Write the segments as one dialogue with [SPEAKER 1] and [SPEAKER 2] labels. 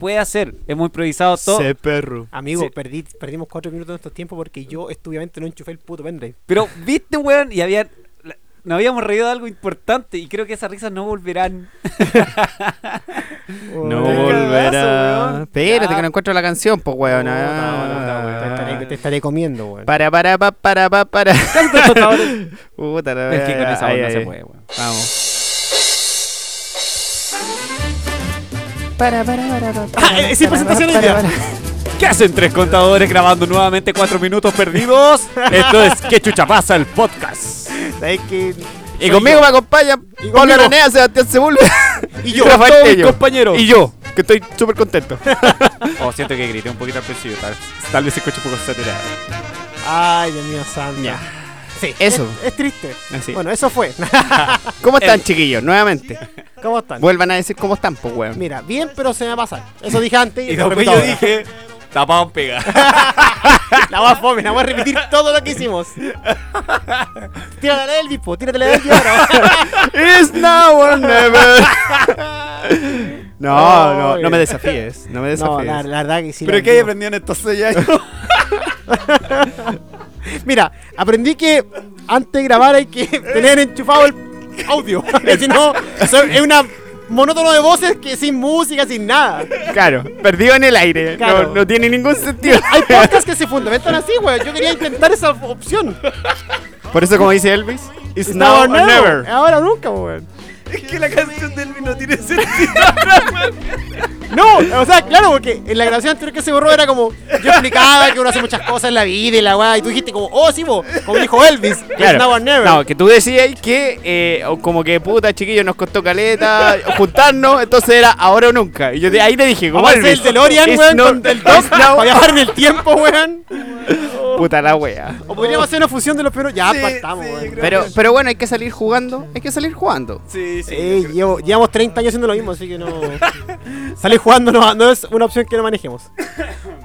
[SPEAKER 1] puede hacer. Hemos improvisado todo.
[SPEAKER 2] Sé perro.
[SPEAKER 3] Amigo,
[SPEAKER 1] Sí.
[SPEAKER 3] perdí, perdimos cuatro minutos de estos tiempos porque yo estúpidamente no enchufé el puto pendrive.
[SPEAKER 1] Pero viste, weón, y había. la- Nos habíamos reído de algo importante y creo que esas risas no volverán.
[SPEAKER 2] No
[SPEAKER 3] Te-
[SPEAKER 1] volverá.
[SPEAKER 2] volverá.
[SPEAKER 1] weón.
[SPEAKER 4] Espérate
[SPEAKER 1] Ya.
[SPEAKER 4] que no encuentro la canción, pues, weón.
[SPEAKER 3] No,
[SPEAKER 4] Ah.
[SPEAKER 3] no, no, no, te estaré- Te estaré comiendo, weón.
[SPEAKER 4] Para, para, pa, para, pa, para. Puta la
[SPEAKER 1] es que con
[SPEAKER 4] wea,
[SPEAKER 1] esa voz
[SPEAKER 4] ay,
[SPEAKER 1] no
[SPEAKER 4] ay,
[SPEAKER 1] se
[SPEAKER 4] ay.
[SPEAKER 1] puede, weón.
[SPEAKER 4] Vamos. Para, para, para, para.
[SPEAKER 3] Ah, eh, sin presentaciones ya.
[SPEAKER 1] ¿Qué hacen tres contadores grabando nuevamente cuatro minutos perdidos? Esto es Que Chucha Pasa, el podcast.
[SPEAKER 3] ¿Sabes qué?
[SPEAKER 4] Y conmigo me acompañan Pablo Aranea, Sebastián Sepúlveda
[SPEAKER 1] Y
[SPEAKER 4] yo, todos mis
[SPEAKER 1] compañeros.
[SPEAKER 4] y yo, que estoy súper contento.
[SPEAKER 1] Oh, siento que grité un poquito al principio. Tal, tal vez se escuche un poco saturado.
[SPEAKER 3] Ay, Dios mío, santo.
[SPEAKER 4] Ya.
[SPEAKER 3] Sí,
[SPEAKER 4] Eso.
[SPEAKER 3] Es, es triste.
[SPEAKER 1] Así.
[SPEAKER 3] Bueno, eso fue.
[SPEAKER 4] ¿Cómo están, chiquillos? Nuevamente.
[SPEAKER 3] ¿Cómo están?
[SPEAKER 4] Vuelvan a decir cómo están, pues, weón.
[SPEAKER 3] Mira, bien, pero se me va a pasar. Eso dije antes
[SPEAKER 1] Y
[SPEAKER 3] lo
[SPEAKER 1] después
[SPEAKER 3] repito
[SPEAKER 1] yo
[SPEAKER 3] ahora.
[SPEAKER 1] dije, tapado pega.
[SPEAKER 3] La voy a fome, la voy a repetir todo lo que hicimos. Tírala a la Elvis, po, tírate a la Elvis ahora.
[SPEAKER 4] It's now or never. No, no,
[SPEAKER 3] Ay.
[SPEAKER 4] no me desafíes. No me
[SPEAKER 3] No,
[SPEAKER 4] desafíes.
[SPEAKER 3] la, la verdad que sí. la
[SPEAKER 1] Pero ¿qué hay
[SPEAKER 3] rendimos.
[SPEAKER 1] aprendido en estos seis años?
[SPEAKER 3] Mira, aprendí que antes de grabar hay que tener enchufado el audio. Porque si no, so- es una monótono de voces que sin música, sin nada.
[SPEAKER 4] Claro, perdido en el aire.
[SPEAKER 3] Claro.
[SPEAKER 4] No, no tiene ningún sentido.
[SPEAKER 3] Hay podcasts que se fundamentan así, güey. Yo quería intentar esa opción.
[SPEAKER 4] Por eso, como dice Elvis, it's,
[SPEAKER 3] It's
[SPEAKER 4] now or
[SPEAKER 3] now.
[SPEAKER 4] never.
[SPEAKER 3] Ahora o nunca, güey.
[SPEAKER 1] es que la canción del vino tiene sentido.
[SPEAKER 3] No, o sea, claro, porque en la grabación anterior que se borró era como, yo explicaba que uno hace muchas cosas en la vida y la weá, y tú dijiste como, oh, sí, vos, como dijo Elvis, it's now or never.
[SPEAKER 4] No, que tú decías que eh, o como que puta chiquillos nos costó caleta juntarnos, entonces era ahora o nunca. Y yo de, ahí te dije, como
[SPEAKER 3] Vamos a hacer
[SPEAKER 4] Elvis,
[SPEAKER 3] el DeLorean,
[SPEAKER 4] it's
[SPEAKER 3] weón,
[SPEAKER 4] not-
[SPEAKER 3] con el Doc,
[SPEAKER 4] it's now-
[SPEAKER 3] para viajar en el tiempo, weón.
[SPEAKER 4] puta la wea.
[SPEAKER 3] O podríamos hacer una fusión de los primeros, ya, partamos, weón.
[SPEAKER 4] Pero, pero bueno, hay que salir jugando, hay que salir jugando.
[SPEAKER 1] Sí, sí.
[SPEAKER 3] Eh, llevo- llevamos 30 años haciendo lo mismo, así que no. Salir jugando no, no es una opción que no manejemos.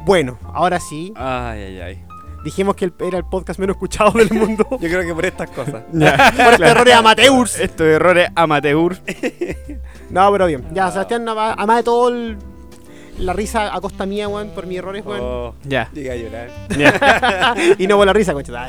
[SPEAKER 3] Bueno, ahora sí,
[SPEAKER 1] Ay, ay, ay.
[SPEAKER 3] dijimos que el- era el podcast menos escuchado del mundo.
[SPEAKER 1] Yo creo que por estas cosas.
[SPEAKER 3] Por este errores amateurs.
[SPEAKER 4] Estos errores amateur.
[SPEAKER 3] No, pero bien. Ya, Sebastián, ama- además de todo el- la risa a costa mía, weón, por mis errores, weón. Ah,
[SPEAKER 1] Oh,
[SPEAKER 4] Ya.
[SPEAKER 1] llegué a llorar.
[SPEAKER 4] ya.
[SPEAKER 3] y no por la risa, concha.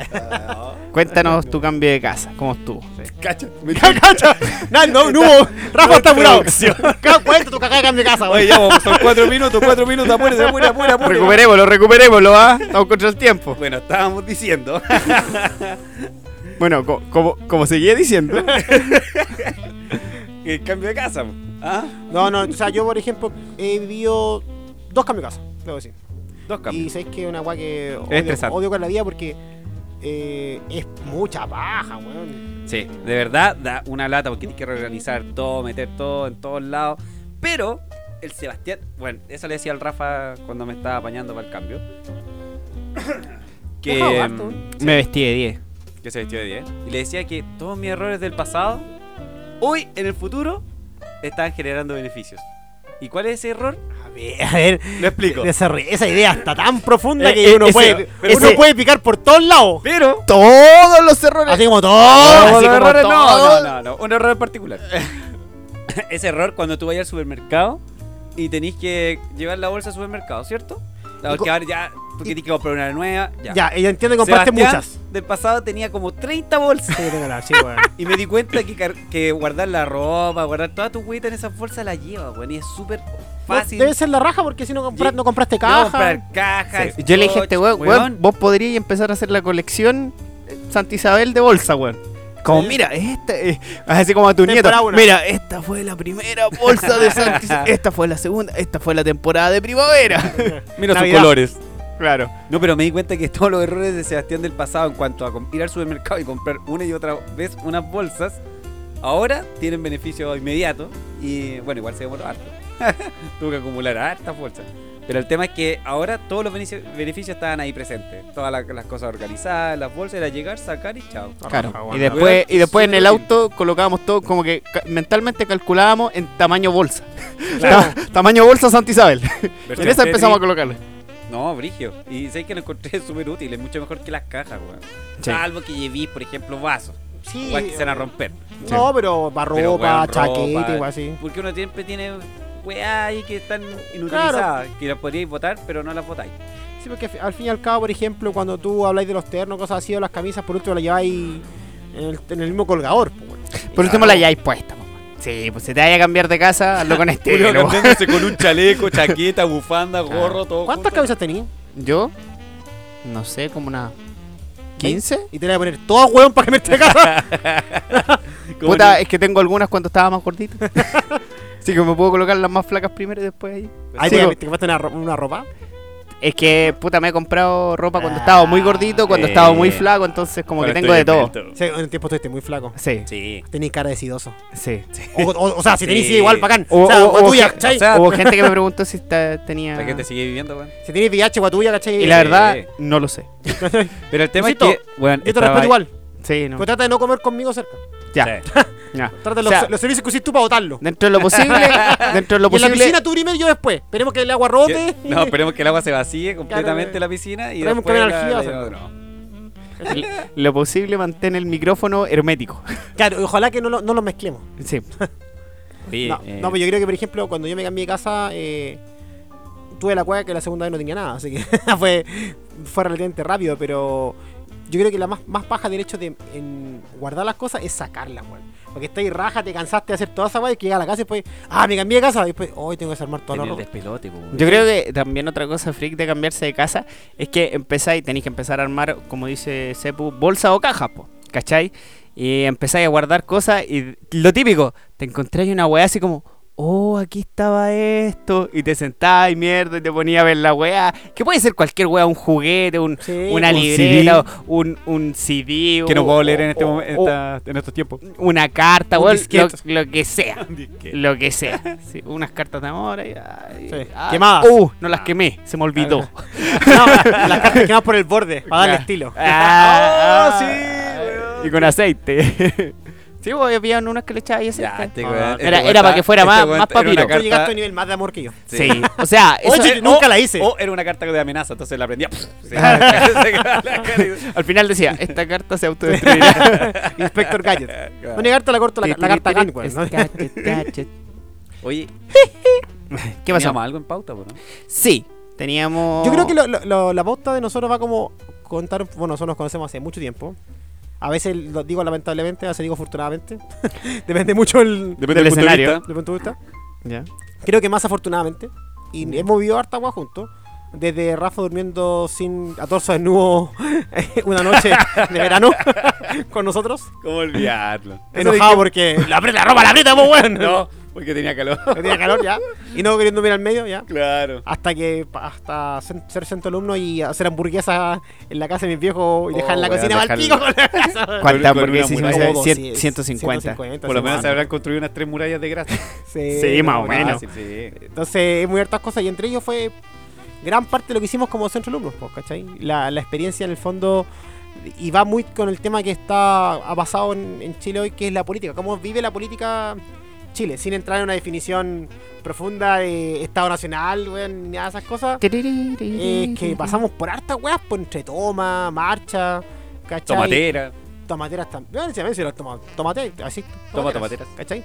[SPEAKER 4] Cuéntanos tu cambio de casa, cómo estuvo.
[SPEAKER 1] Cacha. Me
[SPEAKER 3] ¡Cacha! No, no, no hubo. Rafa está apurado.
[SPEAKER 1] Introducción.
[SPEAKER 3] Ca- Cuenta tu cagada de cambio de casa,
[SPEAKER 1] Oye,
[SPEAKER 3] weón.
[SPEAKER 1] ya vamos, son cuatro minutos, cuatro minutos, apúrate, apúrate, apúrate. apúrate.
[SPEAKER 4] Recuperémoslo, recuperémoslo, ¿ah? Estamos contra el tiempo.
[SPEAKER 1] Bueno, estábamos diciendo.
[SPEAKER 4] Bueno, co- como, como seguía diciendo,
[SPEAKER 1] El cambio de casa. po. ¿Ah?
[SPEAKER 3] No, no, o sea, yo, por ejemplo, he vivido dos cambios de casa, debo decir.
[SPEAKER 1] Dos
[SPEAKER 3] Y
[SPEAKER 1] cambios.
[SPEAKER 3] sabéis que es una weá que odio,
[SPEAKER 1] estresante.
[SPEAKER 3] odio con la vida porque eh, es mucha paja, weón.
[SPEAKER 1] Sí, de verdad da una lata porque tienes que reorganizar todo, meter todo en todos lados. Pero el Sebastián, bueno, eso le decía al Rafa cuando me estaba apañando para el cambio. Que, mm,
[SPEAKER 3] Dejado harto.
[SPEAKER 4] me vestí de 10.
[SPEAKER 1] que se vistió de 10. Y le decía que todos mis errores del pasado, hoy en el futuro, estaban generando beneficios. ¿Y cuál es ese error?
[SPEAKER 3] A ver, a ver,
[SPEAKER 1] Lo explico.
[SPEAKER 3] esa, esa idea está tan profunda
[SPEAKER 4] Eh,
[SPEAKER 3] que
[SPEAKER 4] eh,
[SPEAKER 3] uno,
[SPEAKER 4] ese-
[SPEAKER 3] puede,
[SPEAKER 4] pero
[SPEAKER 3] uno
[SPEAKER 4] ese-
[SPEAKER 3] puede picar por todos lados.
[SPEAKER 1] Pero
[SPEAKER 4] Todos los errores.
[SPEAKER 3] Así como todo.
[SPEAKER 1] Oh,
[SPEAKER 4] Todos
[SPEAKER 3] así
[SPEAKER 4] los
[SPEAKER 3] como
[SPEAKER 4] errores, no,
[SPEAKER 3] todo.
[SPEAKER 1] No, no, no, un error en particular. Ese error cuando tú vayas al supermercado y tenéis que llevar la bolsa al supermercado, ¿cierto? La
[SPEAKER 3] Y co-
[SPEAKER 1] que ahora ya, porque tienes que comprar una nueva, ya.
[SPEAKER 3] Ya, ella entiende que compraste
[SPEAKER 1] Sebastián,
[SPEAKER 3] muchas. Sí,
[SPEAKER 1] Del pasado tenía como 30 bolsas.
[SPEAKER 3] que tengo la- sí, weón.
[SPEAKER 1] Y me di cuenta que, car- que guardar la ropa, guardar toda tu huevita en esas bolsas la lleva, weón. Y es súper fácil.
[SPEAKER 3] Debe ser la raja porque si no, compras,
[SPEAKER 1] Ye-
[SPEAKER 3] no compraste
[SPEAKER 1] Yo voy a
[SPEAKER 3] caja.
[SPEAKER 1] comprar cajas.
[SPEAKER 4] Yo le dije a este weón,
[SPEAKER 1] scotch,
[SPEAKER 4] weón, vos podrías empezar a hacer la colección eh, Santa Isabel de bolsa, weón. Como,
[SPEAKER 1] Sí.
[SPEAKER 4] mira, esta. eh, así como a tu nieto.
[SPEAKER 3] Temporada una.
[SPEAKER 4] Mira, esta fue la primera bolsa de Santa Isabel. Esta fue la segunda. Esta fue la temporada de primavera.
[SPEAKER 1] Mira
[SPEAKER 3] sus Navidad.
[SPEAKER 1] colores.
[SPEAKER 4] Claro.
[SPEAKER 1] No, pero me di cuenta que todos los errores de Sebastián del pasado en cuanto a com- ir al supermercado y comprar una y otra vez unas bolsas, ahora tienen beneficio inmediato y bueno, igual se demoró harto. Tuve que acumular hartas bolsas. Pero el tema es que ahora todos los benefici- beneficios estaban ahí presentes. Todas la- las cosas organizadas, las bolsas, era llegar, sacar y chao.
[SPEAKER 3] Raja,
[SPEAKER 4] Claro.
[SPEAKER 3] weón.
[SPEAKER 4] Y después, y después en el
[SPEAKER 1] Súper útil.
[SPEAKER 4] auto colocábamos todo, como que ca- mentalmente calculábamos en tamaño bolsa. Ta- tamaño bolsa Santa Isabel. en
[SPEAKER 1] este
[SPEAKER 4] esa empezamos a colocarle.
[SPEAKER 1] No, brigio. Y sé que lo encontré súper útil, es mucho mejor que las cajas, weón.
[SPEAKER 4] Sí.
[SPEAKER 1] Salvo que llevé, por ejemplo, vasos.
[SPEAKER 3] Sí,
[SPEAKER 1] Igual que se van a romper.
[SPEAKER 3] No, pero para
[SPEAKER 1] Pero,
[SPEAKER 3] ropa,
[SPEAKER 1] weón, ropa.
[SPEAKER 3] chaqueta, igual así.
[SPEAKER 1] Porque uno siempre tiene weá ahí que están inutilizadas, que las podríais votar, pero no las votáis.
[SPEAKER 3] Sí, porque al fin y al cabo, por ejemplo, cuando tú habláis de los ternos, cosas así, o las camisas, por último las lleváis en el, en el mismo colgador. po, weón.
[SPEAKER 4] Por último, la lleváis puesta, mamá. Sí, pues si te vaya a cambiar de casa, hazlo con este.
[SPEAKER 1] Julio
[SPEAKER 4] pero-
[SPEAKER 1] cambiándose con un chaleco, chaqueta, bufanda, gorro, todo.
[SPEAKER 3] ¿Cuántas
[SPEAKER 1] junto.
[SPEAKER 3] camisas tenías?
[SPEAKER 4] Yo, no sé, como una. ¿15?
[SPEAKER 3] Y te la voy a poner todo weón para que me esté casa.
[SPEAKER 1] Como
[SPEAKER 4] Puta,
[SPEAKER 1] en-
[SPEAKER 4] es que tengo algunas cuando estaba más gordito. Así que me puedo colocar las más flacas primero y después ahí.
[SPEAKER 3] Ahí
[SPEAKER 4] Sí,
[SPEAKER 3] te,
[SPEAKER 4] po.
[SPEAKER 3] te compraste una, ro- una ropa.
[SPEAKER 4] Es que, puta, me he comprado ropa cuando estaba muy gordito, cuando
[SPEAKER 1] Ah,
[SPEAKER 4] estaba muy
[SPEAKER 1] eh.
[SPEAKER 4] flaco, entonces como
[SPEAKER 1] Ahora
[SPEAKER 4] que tengo de
[SPEAKER 1] estoy
[SPEAKER 4] todo.
[SPEAKER 1] envuelto.
[SPEAKER 3] Sí, en el tiempo estuviste muy flaco.
[SPEAKER 4] Sí,
[SPEAKER 1] Sí.
[SPEAKER 3] Tenís cara de sidoso.
[SPEAKER 4] sí.
[SPEAKER 3] O, o- o sea, si tenís
[SPEAKER 1] Sí.
[SPEAKER 3] sí, igual, bacán.
[SPEAKER 4] O-
[SPEAKER 3] O, sea,
[SPEAKER 4] o-
[SPEAKER 3] gua
[SPEAKER 4] o-
[SPEAKER 3] tuya,
[SPEAKER 4] o
[SPEAKER 3] ¿cachai?
[SPEAKER 1] sea,
[SPEAKER 4] Hubo gente que me preguntó si esta- tenía...
[SPEAKER 1] La gente sigue viviendo, weón.
[SPEAKER 3] Si tenés VIH, gua tuya, ¿cachai?
[SPEAKER 4] Y la
[SPEAKER 1] Sí.
[SPEAKER 4] verdad, no lo sé.
[SPEAKER 1] Pero el tema es
[SPEAKER 3] Luisito,
[SPEAKER 1] que, weón,
[SPEAKER 3] Yo te
[SPEAKER 1] estaba
[SPEAKER 3] respeto
[SPEAKER 1] ahí-
[SPEAKER 3] igual.
[SPEAKER 4] Sí, no.
[SPEAKER 3] Pero trata de no comer conmigo cerca.
[SPEAKER 4] Ya,
[SPEAKER 1] Sí.
[SPEAKER 4] ya.
[SPEAKER 3] Trata
[SPEAKER 4] O sea,
[SPEAKER 3] los, los servicios que usís tú para botarlo.
[SPEAKER 4] Dentro de lo posible, dentro de lo
[SPEAKER 3] Y en la
[SPEAKER 4] posible...
[SPEAKER 3] piscina tú primero y yo después. Esperemos que el agua rote.
[SPEAKER 1] Yo- No, esperemos que el agua se vacíe completamente
[SPEAKER 4] eh.
[SPEAKER 3] Claro,
[SPEAKER 1] la piscina y
[SPEAKER 3] traemos un
[SPEAKER 1] después
[SPEAKER 3] camión
[SPEAKER 1] la-
[SPEAKER 3] al
[SPEAKER 1] la-
[SPEAKER 3] giro,
[SPEAKER 1] no, no.
[SPEAKER 4] Lo posible mantén el micrófono hermético.
[SPEAKER 3] Claro, y ojalá que no lo, no los mezclemos.
[SPEAKER 4] Sí.
[SPEAKER 1] Oye,
[SPEAKER 3] no,
[SPEAKER 1] eh,
[SPEAKER 3] no, pero yo creo que, por ejemplo, cuando yo me cambié de casa, eh, tuve la cueva que la segunda vez no tenía nada, así que fue, fue relativamente rápido, pero yo creo que la más, más baja del hecho de en guardar las cosas es sacarlas, weón. Porque estáis raja, te cansaste de hacer toda esa weá y que llegas a la casa y después, ah, me cambié de casa, y después, hoy tengo que desarmar todo
[SPEAKER 1] tenía
[SPEAKER 3] la
[SPEAKER 1] el
[SPEAKER 3] ropa.
[SPEAKER 1] despelote, po, weón.
[SPEAKER 4] Yo creo que también otra cosa freak de cambiarse de casa es que empezáis, tenéis que empezar a armar, como dice Sepu, bolsa o cajas, po, ¿cachai? Y empezáis a guardar cosas y lo típico, te encontráis una weá así como, oh, aquí estaba esto, y te sentáis, mierda, y te ponía a ver la weá, que puede ser cualquier weá, un juguete, un,
[SPEAKER 3] Sí,
[SPEAKER 4] una
[SPEAKER 1] un
[SPEAKER 4] libreta, un, un CD,
[SPEAKER 1] Que no
[SPEAKER 4] o-
[SPEAKER 1] puedo leer en este
[SPEAKER 4] o-
[SPEAKER 1] momento,
[SPEAKER 4] o
[SPEAKER 1] esta- en estos tiempos.
[SPEAKER 4] una carta,
[SPEAKER 1] un
[SPEAKER 4] weón, lo,
[SPEAKER 1] disquete.
[SPEAKER 4] lo que sea. Lo que sea. Sí, unas cartas de amor. ahí, ay,
[SPEAKER 3] Sí,
[SPEAKER 4] ah,
[SPEAKER 3] quemadas.
[SPEAKER 4] Uh, no las quemé. Se me olvidó.
[SPEAKER 3] No, las cartas quedaban por el borde, para darle estilo.
[SPEAKER 4] Ah,
[SPEAKER 1] Ah,
[SPEAKER 4] ah,
[SPEAKER 1] sí, weón.
[SPEAKER 4] Y con aceite. sí, vos habían unas que le echabas ahí aceite.
[SPEAKER 1] Ya, este
[SPEAKER 3] Ah,
[SPEAKER 1] weón- este weón
[SPEAKER 4] era para
[SPEAKER 1] estaba-
[SPEAKER 4] que fuera
[SPEAKER 1] este
[SPEAKER 4] más-
[SPEAKER 1] weón
[SPEAKER 4] más
[SPEAKER 1] era una
[SPEAKER 4] papiro.
[SPEAKER 3] Tú
[SPEAKER 1] carta- oh,
[SPEAKER 3] llegaste a un nivel más de amor que yo.
[SPEAKER 4] sí. o sea, eso-
[SPEAKER 3] Oye,
[SPEAKER 1] o-
[SPEAKER 3] nunca la hice.
[SPEAKER 1] O era una carta de amenaza, entonces la aprendía. Se quedaba la cara y-
[SPEAKER 4] al final decía, esta carta se autodestruirá.
[SPEAKER 3] Inspector Gadget. No
[SPEAKER 1] Claro.
[SPEAKER 3] negarte la corto la, la carta Gun, weón, ¿no?
[SPEAKER 1] Oye,
[SPEAKER 4] ¿Qué pasó?
[SPEAKER 1] teníamos algo en pauta, po, ¿no?
[SPEAKER 4] Sí, teníamos...
[SPEAKER 3] Yo creo que lo- lo- lo- la pauta de nosotros va como contar, bueno, nosotros nos conocemos hace mucho tiempo. A veces lo digo lamentablemente, a veces digo afortunadamente. Depende mucho el, del
[SPEAKER 1] punto
[SPEAKER 4] Depende del
[SPEAKER 1] de
[SPEAKER 4] escenario.
[SPEAKER 1] vista.
[SPEAKER 3] punto de vista.
[SPEAKER 4] Ya.
[SPEAKER 3] Creo que más afortunadamente. Y hemos vivido harta agua juntos. Desde Rafa durmiendo sin a torso desnudo una noche de verano con nosotros.
[SPEAKER 1] ¿Cómo olvidarlo?
[SPEAKER 3] Enojado porque la aprieta, la ropa, la aprieta, pues bueno.
[SPEAKER 1] No, porque tenía calor.
[SPEAKER 3] Tenía calor ya. Y no queriendo mirar al medio ya.
[SPEAKER 1] Claro.
[SPEAKER 3] Hasta que hasta cen- ser centro alumno y hacer hamburguesas en la casa de mis viejos y dejar en la
[SPEAKER 1] Oh, weón,
[SPEAKER 3] cocina para el pico
[SPEAKER 1] dejarlo.
[SPEAKER 3] con la casa.
[SPEAKER 1] Con-
[SPEAKER 4] ¿Cuántas
[SPEAKER 1] con una
[SPEAKER 4] hamburguesas hicimos?
[SPEAKER 1] hamburguesa.
[SPEAKER 4] Cien- 150.
[SPEAKER 1] Por lo menos se habrán construido unas tres murallas de grasa.
[SPEAKER 3] Sí,
[SPEAKER 4] Sí, más o
[SPEAKER 3] bueno.
[SPEAKER 4] menos.
[SPEAKER 1] Fácil, sí.
[SPEAKER 3] Entonces, es muy hartas cosas y entre ellos fue gran parte de lo que hicimos como centro alumnos, pues, ¿cachai? La, la experiencia en el fondo y va muy con el tema que está ha pasado en, en Chile hoy, que es la política. ¿Cómo vive la política Chile? Sin entrar en una definición profunda de Estado Nacional, weón, ni nada de esas cosas. es que pasamos por hartas weas, por entre toma, marcha, ¿cachai?
[SPEAKER 1] Tomatera.
[SPEAKER 3] Tomateras también. Bueno, si a veces los toma- tomate, así.
[SPEAKER 1] Toma tomateras.
[SPEAKER 3] ¿Cachai?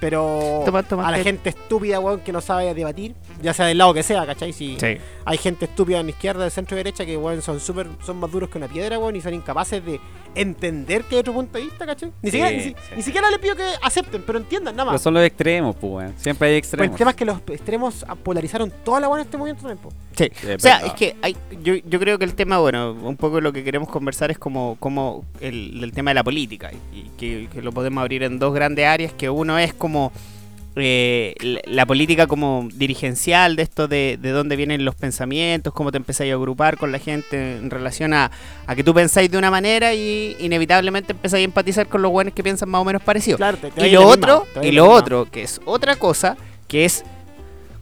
[SPEAKER 3] Pero
[SPEAKER 4] Toma
[SPEAKER 3] a la
[SPEAKER 4] tomateras.
[SPEAKER 3] gente estúpida, weón, que no sabe debatir, ya sea del lado que sea, ¿cachai? Si
[SPEAKER 4] Sí.
[SPEAKER 3] hay gente estúpida en izquierda, de centro y derecha, que weón son súper, son más duros que una piedra, weón, y son incapaces de entender que hay otro punto de vista, ¿cachai? Ni
[SPEAKER 1] Sí,
[SPEAKER 3] siquiera, ni, si-
[SPEAKER 1] sí.
[SPEAKER 3] ni siquiera les pido que acepten, pero entiendan nada
[SPEAKER 1] Pero
[SPEAKER 3] más.
[SPEAKER 1] son los extremos, pues, weón. Siempre hay
[SPEAKER 3] Pues
[SPEAKER 1] extremos.
[SPEAKER 3] el tema es que los extremos ah, polarizaron toda la weón en este movimiento también, po.
[SPEAKER 4] Sí.
[SPEAKER 1] Es
[SPEAKER 4] o sea,
[SPEAKER 1] verdad.
[SPEAKER 4] es que hay, yo, yo creo que el tema, bueno, un poco lo que queremos conversar es como, como el, el tema de la política y, y que, que lo podemos abrir en dos grandes áreas, que uno es como eh, la, la política como dirigencial de esto de, de dónde vienen los pensamientos, cómo te empezáis a agrupar con la gente en relación a, a que tú pensáis de una manera y inevitablemente empezáis a empatizar con los buenos que piensan más o menos parecido.
[SPEAKER 3] Claro, te- te
[SPEAKER 4] Y
[SPEAKER 3] vaya
[SPEAKER 4] lo
[SPEAKER 3] la misma,
[SPEAKER 4] otro,
[SPEAKER 3] te vaya
[SPEAKER 4] y
[SPEAKER 3] la
[SPEAKER 4] lo
[SPEAKER 3] misma.
[SPEAKER 4] otro, que es otra cosa, que es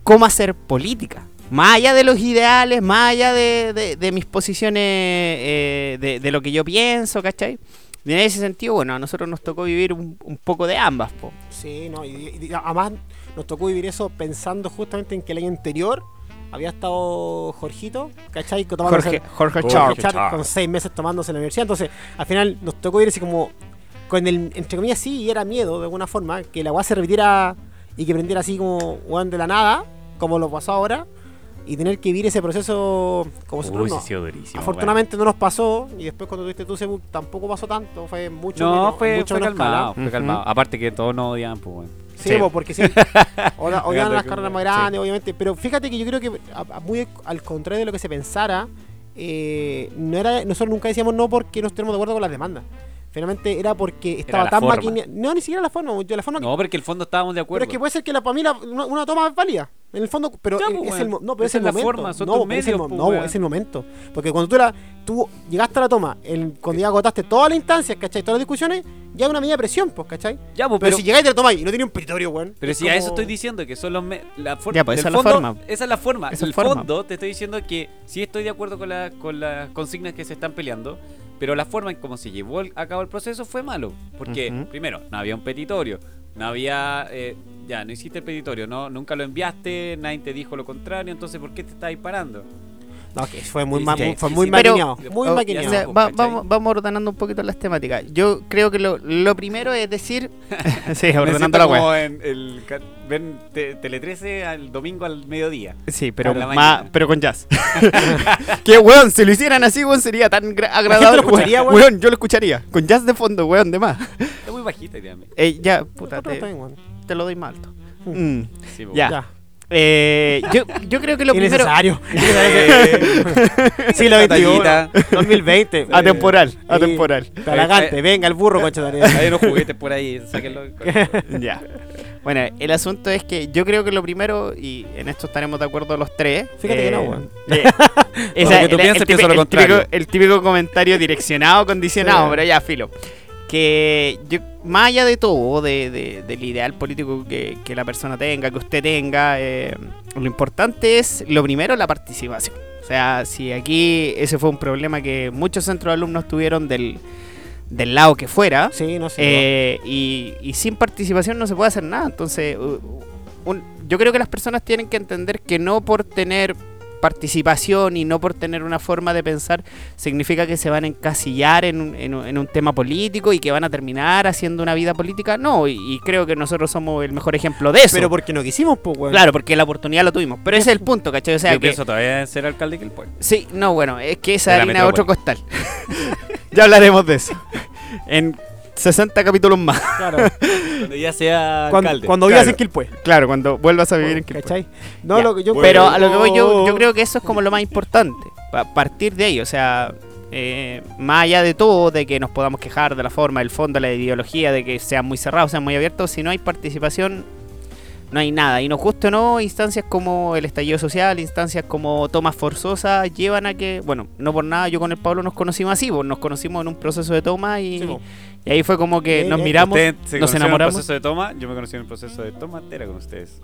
[SPEAKER 4] cómo hacer política. Más allá de los ideales, más allá de, de- de mis posiciones, eh, de, de lo que yo pienso, ¿cachai? Y en ese sentido, bueno, a nosotros nos tocó vivir un, un poco de ambas, po.
[SPEAKER 3] Sí, no, y, y- y además nos tocó vivir eso pensando justamente en que el año anterior había estado Jorgito, ¿cachai? Que
[SPEAKER 4] Jorge,
[SPEAKER 3] tomándose-
[SPEAKER 4] Jorge
[SPEAKER 1] Jorge
[SPEAKER 4] Char.
[SPEAKER 3] Jorge Char con seis meses tomándose en la universidad. Entonces, al final nos tocó vivir así como, con el, entre comillas, sí, y era miedo de alguna forma, que la weá se repitiera y que prendiera así como weón de la nada, como lo pasó ahora, y tener que vivir ese proceso como nosotros
[SPEAKER 2] Uy, sí,
[SPEAKER 3] no.
[SPEAKER 2] ha sido durísimo.
[SPEAKER 3] Afortunadamente no nos pasó, y después cuando tuviste tú Semu, tampoco pasó tanto, fue mucho
[SPEAKER 1] No,
[SPEAKER 3] menos-
[SPEAKER 1] fue,
[SPEAKER 3] mucho
[SPEAKER 1] fue
[SPEAKER 3] menos escala.
[SPEAKER 1] calmado, fue
[SPEAKER 4] Ujú.
[SPEAKER 1] calmado. Aparte que todos nos odian, pues bueno.
[SPEAKER 3] Sí,
[SPEAKER 4] Sí.
[SPEAKER 3] po, porque sí. Oda- Odiaban
[SPEAKER 1] Fíjate
[SPEAKER 3] las
[SPEAKER 1] que-
[SPEAKER 3] carreras más grandes, obviamente. Pero fíjate que yo creo que, a- a- muy al contrario de lo que se pensara, eh, no era, nosotros nunca decíamos no porque no estemos de acuerdo con las demandas. Finalmente era porque estaba
[SPEAKER 1] la
[SPEAKER 3] tan
[SPEAKER 1] forma.
[SPEAKER 3] maquineada. No, ni siquiera la forma, yo la forma. que-
[SPEAKER 1] No, porque en el fondo estábamos de
[SPEAKER 3] pero
[SPEAKER 1] acuerdo.
[SPEAKER 3] es que puede ser que la, para mí la- una, una toma es válida. En el fondo, pero
[SPEAKER 1] Ya,
[SPEAKER 3] es,
[SPEAKER 1] pues,
[SPEAKER 3] es
[SPEAKER 1] weón.
[SPEAKER 3] el, mo- no, pero
[SPEAKER 1] Esa
[SPEAKER 3] es el
[SPEAKER 1] es la
[SPEAKER 3] momento.
[SPEAKER 1] forma, son
[SPEAKER 3] no,
[SPEAKER 1] tus
[SPEAKER 3] pero es el,
[SPEAKER 1] medios,
[SPEAKER 3] mo-
[SPEAKER 1] pues,
[SPEAKER 3] no,
[SPEAKER 1] weón.
[SPEAKER 3] es el momento. Porque cuando tú la, tú llegaste a la toma, el, cuando ya agotaste todas las instancias, ¿cachai? Todas las discusiones, ya es una medida de presión, pues, ¿cachai?
[SPEAKER 1] ya, pues,
[SPEAKER 3] Pero, si llegáis y te lo tomáis y no tiene un petitorio, weón.
[SPEAKER 1] Pero
[SPEAKER 3] es
[SPEAKER 1] si a eso
[SPEAKER 3] como-
[SPEAKER 1] estoy diciendo que son los me- la for-
[SPEAKER 4] Ya, pues,
[SPEAKER 1] del
[SPEAKER 4] esa es la
[SPEAKER 1] fondo-
[SPEAKER 4] forma.
[SPEAKER 1] Esa es la forma.
[SPEAKER 4] Esa es
[SPEAKER 1] En el
[SPEAKER 4] la forma.
[SPEAKER 1] fondo te estoy diciendo que sí estoy de acuerdo con, la- con las consignas que se están peleando, pero la forma en cómo se llevó el- a cabo el proceso fue malo. Porque,
[SPEAKER 4] Ujú.
[SPEAKER 1] primero, no había un petitorio, no había. eh, ya, no hiciste el petitorio, no, nunca lo enviaste, nadie te dijo lo contrario, entonces ¿por qué te estás disparando?
[SPEAKER 3] No, que fue muy,
[SPEAKER 1] Sí,
[SPEAKER 3] ma-
[SPEAKER 1] sí,
[SPEAKER 3] muy- fue
[SPEAKER 1] sí,
[SPEAKER 3] muy
[SPEAKER 1] sí,
[SPEAKER 4] pero-
[SPEAKER 3] maquineado. Muy
[SPEAKER 1] Oh,
[SPEAKER 4] O
[SPEAKER 1] Ya,
[SPEAKER 3] maquineado.
[SPEAKER 4] sea,
[SPEAKER 1] pues,
[SPEAKER 4] va-
[SPEAKER 1] ¿cachai?
[SPEAKER 4] vamos, vamos ordenando un poquito las temáticas. Yo creo que lo, lo primero es decir. sí, ordenando la web.
[SPEAKER 1] ven Tele 13 al domingo al mediodía.
[SPEAKER 4] Sí,
[SPEAKER 1] pero
[SPEAKER 4] pero,
[SPEAKER 1] A la ma- mañana.
[SPEAKER 4] pero con jazz. que weón, si lo hicieran así, weón, sería tan gra- agradable.
[SPEAKER 3] lo escucharía,
[SPEAKER 4] weón.
[SPEAKER 3] weón.
[SPEAKER 4] yo lo escucharía. Con jazz de fondo, weón, de más.
[SPEAKER 1] Está muy bajita, idealmente.
[SPEAKER 4] Eh, ya, puta,
[SPEAKER 3] Puta,
[SPEAKER 4] te,
[SPEAKER 3] también, weón.
[SPEAKER 4] te lo doy más alto.
[SPEAKER 3] Mm.
[SPEAKER 4] Mm.
[SPEAKER 1] Sí, po.
[SPEAKER 4] Ya. Eh, yo, yo creo que lo primero.
[SPEAKER 3] Innecesario.
[SPEAKER 1] Siglo
[SPEAKER 3] Siglo
[SPEAKER 1] XXI.
[SPEAKER 3] XXI. 2020.
[SPEAKER 4] Atemporal, atemporal. Eh,
[SPEAKER 3] Talagante, venga, el burro, concha de la madre.
[SPEAKER 1] Hay unos juguetes por ahí, sáquenlo.
[SPEAKER 4] ya. Bueno, el asunto es que yo creo que lo primero, y en esto estaremos de acuerdo los tres.
[SPEAKER 3] Fíjate que no, weón.
[SPEAKER 4] eh,
[SPEAKER 1] Lo que tú piensas, pienso
[SPEAKER 4] el, típico,
[SPEAKER 1] lo
[SPEAKER 4] el típico-
[SPEAKER 1] contrario.
[SPEAKER 4] el típico comentario direccionado, condicionado, pero ya, filo. Que yo, más allá de todo, de- de- del ideal político que, que la persona tenga, que usted tenga, eh, lo importante es, lo primero, la participación. O sea, si aquí ese fue un problema que muchos centros de alumnos tuvieron del, del lado que fuera,
[SPEAKER 3] Sí, no sé.
[SPEAKER 4] eh, y, y sin participación no se puede hacer nada. Entonces, u- u- un- yo creo que las personas tienen que entender que no por tener participación y no por tener una forma de pensar significa que se van a encasillar en un, en un- en un tema político y que van a terminar haciendo una vida política. No, y, y creo que nosotros somos el mejor ejemplo de eso.
[SPEAKER 3] Pero porque no quisimos, pues, weón.
[SPEAKER 4] Claro, porque la oportunidad la tuvimos. Pero ese es el punto, ¿cachai? O sea,
[SPEAKER 1] Yo
[SPEAKER 4] que,
[SPEAKER 1] pienso todavía en ser alcalde que el pueblo.
[SPEAKER 4] Sí, no, bueno, es que esa
[SPEAKER 2] De la
[SPEAKER 4] harina es otro costal. ya hablaremos de eso. En 60 capítulos más.
[SPEAKER 3] claro.
[SPEAKER 1] Cuando ya sea
[SPEAKER 3] Cuando,
[SPEAKER 1] alcalde.
[SPEAKER 3] cuando vivas
[SPEAKER 4] Claro.
[SPEAKER 3] en Quilpue.
[SPEAKER 4] Claro, cuando vuelvas a vivir en Quilpue.
[SPEAKER 3] ¿Cachai? No,
[SPEAKER 4] Ya.
[SPEAKER 3] lo que yo
[SPEAKER 4] Pero a lo que voy yo, yo creo que eso es como lo más importante. Pa- partir de ahí, o sea, eh, más allá de todo, de que nos podamos quejar de la forma, del fondo, la ideología, de que sean muy cerrados, sean muy abiertos, si no hay participación, no hay nada. Y nos gusta o no, instancias como el estallido social, instancias como tomas forzosas, llevan a que, bueno, no por nada, yo con el Pablo nos conocimos así, pues, nos conocimos en un proceso de toma y,
[SPEAKER 3] Sí, po.
[SPEAKER 4] y ahí fue como que
[SPEAKER 3] Sí,
[SPEAKER 4] nos
[SPEAKER 3] eh,
[SPEAKER 4] miramos.
[SPEAKER 1] Ustedes se
[SPEAKER 4] nos
[SPEAKER 1] conocieron en el
[SPEAKER 4] enamoramos.
[SPEAKER 1] proceso de toma, yo me conocí en el proceso de tomatera con ustedes.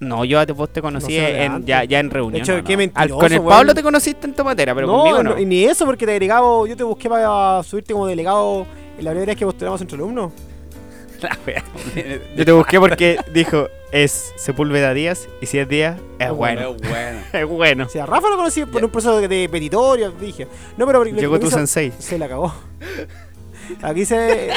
[SPEAKER 4] No, yo a te- vos te conocí
[SPEAKER 3] Conocimos de
[SPEAKER 4] en,
[SPEAKER 3] antes.
[SPEAKER 4] ya, ya en
[SPEAKER 3] De
[SPEAKER 4] reunión.
[SPEAKER 3] hecho,
[SPEAKER 1] no, no.
[SPEAKER 3] qué
[SPEAKER 1] Al-
[SPEAKER 4] Al-
[SPEAKER 3] mentiroso,
[SPEAKER 4] con el
[SPEAKER 3] weón.
[SPEAKER 4] Pablo te conociste en tomatera, pero conmigo no.
[SPEAKER 3] y ni eso porque te agregaba, yo te busqué para subirte como delegado en la primera vez que postulamos entre alumnos.
[SPEAKER 1] La wea.
[SPEAKER 4] Yo te busqué porque dijo, es Sepúlveda Díaz, y si es Díaz, es
[SPEAKER 1] Oh,
[SPEAKER 4] bueno.
[SPEAKER 1] Es bueno.
[SPEAKER 4] Es bueno.
[SPEAKER 3] O sea, Rafa lo conocí por un proceso de, de petitorio, dije. No, pero lo que- lo
[SPEAKER 4] Llegó
[SPEAKER 3] que
[SPEAKER 4] tu
[SPEAKER 3] hizo-
[SPEAKER 4] sensei.
[SPEAKER 3] Se la cagó. Aquí se.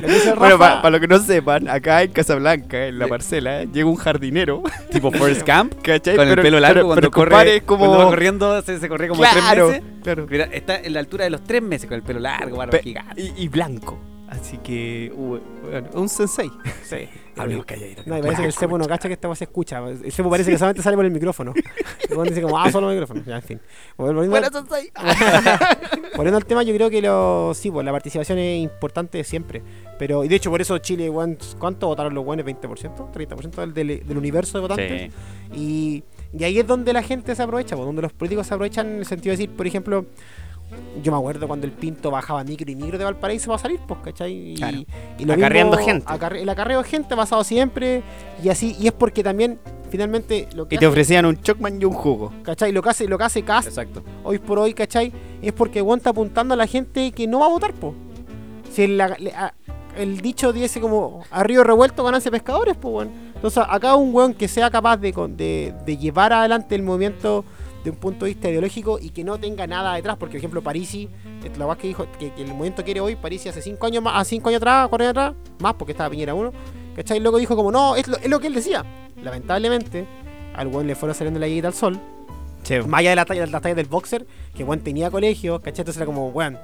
[SPEAKER 3] lo que hizo Rafa.
[SPEAKER 4] Bueno, para los que no sepan, acá en Casablanca, en la parcela, llega un jardinero,
[SPEAKER 1] Tipo Forrest Camp,
[SPEAKER 4] ¿cachai?
[SPEAKER 1] con el
[SPEAKER 4] Pero-
[SPEAKER 1] pelo largo,
[SPEAKER 4] pero-
[SPEAKER 1] cuando
[SPEAKER 4] pero
[SPEAKER 1] corre,
[SPEAKER 4] compadre, es como...
[SPEAKER 1] cuando va corriendo, se, se corría como
[SPEAKER 4] claro,
[SPEAKER 1] tres meses.
[SPEAKER 4] claro.
[SPEAKER 1] Mira, está en la altura de los tres meses con el pelo largo, barba
[SPEAKER 4] Pe-
[SPEAKER 1] gigante.
[SPEAKER 4] y, y blanco. Así que, uh, bueno, un sensei. Sí. Hablemos calladito.
[SPEAKER 3] No, y parece que el Sebo no cacha que esta voz se escucha. El Sebo parece que solamente sale por el micrófono. El weón dice como, ah, solo el micrófono. Ya, en fin. Bueno, volviendo,
[SPEAKER 4] Bueno,
[SPEAKER 3] al-
[SPEAKER 4] sensei.
[SPEAKER 3] volviendo al tema, yo creo que lo, sí, pues, la participación es importante siempre. Pero, y de hecho, por eso Chile, weón, ¿cuánto votaron los buenos? ¿20%? ¿30% del, del, del universo de votantes?
[SPEAKER 1] Sí.
[SPEAKER 3] Y, y ahí es donde la gente se aprovecha, po, donde los políticos se aprovechan en el sentido de decir, por ejemplo, yo me acuerdo cuando el Pinto bajaba micro y micro de Valparaíso para salir, pues, ¿cachai? Y,
[SPEAKER 4] Claro.
[SPEAKER 3] y lo
[SPEAKER 4] Acarreando
[SPEAKER 3] mismo,
[SPEAKER 4] gente.
[SPEAKER 3] acarre- el acarreo de gente ha pasado siempre y así, y es porque también, finalmente, lo que,
[SPEAKER 4] Y te
[SPEAKER 3] hace,
[SPEAKER 4] ofrecían un Chocman y un jugo.
[SPEAKER 3] ¿cachai? Lo que hace, lo que hace Cast
[SPEAKER 1] Exacto.
[SPEAKER 3] hoy por hoy, ¿cachai? Es porque aguanta apuntando a la gente que no va a votar, po. Si el, la- le- a- el dicho dice como a río revuelto ganancia pescadores, pues, weón. Entonces, acá un weón que sea capaz de, con- de, de llevar adelante el movimiento de un punto de vista ideológico y que no tenga nada detrás, porque, por ejemplo, Parisi, es la weá que dijo que, que el movimiento quiere hoy, Parisi hace 5 años más, a 5 años atrás, 4 años atrás, más porque estaba Piñera 1, ¿Cachai? El loco dijo como, no, es lo, es lo que él decía. Lamentablemente, al weón le fueron saliendo la guita al sol.
[SPEAKER 4] Che,
[SPEAKER 3] Más allá de la talla, las tallas del boxer, que weón tenía colegio, ¿cachai? Entonces era como, weón,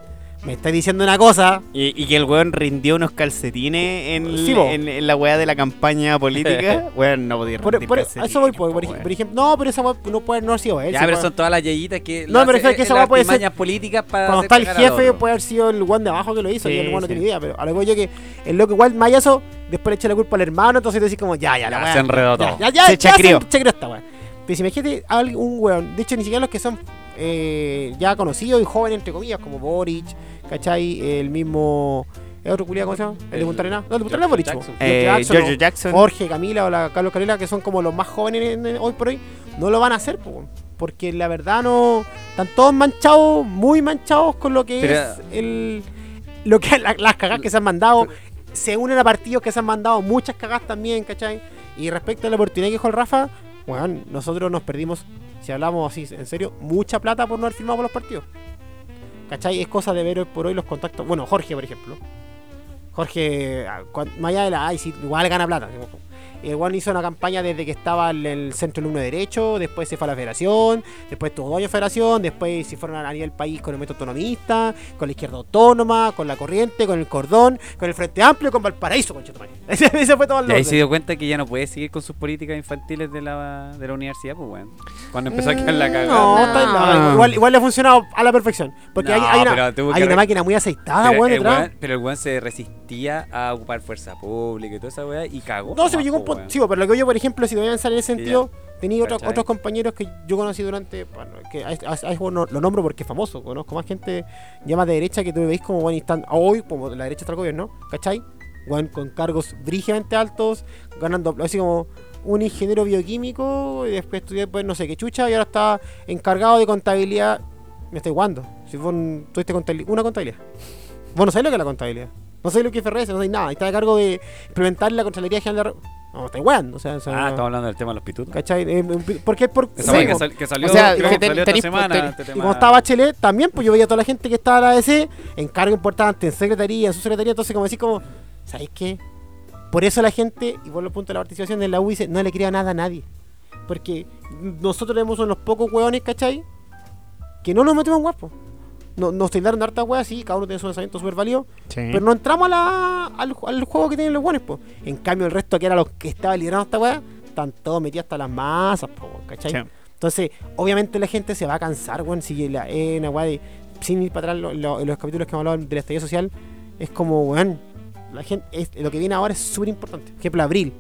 [SPEAKER 3] me estás diciendo una cosa.
[SPEAKER 4] Y, y que el weón rindió unos calcetines en,
[SPEAKER 3] Sí, po.
[SPEAKER 4] en- en la weá de la campaña política. weón, no podía
[SPEAKER 3] Por,
[SPEAKER 4] rendir
[SPEAKER 3] por- a
[SPEAKER 4] calcetines,
[SPEAKER 3] eso voy, por,
[SPEAKER 4] po,
[SPEAKER 3] por ej-
[SPEAKER 4] weón.
[SPEAKER 3] por ejemplo. No, pero esa weón no puede no haber sido él.
[SPEAKER 1] Ya,
[SPEAKER 3] sí,
[SPEAKER 1] pero
[SPEAKER 3] weón.
[SPEAKER 1] son todas las yayitas que.
[SPEAKER 3] No,
[SPEAKER 1] lo
[SPEAKER 3] me refiero
[SPEAKER 1] hace-
[SPEAKER 3] a que esa
[SPEAKER 1] las
[SPEAKER 3] weá puede ser-
[SPEAKER 1] artimañas políticas para.
[SPEAKER 3] Cuando
[SPEAKER 1] hacer
[SPEAKER 3] está el
[SPEAKER 1] cagar al
[SPEAKER 3] jefe,
[SPEAKER 1] otro.
[SPEAKER 4] pues,
[SPEAKER 3] puede haber sido el guan de abajo que lo hizo, y el
[SPEAKER 4] Sí,
[SPEAKER 3] guan no
[SPEAKER 4] sí.
[SPEAKER 3] tiene idea, pero a lo que voy yo que el loco igual mayazo, después le echa la culpa al hermano, entonces te decís como, ya, ya, la
[SPEAKER 4] Ya,
[SPEAKER 3] weá,
[SPEAKER 4] se enredó
[SPEAKER 3] ya,
[SPEAKER 4] todo.
[SPEAKER 3] Ya, ya,
[SPEAKER 4] Se
[SPEAKER 3] ya
[SPEAKER 4] chacrió.
[SPEAKER 3] se chacrió esta weá. Pero si imagínate a al- un weón, de hecho ni siquiera los que son eh, ya conocidos y jóvenes entre comillas, como Boric, ¿cachai? El mismo. ¿El otro culiado cómo se llama? El de
[SPEAKER 1] El-
[SPEAKER 3] Punta Arenas. No, el de Punta
[SPEAKER 1] George
[SPEAKER 3] Arenas Boric.
[SPEAKER 1] Jackson.
[SPEAKER 3] po.
[SPEAKER 4] Eh,
[SPEAKER 3] George Jackson,
[SPEAKER 4] Giorgio
[SPEAKER 3] o
[SPEAKER 4] Jackson.
[SPEAKER 3] Jorge, Camila o la Carlos Carrera, que son como los más jóvenes en- en- hoy por hoy, no lo van a hacer, po, porque la verdad no. Están todos manchados, muy manchados con lo que
[SPEAKER 1] Pero-
[SPEAKER 3] es el. Lo que, la- las cagadas que se han mandado. Se unen a partidos que se han mandado muchas cagadas también, ¿cachai? Y respecto a la oportunidad que dijo el Rafa, bueno, nosotros nos perdimos, si hablamos así, en serio, mucha plata por no haber firmado por los partidos. ¿Cachai? Es cosa de ver hoy por hoy los contactos. Bueno, Jorge, por ejemplo. Jorge, ah, cuan- más allá de la ay, sí, igual gana plata. digamos. El Juan hizo una campaña desde que estaba en el Centro Alumno de Derecho, después se fue a la Federación, después tuvo dos años de Federación, después se fueron a a nivel país con el método autonomista, con la izquierda autónoma, con la corriente, con el cordón, con el Frente Amplio, con Valparaíso, con Ese ese fue todo el
[SPEAKER 1] Y ahí
[SPEAKER 3] orden.
[SPEAKER 1] se dio cuenta que ya no puede seguir con sus políticas infantiles de la, de la universidad, pues bueno. Cuando empezó a quedar la cagada.
[SPEAKER 3] Mm,
[SPEAKER 1] Ah,
[SPEAKER 3] No,
[SPEAKER 4] No.
[SPEAKER 3] está aislado. igual, igual le ha funcionado a la perfección. Porque
[SPEAKER 1] No,
[SPEAKER 3] hay, hay una,
[SPEAKER 1] pero tuvo
[SPEAKER 3] hay
[SPEAKER 1] que
[SPEAKER 3] una
[SPEAKER 1] re-
[SPEAKER 3] máquina muy aceitada,
[SPEAKER 1] pero,
[SPEAKER 3] ah, weón,
[SPEAKER 1] el
[SPEAKER 3] detrás.
[SPEAKER 1] weón- pero el weón se resistía a ocupar fuerza pública y toda esa weá y cagó.
[SPEAKER 3] No, se
[SPEAKER 1] nomás,
[SPEAKER 3] me llegó un
[SPEAKER 1] po,
[SPEAKER 3] punto.
[SPEAKER 1] weón.
[SPEAKER 3] Sí, pero lo que yo, por ejemplo, si te voy a pensar en ese
[SPEAKER 1] Sí, ya.
[SPEAKER 3] sentido, tenía otros,
[SPEAKER 1] ¿Cachai?
[SPEAKER 3] otros compañeros que yo conocí durante. Bueno, que a, a- a- bueno, lo nombro porque es famoso. Conozco más gente ya más de derecha que tú veis como, bueno, y están hoy, como la derecha está el gobierno, ¿cachai? Weón, con cargos brígidamente altos, ganando, así como un ingeniero bioquímico, y después estudié, pues no sé qué chucha, y ahora está encargado de contabilidad. Me estoy guando. Si vos n- tuviste contabili- una contabilidad. Vos no sabés lo que es la contabilidad. No sabés lo que es FRS, no sabés nada. Está a cargo de implementar la Contraloría General de... la Re- No, me estáis guando. O sea, o sea,
[SPEAKER 1] Ah, estamos hablando del tema de los pitutos.
[SPEAKER 3] ¿Cachai? Eh, eh, Porque es por...
[SPEAKER 1] Esa
[SPEAKER 3] sí,
[SPEAKER 1] weá que,
[SPEAKER 3] po.
[SPEAKER 1] sal- que salió,
[SPEAKER 4] O sea,
[SPEAKER 1] creo
[SPEAKER 4] que
[SPEAKER 1] que
[SPEAKER 4] ten-
[SPEAKER 1] salió
[SPEAKER 4] tenís-
[SPEAKER 1] esta semana.
[SPEAKER 4] ten-
[SPEAKER 1] este
[SPEAKER 3] Y
[SPEAKER 1] tema.
[SPEAKER 3] como estaba Bachelet, también, pues yo veía a toda la gente que estaba en la ADC, en cargo importante, en secretaría, en su secretaría, entonces como decís como, ¿sabéis qué? Por eso la gente, y por los puntos de la participación de la U dice, no le crea nada a nadie. Porque nosotros tenemos unos pocos hueones, ¿cachai? Que no nos metemos en guapos. No, nos tildaron de hartas hueas, sí, cada uno tiene su lanzamiento súper válido,
[SPEAKER 4] Mm.
[SPEAKER 3] pero no entramos a la- al, ju- al juego que tienen los guanes, pues. En cambio, el resto que era los que estaba liderando esta hueá, están todos metidos hasta las masas, po, weón, ¿cachai?
[SPEAKER 4] Sí.
[SPEAKER 3] Entonces, obviamente la gente se va a cansar, weón, si la es una weá de- sin ir para atrás lo- lo- los capítulos que hemos hablado del estallido social, es como, weón, la gente, es- lo que viene ahora es súper importante. Por ejemplo, abril,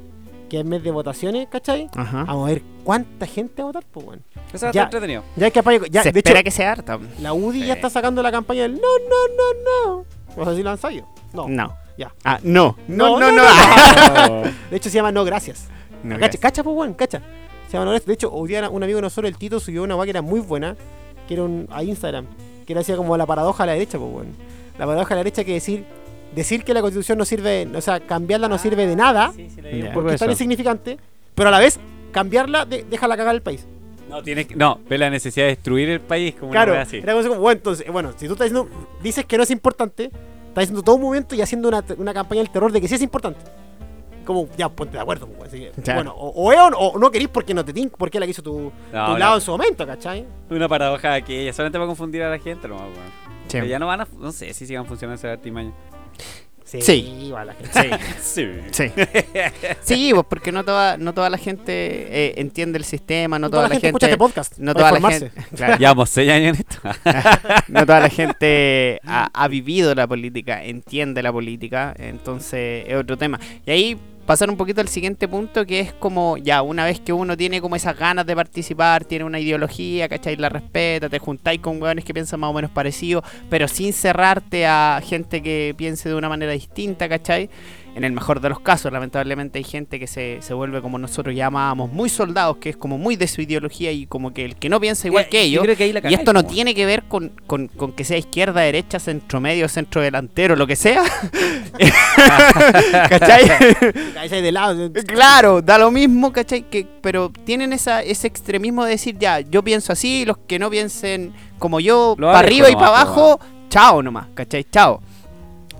[SPEAKER 3] que es mes de votaciones, ¿cachai?
[SPEAKER 4] Ajá.
[SPEAKER 3] Vamos a ver cuánta gente va a votar, pues, weón.
[SPEAKER 1] Eso va a
[SPEAKER 3] Ya.
[SPEAKER 1] estar entretenido.
[SPEAKER 3] Ya que apague- ya,
[SPEAKER 4] se
[SPEAKER 3] de hecho,
[SPEAKER 4] espera que sea harta.
[SPEAKER 3] la UDI ya
[SPEAKER 4] Sí.
[SPEAKER 3] está sacando la campaña del no, no, no, no. Vamos a decir lo han sabido. No.
[SPEAKER 4] No.
[SPEAKER 3] Ya.
[SPEAKER 4] Ah, no.
[SPEAKER 3] No,
[SPEAKER 4] No,
[SPEAKER 3] no,
[SPEAKER 4] no, no.
[SPEAKER 3] no.
[SPEAKER 4] Ah.
[SPEAKER 3] De hecho, se llama No Gracias.
[SPEAKER 4] No,
[SPEAKER 3] cacha,
[SPEAKER 4] gracias.
[SPEAKER 3] cacha, pues, weón, cacha. Se llama No Gracias. De hecho, hoy día un amigo de nosotros, el Tito, subió una weá que era muy buena, que era un, a Instagram, que era hacía como la paradoja a la derecha, pues, weón. La paradoja a la derecha que decir decir que la constitución no sirve, o sea, cambiarla no sirve de nada,
[SPEAKER 4] Ya.
[SPEAKER 3] porque es tan
[SPEAKER 4] Ah, Eso.
[SPEAKER 3] insignificante, pero a la vez, cambiarla de, déjala cagar el país.
[SPEAKER 1] No, tienes que- no, ve la necesidad de destruir el país como
[SPEAKER 3] claro,
[SPEAKER 1] una weá así.
[SPEAKER 3] era como, bueno, entonces, bueno, si tú estás diciendo, dices que no es importante, estás diciendo todo un movimiento y haciendo una, una campaña del terror de que sí es importante. Como, ya, ponte de acuerdo, pues, weón, así que,
[SPEAKER 4] Ya.
[SPEAKER 3] bueno, o, o es o no- o no querís porque no te tin, porque es la que hizo tu,
[SPEAKER 1] No,
[SPEAKER 3] tu
[SPEAKER 1] no.
[SPEAKER 3] lado en su momento, ¿cachai?
[SPEAKER 1] Una paradoja que ella solamente va a confundir a la gente, no, weón.
[SPEAKER 4] Sí.
[SPEAKER 1] Que ya no van a. No sé si sigan funcionando esas artimañas.
[SPEAKER 4] Sí.
[SPEAKER 3] va la gente.
[SPEAKER 4] Sí.
[SPEAKER 1] Sí.
[SPEAKER 4] Sí. sí, pues porque no toda, no toda la gente eh, entiende el sistema, no toda, la gente,
[SPEAKER 3] escucha este podcast.
[SPEAKER 4] no
[SPEAKER 3] para
[SPEAKER 4] toda la
[SPEAKER 3] informarse.
[SPEAKER 4] gente, claro,
[SPEAKER 1] Llevamos seis años en esto.
[SPEAKER 4] no toda la gente ha, ha vivido la política, entiende la política, entonces es otro tema. Y ahí pasar un poquito al siguiente punto que es como ya una vez que uno tiene como esas ganas de participar, tiene una ideología, ¿cachai? La respeta, te juntáis con hueones que piensan más o menos parecido, pero sin cerrarte a gente que piense de una manera distinta, ¿cachai? En el mejor de los casos, lamentablemente hay gente que se, se vuelve como nosotros llamábamos muy soldados, que es como muy de su ideología y como que el que no piensa
[SPEAKER 1] Eh,
[SPEAKER 4] igual que ellos, y esto no tiene que ver con, con- con que sea izquierda, derecha, centro medio, centro delantero, lo que sea. ¿Cachai?
[SPEAKER 3] Ese de lado.
[SPEAKER 4] claro, da lo mismo, ¿cachai? Que, pero tienen esa, ese extremismo de decir, ya, yo pienso así, los que no piensen como yo,
[SPEAKER 1] Lo
[SPEAKER 4] para
[SPEAKER 1] alejo
[SPEAKER 4] arriba y
[SPEAKER 1] nomás,
[SPEAKER 4] para abajo, chao nomás, ¿cachai? Chao.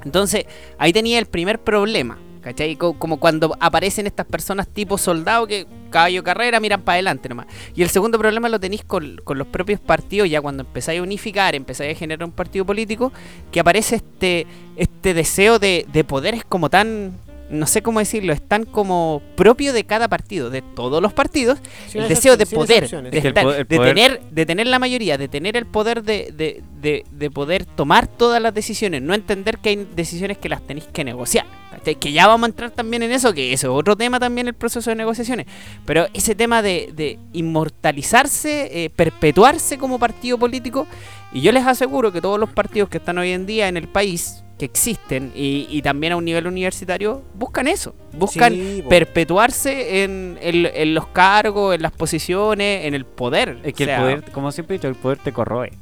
[SPEAKER 4] Entonces, ahí tenía el primer problema, ¿Cachai? Co- Como cuando aparecen estas personas tipo soldado que caballo carrera miran para adelante nomás. Y el segundo problema lo tenéis con, con los propios partidos, ya cuando empezáis a unificar, empezáis a generar un partido político, que aparece este, este deseo de, de poderes como tan, no sé cómo decirlo, es tan como propio de cada partido, de todos los partidos,
[SPEAKER 3] Sin
[SPEAKER 4] el deseo
[SPEAKER 3] excepción-
[SPEAKER 4] de
[SPEAKER 3] sin
[SPEAKER 4] poder,
[SPEAKER 3] excepciones.
[SPEAKER 4] de,
[SPEAKER 1] Es que el
[SPEAKER 4] estar-
[SPEAKER 1] po- el
[SPEAKER 4] de
[SPEAKER 1] poder-
[SPEAKER 4] tener, de tener la mayoría, de tener el poder de, de- de- de poder tomar todas las decisiones, no entender que hay decisiones que las tenéis que negociar. ¿cachai? Que ya vamos a entrar también en eso, que eso es otro tema también el proceso de negociaciones. Pero ese tema de, de inmortalizarse, eh, perpetuarse como partido político, y yo les aseguro que todos los partidos que están hoy en día en el país, que existen, y, y también a un nivel universitario, buscan eso, buscan
[SPEAKER 3] Sí, po.
[SPEAKER 4] perpetuarse en, en- en los cargos, en las posiciones, en el poder.
[SPEAKER 1] Es que
[SPEAKER 4] O sea,
[SPEAKER 1] el poder, como siempre he dicho, el poder te corroe.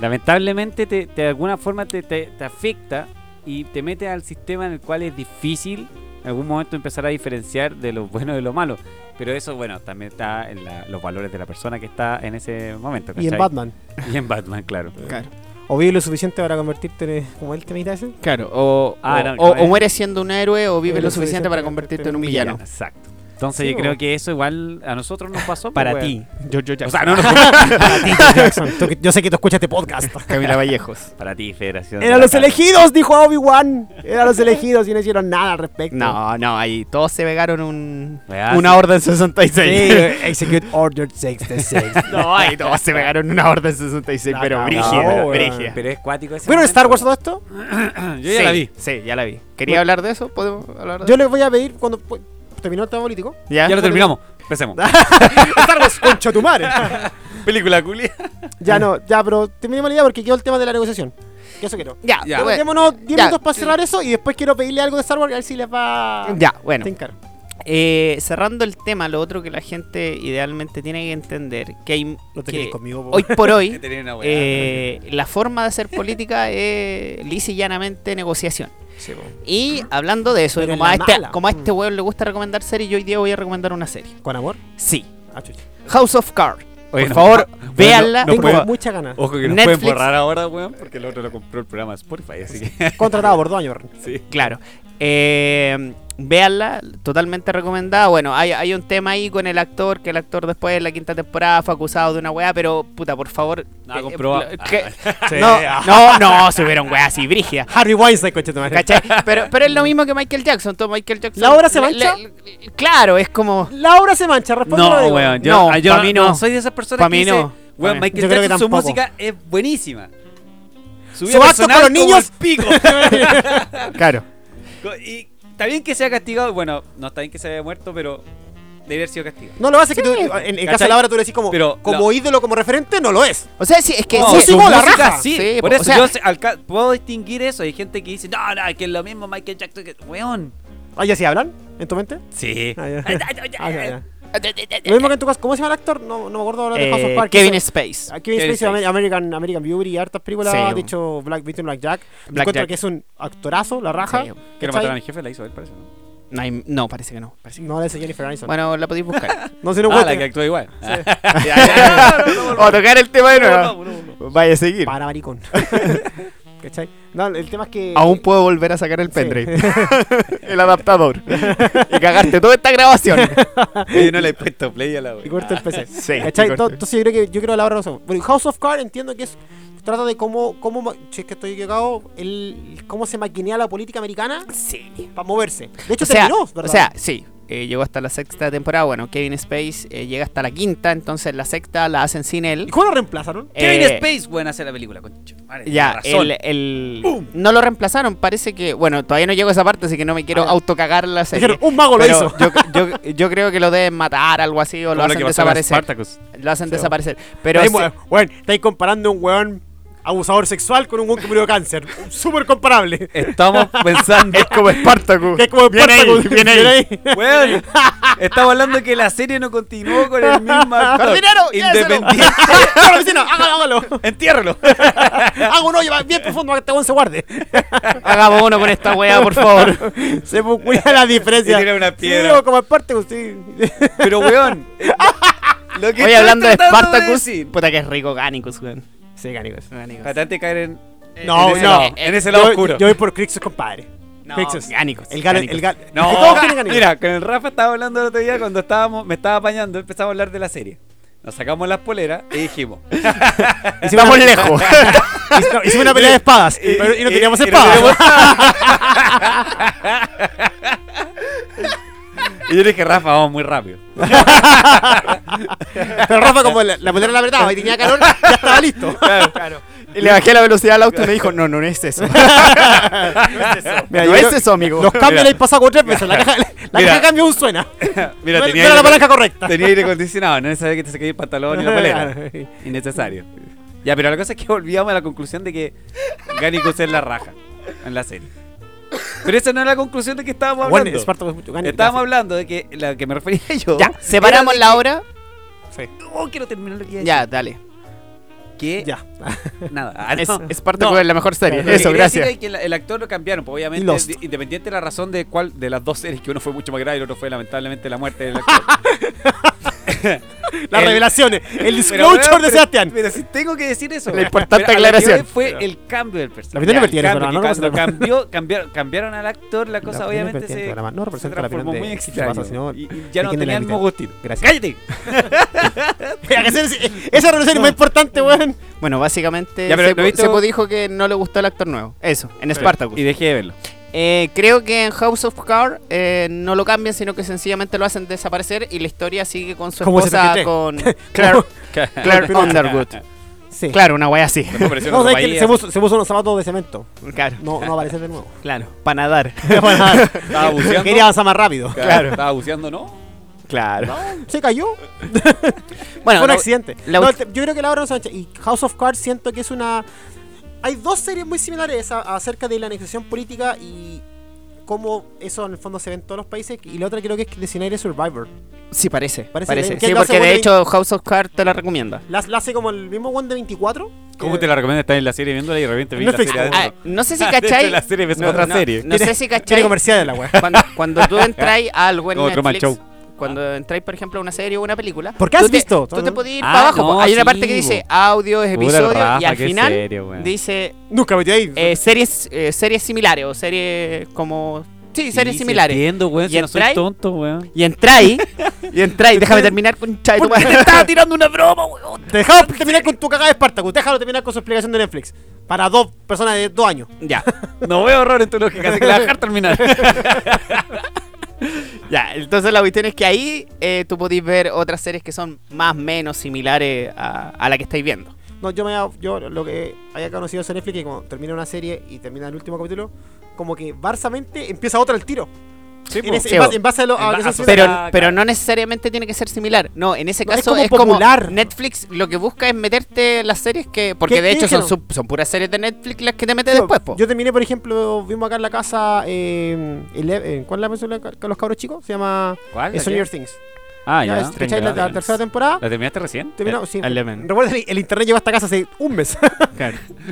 [SPEAKER 1] Lamentablemente, te, te- de alguna forma te, te- te afecta y te mete al sistema en el cual es difícil en algún momento empezar a diferenciar de lo bueno de lo malo. Pero eso, bueno, también está en la- los valores de la persona que está en ese momento.
[SPEAKER 3] Y en
[SPEAKER 1] ¿cachai?
[SPEAKER 3] Batman.
[SPEAKER 1] Y en Batman, claro.
[SPEAKER 3] O vives lo suficiente para convertirte en. eh, como él te medita ese.
[SPEAKER 4] Claro, o,
[SPEAKER 1] Ah,
[SPEAKER 4] o-
[SPEAKER 1] no,
[SPEAKER 4] o-
[SPEAKER 1] no,
[SPEAKER 4] o
[SPEAKER 1] eh.
[SPEAKER 4] mueres siendo un héroe o vives lo suficiente para convertirte en un villano.
[SPEAKER 1] Exacto. Entonces
[SPEAKER 3] Sí,
[SPEAKER 1] yo
[SPEAKER 3] o-
[SPEAKER 1] creo que eso igual a nosotros nos pasó. pues, weón.
[SPEAKER 4] Giorgio
[SPEAKER 1] O
[SPEAKER 4] Jackson.
[SPEAKER 1] sea, no, no,
[SPEAKER 3] Jackson, tú que- yo sé que tú escuchas este podcast.
[SPEAKER 4] Camila Vallejos.
[SPEAKER 1] para ti, Federación. de
[SPEAKER 3] Eran
[SPEAKER 1] la
[SPEAKER 3] los
[SPEAKER 1] Tarde.
[SPEAKER 3] elegidos, dijo Obi-Wan. Eran los elegidos y no hicieron nada al respecto.
[SPEAKER 4] No, no, ahí todos se pegaron un,
[SPEAKER 1] Ah,
[SPEAKER 4] una
[SPEAKER 1] sí.
[SPEAKER 4] orden
[SPEAKER 3] Sí,
[SPEAKER 4] 66.
[SPEAKER 3] execute order 66.
[SPEAKER 4] no, ahí todos se pegaron una orden 66,
[SPEAKER 3] La
[SPEAKER 4] pero
[SPEAKER 3] cagó,
[SPEAKER 4] brígida,
[SPEAKER 3] weón.
[SPEAKER 4] brígida.
[SPEAKER 1] Pero es cuático ese
[SPEAKER 3] ¿Vieron
[SPEAKER 1] momento.
[SPEAKER 3] Star Wars todo esto?
[SPEAKER 1] Yo ya
[SPEAKER 4] Sí,
[SPEAKER 1] la vi.
[SPEAKER 4] Sí, ya la vi. ¿Quería hablar de eso? ¿Podemos hablar de
[SPEAKER 3] Yo les voy a pedir cuando pu- terminó el tema político.
[SPEAKER 4] eso? ¿Ya?
[SPEAKER 1] Ya lo terminamos. Empecemos.
[SPEAKER 3] Star Wars, concha tu madre.
[SPEAKER 1] Película culia.
[SPEAKER 3] Ya no, ya, pero terminemos la idea porque quedó el tema de la negociación. Que eso quiero.
[SPEAKER 4] Ya,
[SPEAKER 1] Ya.
[SPEAKER 4] te voy a-
[SPEAKER 3] Démonos 10
[SPEAKER 4] ya.
[SPEAKER 3] minutos para cerrar eso y después quiero pedirle algo de Star Wars a ver si les va.
[SPEAKER 4] ya, bueno.
[SPEAKER 3] Te encargo.
[SPEAKER 4] Eh, cerrando el tema, lo otro que la gente idealmente tiene que entender, que, hay, que
[SPEAKER 3] conmigo,
[SPEAKER 4] hoy por hoy
[SPEAKER 3] Este
[SPEAKER 5] Tenía una weá.
[SPEAKER 4] eh, la forma de hacer política es lisa y llanamente negociación. Y hablando de eso,
[SPEAKER 3] Ah. Pero
[SPEAKER 4] como
[SPEAKER 3] en
[SPEAKER 4] a,
[SPEAKER 3] la
[SPEAKER 4] este,
[SPEAKER 3] mala. Mm.
[SPEAKER 4] como a este weón le gusta recomendar series, yo hoy día voy a recomendar una serie.
[SPEAKER 3] ¿Con amor?
[SPEAKER 4] Sí,
[SPEAKER 3] Ah, chucha.
[SPEAKER 4] House of Cards.
[SPEAKER 1] Oye,
[SPEAKER 4] Por
[SPEAKER 1] no.
[SPEAKER 4] favor,
[SPEAKER 1] Bueno,
[SPEAKER 4] véanla.
[SPEAKER 1] no
[SPEAKER 3] Tengo
[SPEAKER 1] puedo- Oh.
[SPEAKER 3] mucha ganas.
[SPEAKER 1] Ojo que nos
[SPEAKER 4] Netflix.
[SPEAKER 1] pueden borrar ahora, weón, porque el otro lo compró el programa de Spotify, así que.
[SPEAKER 3] Contratado por dos años. Barney.
[SPEAKER 1] sí.
[SPEAKER 4] Claro. Eh, véanla, totalmente recomendada. Bueno, hay, hay un tema ahí con el actor, que el actor después de la quinta temporada fue acusado de una weá, pero puta, por favor.
[SPEAKER 1] Nada
[SPEAKER 4] eh,
[SPEAKER 1] comprobado.
[SPEAKER 4] eh, que-
[SPEAKER 3] Sí.
[SPEAKER 4] no, no, no, se hubieron weas así, brígidas.
[SPEAKER 3] Harry Weinstein, coche tu madre.
[SPEAKER 4] ¿Cachai? Pero, pero es lo mismo que Michael Jackson. Todo Michael Jackson.
[SPEAKER 3] ¿La obra se
[SPEAKER 4] le-
[SPEAKER 3] mancha?
[SPEAKER 4] le- le- claro, es como.
[SPEAKER 3] La obra se mancha, responde lo
[SPEAKER 1] No,
[SPEAKER 3] digo.
[SPEAKER 1] weón. Yo,
[SPEAKER 4] No,
[SPEAKER 1] ah, yo
[SPEAKER 4] pa' mí no.
[SPEAKER 1] soy de esas personas
[SPEAKER 4] Pa'
[SPEAKER 1] que
[SPEAKER 4] mí
[SPEAKER 1] dicen,
[SPEAKER 4] no.
[SPEAKER 1] Weón,
[SPEAKER 4] Pa' mí.
[SPEAKER 1] Michael
[SPEAKER 3] Yo creo que
[SPEAKER 1] Jackson, su
[SPEAKER 3] tampoco.
[SPEAKER 1] música es buenísima. Su
[SPEAKER 3] Su acto
[SPEAKER 1] personal
[SPEAKER 3] para los
[SPEAKER 1] como
[SPEAKER 3] niños.
[SPEAKER 1] el pico.
[SPEAKER 4] Claro.
[SPEAKER 1] Co- y está bien que sea castigado, bueno, no está bien que se haya muerto, pero debe haber sido castigado.
[SPEAKER 3] No lo hace que tú, en, en caso de
[SPEAKER 1] ¿Cachai?
[SPEAKER 3] la obra tú le decís como,
[SPEAKER 1] Pero
[SPEAKER 3] como ídolo, como referente, no lo es.
[SPEAKER 4] O sea, sí, es que.
[SPEAKER 1] No,
[SPEAKER 4] sí,
[SPEAKER 3] músico
[SPEAKER 4] su
[SPEAKER 3] la
[SPEAKER 4] música,
[SPEAKER 3] raja.
[SPEAKER 4] Sí,
[SPEAKER 1] por
[SPEAKER 4] po-
[SPEAKER 1] eso
[SPEAKER 4] o sea,
[SPEAKER 1] yo sé- alca- puedo distinguir eso. Hay gente que dice, no, no, que es lo mismo Michael Jackson. que-". Weón.
[SPEAKER 3] Ah, ya sí hablan en tu mente.
[SPEAKER 1] Sí.
[SPEAKER 3] Ah, ya. Ah, ya, ya. Lo
[SPEAKER 4] eh,
[SPEAKER 3] mismo que en tu caso, ¿cómo se llama el actor? No, no me acuerdo ahora de House of Cards. que
[SPEAKER 4] Kevin
[SPEAKER 3] hizo-
[SPEAKER 4] Space.
[SPEAKER 3] Ah, Kevin
[SPEAKER 1] Kevin
[SPEAKER 3] Spacey,
[SPEAKER 1] Spacey.
[SPEAKER 3] American, American Beauty y hartas películas.
[SPEAKER 4] Sí,
[SPEAKER 3] de
[SPEAKER 4] un-
[SPEAKER 3] hecho, Black Victim, Black Jack.
[SPEAKER 4] Black
[SPEAKER 3] Encuentro
[SPEAKER 4] Jack.
[SPEAKER 3] que es un actorazo, la raja.
[SPEAKER 4] Sí.
[SPEAKER 1] Quiero
[SPEAKER 3] ¿cachai?
[SPEAKER 1] matar a mi jefe, la hizo él, parece. ¿no?
[SPEAKER 4] No, hay- no, parece que no. parece que no.
[SPEAKER 3] No, la dice Jennifer Aniston.
[SPEAKER 4] Bueno, la podéis buscar.
[SPEAKER 3] no se lo
[SPEAKER 1] ah,
[SPEAKER 3] encuentra.
[SPEAKER 1] la que actúa igual.
[SPEAKER 4] o tocar el tema de
[SPEAKER 1] No,
[SPEAKER 4] nuevo.
[SPEAKER 1] no, no.
[SPEAKER 4] Vaya a seguir.
[SPEAKER 3] Para maricón. ¿Cachai? No, el tema es que...
[SPEAKER 4] Aún puedo volver a sacar el
[SPEAKER 3] Sí.
[SPEAKER 4] pendrive, el adaptador. y cagaste toda esta grabación.
[SPEAKER 1] Oye, no le he puesto play a la
[SPEAKER 3] Y corto el PC.
[SPEAKER 4] Ah. Sí.
[SPEAKER 3] ¿Cachai? To- Entonces yo creo que yo creo la hora razón. Bueno, y House of Cards entiendo que es trata de cómo, cómo ma- si es que estoy equivocado, el cómo se maquinea la política americana
[SPEAKER 4] Sí.
[SPEAKER 3] para moverse. De hecho
[SPEAKER 4] o Ah. sea,
[SPEAKER 3] terminó, ¿verdad?
[SPEAKER 4] o sea, sí. eh, llegó hasta la sexta temporada. Bueno, Kevin Space eh, llega hasta la quinta. Entonces la sexta la hacen sin él.
[SPEAKER 3] ¿y cómo lo reemplazaron?
[SPEAKER 5] Kevin
[SPEAKER 4] Eh,
[SPEAKER 5] Space, buena hacer la película, concho. Vale,
[SPEAKER 4] Ya,
[SPEAKER 5] razón.
[SPEAKER 4] el, el- no lo reemplazaron. Parece que, bueno, todavía no llego a esa parte, así que no me quiero
[SPEAKER 3] Ah.
[SPEAKER 4] autocagar la serie.
[SPEAKER 3] Dijeron, un mago lo
[SPEAKER 4] pero
[SPEAKER 3] hizo.
[SPEAKER 4] Yo, yo- yo creo que lo deben matar, algo así, o lo
[SPEAKER 1] Como
[SPEAKER 4] hacen
[SPEAKER 1] que pasó con
[SPEAKER 4] desaparecer.
[SPEAKER 1] Spartacus.
[SPEAKER 4] Lo hacen
[SPEAKER 3] Sí.
[SPEAKER 4] desaparecer. Pero
[SPEAKER 3] Ahí,
[SPEAKER 4] sí-
[SPEAKER 3] bueno, bueno, estáis comparando un weón abusador sexual con un weón que murió de cáncer. Súper comparable.
[SPEAKER 1] Estamos pensando.
[SPEAKER 4] es como Espartaco.
[SPEAKER 3] Es como
[SPEAKER 4] Eh, Bien ahí,
[SPEAKER 3] Spartacus,
[SPEAKER 4] bien ahí.
[SPEAKER 1] Weón, estamos hablando que la serie no continuó con el mismo actor.
[SPEAKER 4] Jardinero, lléveselo.
[SPEAKER 1] Independiente.
[SPEAKER 3] ¡Ah, la vecina! ¡Hágalo, hágalo!
[SPEAKER 1] Entiérralo.
[SPEAKER 3] Hago un hoyo bien profundo para que este weón se guarde.
[SPEAKER 4] Hagamos uno con esta weá, por favor.
[SPEAKER 3] Se cuida la diferencia.
[SPEAKER 1] Y tira una piedra.
[SPEAKER 3] Sí, digo, como Spartacus, sí.
[SPEAKER 1] Pero weón. eh, Lo que estoy
[SPEAKER 4] Hoy hablando de
[SPEAKER 1] tratando
[SPEAKER 4] Spartacus.
[SPEAKER 1] decir-
[SPEAKER 4] puta que es rico Gánicos, weón.
[SPEAKER 3] Sí, ganicos.
[SPEAKER 4] Gánicos.
[SPEAKER 1] Patante caer en.
[SPEAKER 3] No,
[SPEAKER 1] en ese
[SPEAKER 3] no.
[SPEAKER 1] lado- en ese lado
[SPEAKER 3] yo,
[SPEAKER 1] oscuro.
[SPEAKER 3] Yo voy por Crixus, compadre.
[SPEAKER 4] No,
[SPEAKER 3] Pixels.
[SPEAKER 4] gánicos.
[SPEAKER 3] El galo,
[SPEAKER 4] gánicos.
[SPEAKER 3] el galo.
[SPEAKER 1] No,
[SPEAKER 3] Todos tienen ganico.
[SPEAKER 1] mira, con el Rafa estaba hablando el otro día cuando estábamos, me estaba apañando, empezamos a hablar de la serie. Nos sacamos las poleras y dijimos.
[SPEAKER 3] Hicimos
[SPEAKER 4] Estamos
[SPEAKER 3] una,
[SPEAKER 4] lejos.
[SPEAKER 3] hic- no, hicimos una pelea de espadas. pero- y no teníamos
[SPEAKER 1] y no
[SPEAKER 3] espadas.
[SPEAKER 1] teníamos y yo le dije, Rafa, vamos muy rápido.
[SPEAKER 3] pero Rafa, como la, la polera la apretaba y tenía calor, ya estaba listo.
[SPEAKER 4] Y le bajé la velocidad al auto y me dijo, no, no, no es eso.
[SPEAKER 3] Mira,
[SPEAKER 4] no
[SPEAKER 3] yo
[SPEAKER 4] es
[SPEAKER 3] creo-
[SPEAKER 4] eso, amigo.
[SPEAKER 3] Los cambios
[SPEAKER 1] Mira.
[SPEAKER 3] le he pasado como tres veces. La caja, la
[SPEAKER 1] Mira.
[SPEAKER 3] caja de cambio aún suena.
[SPEAKER 1] Mira,
[SPEAKER 3] no, no
[SPEAKER 1] tenía,
[SPEAKER 3] era la
[SPEAKER 1] aire,
[SPEAKER 3] palanca correcta.
[SPEAKER 1] tenía aire acondicionado, no sabía que te se caía el pantalón ni la polera. Innecesario. Ya, pero la cosa es que volvíamos a la conclusión de que Gannicus es la raja en la serie. Pero esa no es la conclusión de que estábamos hablando.
[SPEAKER 3] Bueno, Espartaco es mucho ganico,
[SPEAKER 1] Estábamos
[SPEAKER 3] gracias.
[SPEAKER 1] hablando de que la que me refería yo.
[SPEAKER 4] Ya, separamos la obra.
[SPEAKER 1] Oh, quiero terminar lo que iba a decir.
[SPEAKER 4] Ya, dale.
[SPEAKER 1] Que
[SPEAKER 3] Ya.
[SPEAKER 1] nada. Ah,
[SPEAKER 4] Es,
[SPEAKER 1] no.
[SPEAKER 4] es parte de la mejor serie.
[SPEAKER 3] No,
[SPEAKER 1] Lo que
[SPEAKER 4] Eso,
[SPEAKER 1] quería decir
[SPEAKER 4] gracias.
[SPEAKER 1] es que la- el actor lo cambiaron, pues obviamente,
[SPEAKER 3] Y Lost.
[SPEAKER 1] di- independiente de la razón de cuál de las dos series, que uno fue mucho más grave y el otro fue lamentablemente la muerte del actor.
[SPEAKER 3] Las
[SPEAKER 1] El-
[SPEAKER 3] revelaciones. El
[SPEAKER 1] Pero,
[SPEAKER 3] disclosure
[SPEAKER 1] weón,
[SPEAKER 3] de
[SPEAKER 1] pero-
[SPEAKER 3] Sebastián.
[SPEAKER 1] Pero si tengo que decir eso.
[SPEAKER 4] La
[SPEAKER 1] weón.
[SPEAKER 4] importante
[SPEAKER 1] Pero a lo que
[SPEAKER 4] aclaración.
[SPEAKER 1] voy fue
[SPEAKER 3] Pero-
[SPEAKER 1] el cambio del personaje.
[SPEAKER 3] La opinión
[SPEAKER 1] Ya,
[SPEAKER 3] es vertiente,
[SPEAKER 1] el cambio,
[SPEAKER 3] pero no
[SPEAKER 1] que cuando
[SPEAKER 3] representa-
[SPEAKER 1] cambió, cambiaron, cambiaron al actor, la cosa
[SPEAKER 3] La opinión es
[SPEAKER 1] obviamente
[SPEAKER 3] vertiente,
[SPEAKER 1] se,
[SPEAKER 3] programa. No
[SPEAKER 1] se
[SPEAKER 3] representa la
[SPEAKER 1] transformó
[SPEAKER 3] opinión
[SPEAKER 1] muy
[SPEAKER 3] de- si pasa, si no,
[SPEAKER 1] extraño. Y, y ya no
[SPEAKER 3] dejen de la
[SPEAKER 1] tenía el mismo
[SPEAKER 3] mitad.
[SPEAKER 1] gustito.
[SPEAKER 3] Gracias.
[SPEAKER 1] ¡Cállate!
[SPEAKER 3] Esa revelación es más importante, weón.
[SPEAKER 4] Bueno, básicamente
[SPEAKER 1] Ya, pero lo
[SPEAKER 4] Sepo,
[SPEAKER 1] visto-
[SPEAKER 4] Sepo dijo que no le gustó el actor nuevo. Eso, en Spartacus.
[SPEAKER 1] Y dejé de verlo.
[SPEAKER 4] Eh, creo que en House of Cards eh, no lo cambian, sino que sencillamente lo hacen desaparecer y la historia sigue con su
[SPEAKER 3] Como
[SPEAKER 4] esposa,
[SPEAKER 3] 73.
[SPEAKER 4] con Claire, Claire
[SPEAKER 3] Como-
[SPEAKER 4] Underwood.
[SPEAKER 3] Sí.
[SPEAKER 4] Claro, una wea así.
[SPEAKER 1] Después apareció en
[SPEAKER 3] No,
[SPEAKER 1] otro
[SPEAKER 3] ¿sabes qué?
[SPEAKER 1] país,
[SPEAKER 3] se, puso, se puso unos zapatos de cemento.
[SPEAKER 4] Claro,
[SPEAKER 3] No, no aparece de nuevo.
[SPEAKER 4] claro. Para nadar.
[SPEAKER 1] Estaba buceando.
[SPEAKER 3] Quería avanzar más rápido.
[SPEAKER 1] Claro. Estaba buceando, ¿no?
[SPEAKER 4] Claro.
[SPEAKER 3] Se cayó.
[SPEAKER 4] Bueno,
[SPEAKER 3] Fue un
[SPEAKER 4] lo-
[SPEAKER 3] accidente.
[SPEAKER 4] la
[SPEAKER 3] No,
[SPEAKER 4] ulti-
[SPEAKER 3] el te- yo creo que la obra no se mancha. Y House of Cards siento que es una. Hay dos series muy similares a- acerca de la anexión política y cómo eso en el fondo se ve en todos los países. Y la otra creo que es Designated Survivor.
[SPEAKER 4] sí, parece.
[SPEAKER 3] Parece
[SPEAKER 4] Parece.
[SPEAKER 3] que- que
[SPEAKER 4] Sí,
[SPEAKER 3] lo hace
[SPEAKER 4] porque de
[SPEAKER 3] Wolverine.
[SPEAKER 4] hecho House of Cards te la recomienda.
[SPEAKER 3] La, la hace como el mismo one de 24.
[SPEAKER 1] ¿Cómo
[SPEAKER 3] que-
[SPEAKER 1] te la recomiendo? Estás en la serie viéndola y de repente vi la
[SPEAKER 3] Netflix.
[SPEAKER 1] serie adentro.
[SPEAKER 4] Ah, no sé si
[SPEAKER 1] Dentro de
[SPEAKER 4] cachai.
[SPEAKER 1] la serie ves
[SPEAKER 4] no,
[SPEAKER 1] otra
[SPEAKER 4] no,
[SPEAKER 1] serie.
[SPEAKER 4] No sé si
[SPEAKER 3] Tiene
[SPEAKER 4] cachai.
[SPEAKER 3] comercial de la weá.
[SPEAKER 4] Cuando, cuando tú entráis a algo en
[SPEAKER 1] Como Truman
[SPEAKER 4] Netflix, cuando entráis, por ejemplo, a una serie o una película,
[SPEAKER 3] ¿Por qué
[SPEAKER 4] tú
[SPEAKER 3] has
[SPEAKER 4] te-
[SPEAKER 3] visto?
[SPEAKER 4] Tú te podías ir
[SPEAKER 2] Ah,
[SPEAKER 4] para abajo.
[SPEAKER 2] no,
[SPEAKER 4] po. Hay una
[SPEAKER 2] sí,
[SPEAKER 4] parte que
[SPEAKER 2] bo.
[SPEAKER 4] dice audios,
[SPEAKER 2] Puta, el
[SPEAKER 4] episodios, y
[SPEAKER 2] Rafa,
[SPEAKER 4] al
[SPEAKER 2] qué
[SPEAKER 4] final
[SPEAKER 2] serio, weón.
[SPEAKER 4] dice
[SPEAKER 3] Nunca metí ahí.
[SPEAKER 4] eh, series, eh, series similares o series como. Sí, series
[SPEAKER 2] Sí, sí,
[SPEAKER 4] similares.
[SPEAKER 2] Entiendo, weón,
[SPEAKER 4] Y
[SPEAKER 2] si no soy
[SPEAKER 4] entrai-
[SPEAKER 2] tonto, weón.
[SPEAKER 4] y entráis, y entráis, déjame terminar con chai tu madre.
[SPEAKER 2] estaba tirando una broma, weón.
[SPEAKER 3] Te dejaba terminar con tu cagada de Spartacus. Déjalo terminar con su explicación de Netflix. Para dos personas de dos años.
[SPEAKER 4] Ya,
[SPEAKER 1] No veo horror en tu lógica, así que la voy a dejar terminar.
[SPEAKER 4] ya. Entonces la cuestión es que ahí eh, tú podéis ver otras series que son más o menos similares a, a la que estáis viendo.
[SPEAKER 3] No, yo, me, yo lo que había conocido en Netflix, que cuando termina una serie y termina el último capítulo, como que barsamente empieza otra al tiro. en, ese-
[SPEAKER 4] sí,
[SPEAKER 3] en
[SPEAKER 4] po.
[SPEAKER 3] base, en base a lo
[SPEAKER 1] En
[SPEAKER 3] a que
[SPEAKER 1] base
[SPEAKER 3] se
[SPEAKER 1] a su-
[SPEAKER 3] sube-
[SPEAKER 4] Pero,
[SPEAKER 1] Ah,
[SPEAKER 4] pero
[SPEAKER 1] claro.
[SPEAKER 4] no necesariamente tiene que ser similar. No, en ese
[SPEAKER 3] No, es
[SPEAKER 4] caso
[SPEAKER 3] como
[SPEAKER 4] es como,
[SPEAKER 3] popular.
[SPEAKER 4] Netflix lo que busca es meterte las series que. Porque
[SPEAKER 3] ¿Qué-
[SPEAKER 4] de
[SPEAKER 3] qué
[SPEAKER 4] hecho son,
[SPEAKER 3] dijeron?
[SPEAKER 4] su- son puras series de Netflix las que te mete
[SPEAKER 3] Sí,
[SPEAKER 4] después, po.
[SPEAKER 3] Yo terminé, por ejemplo, vimos acá en la casa. eh, Ele- eh, ¿Cuál es la película con los cabros chicos? Se llama eh,
[SPEAKER 2] ¿Cuál?
[SPEAKER 3] Stranger Things.
[SPEAKER 2] Ah,
[SPEAKER 3] Ya,
[SPEAKER 2] ya.
[SPEAKER 3] es- ¿cachai? La, la tercera temporada.
[SPEAKER 2] ¿La terminaste recién?
[SPEAKER 1] Eh,
[SPEAKER 3] Terminamos, sí.
[SPEAKER 4] Element.
[SPEAKER 3] Recuerda, el, el internet llegó hasta casa hace un mes.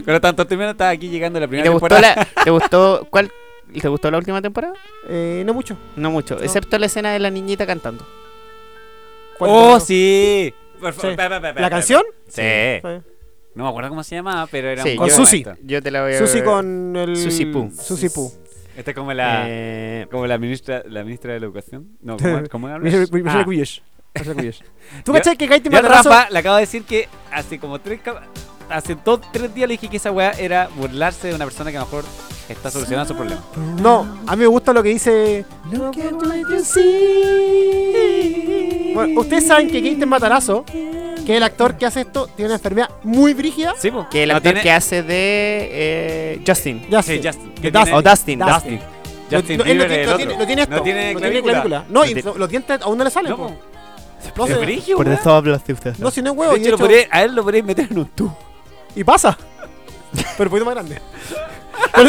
[SPEAKER 1] Pero tanto termina, estaba aquí llegando la
[SPEAKER 4] ¿Y
[SPEAKER 1] primera
[SPEAKER 4] te gustó
[SPEAKER 1] temporada.
[SPEAKER 4] la, te gustó cuál te gustó la última temporada?
[SPEAKER 3] Eh, no mucho.
[SPEAKER 4] No mucho,
[SPEAKER 3] No.
[SPEAKER 4] excepto la escena de la niñita cantando.
[SPEAKER 1] ¡Oh, sí! Por
[SPEAKER 3] Sí.
[SPEAKER 1] favor, pa, pa, pa, pa,
[SPEAKER 3] ¿La
[SPEAKER 1] pa.
[SPEAKER 3] canción?
[SPEAKER 1] Sí.
[SPEAKER 3] Fue-
[SPEAKER 2] No me acuerdo cómo se llamaba, pero era
[SPEAKER 4] Sí,
[SPEAKER 2] un
[SPEAKER 4] Con
[SPEAKER 2] buen
[SPEAKER 3] Susi.
[SPEAKER 2] momento.
[SPEAKER 4] Yo te la voy a
[SPEAKER 3] Susi con el.
[SPEAKER 4] Susi Poo.
[SPEAKER 3] Susi Poo.
[SPEAKER 1] Esta es como la,
[SPEAKER 4] Eh,
[SPEAKER 1] como la ministra, la ministra de la educación. No, ¿cómo, cómo era?
[SPEAKER 3] Michelle- Michelle
[SPEAKER 1] Ah.
[SPEAKER 3] Cuyesh. Michelle Cuyesh.
[SPEAKER 1] Yo-
[SPEAKER 3] ¿Tú cachai que Gaiti
[SPEAKER 1] Yo a
[SPEAKER 3] Matarazo-
[SPEAKER 1] Rafa le acabo de decir que hace como tres cab- hace dos, tres días le dije que esa weá era burlarse de una persona que a lo mejor está solucionando su problema.
[SPEAKER 3] No, a mí me gusta lo que dice. Bueno, ustedes saben que Gaten Matarazo, que es el actor que hace esto, tiene una enfermedad muy brígida.
[SPEAKER 1] Sí, po.
[SPEAKER 4] que el
[SPEAKER 1] No
[SPEAKER 4] actor
[SPEAKER 1] tiene-
[SPEAKER 4] que hace de eh, Justin.
[SPEAKER 3] Ya
[SPEAKER 1] Sí,
[SPEAKER 3] sé.
[SPEAKER 1] Justin. que
[SPEAKER 3] Dustin.
[SPEAKER 1] tiene- Oh,
[SPEAKER 4] O Dustin.
[SPEAKER 3] Dustin.
[SPEAKER 1] Dustin.
[SPEAKER 3] Lo-
[SPEAKER 1] Justin
[SPEAKER 3] lo- él lo
[SPEAKER 1] Bieber
[SPEAKER 3] tiene-
[SPEAKER 1] es
[SPEAKER 3] lo
[SPEAKER 1] el
[SPEAKER 3] tiene-
[SPEAKER 1] otro.
[SPEAKER 3] Lo tiene esto.
[SPEAKER 1] No tiene clavícula.
[SPEAKER 3] No,
[SPEAKER 4] No
[SPEAKER 3] y
[SPEAKER 4] tiene-
[SPEAKER 3] lo- los dientes aún no le salen.
[SPEAKER 1] No,
[SPEAKER 3] po.
[SPEAKER 1] po.
[SPEAKER 3] No
[SPEAKER 1] Es
[SPEAKER 3] sé.
[SPEAKER 1] brígido, weá.
[SPEAKER 4] hablaste usted.
[SPEAKER 3] No, si no es huevo.
[SPEAKER 1] De
[SPEAKER 3] y
[SPEAKER 1] hecho, lo
[SPEAKER 3] hecho-
[SPEAKER 1] podría- a él lo podría meter en un tubo.
[SPEAKER 3] Y pasa. Pero un poquito más grande. Pero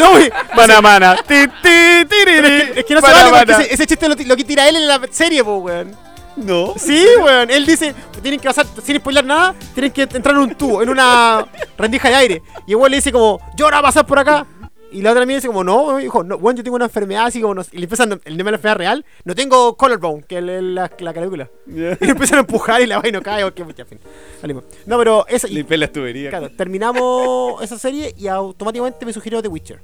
[SPEAKER 3] no, güey.
[SPEAKER 4] Mana, mana. Ti, ti, ti, ri, ri.
[SPEAKER 3] Es que no se
[SPEAKER 4] Mana,
[SPEAKER 3] vale porque
[SPEAKER 4] mana.
[SPEAKER 3] ese, ese chiste lo, ti- lo que tira él en la serie, po, weón.
[SPEAKER 1] No.
[SPEAKER 3] Sí, weón. Él dice, tienen que pasar, sin spoiler nada, tienen que entrar en un tubo, en una rendija de aire. Y el weón le dice como, yo ahora voy a pasar por acá. Y la otra mía dice como, no, weón, hijo, no, weón, yo tengo una enfermedad así como, no, sé". y le empiezan, el nombre de la enfermedad real, no tengo collarbone, que es la, la clavícula. Y le empiezan a empujar y la vaina cae, o que mucha fin. Salimos. No, pero esa, y-
[SPEAKER 1] Limpié las tuberías.
[SPEAKER 3] claro, terminamos esa serie y automáticamente me sugirió The Witcher.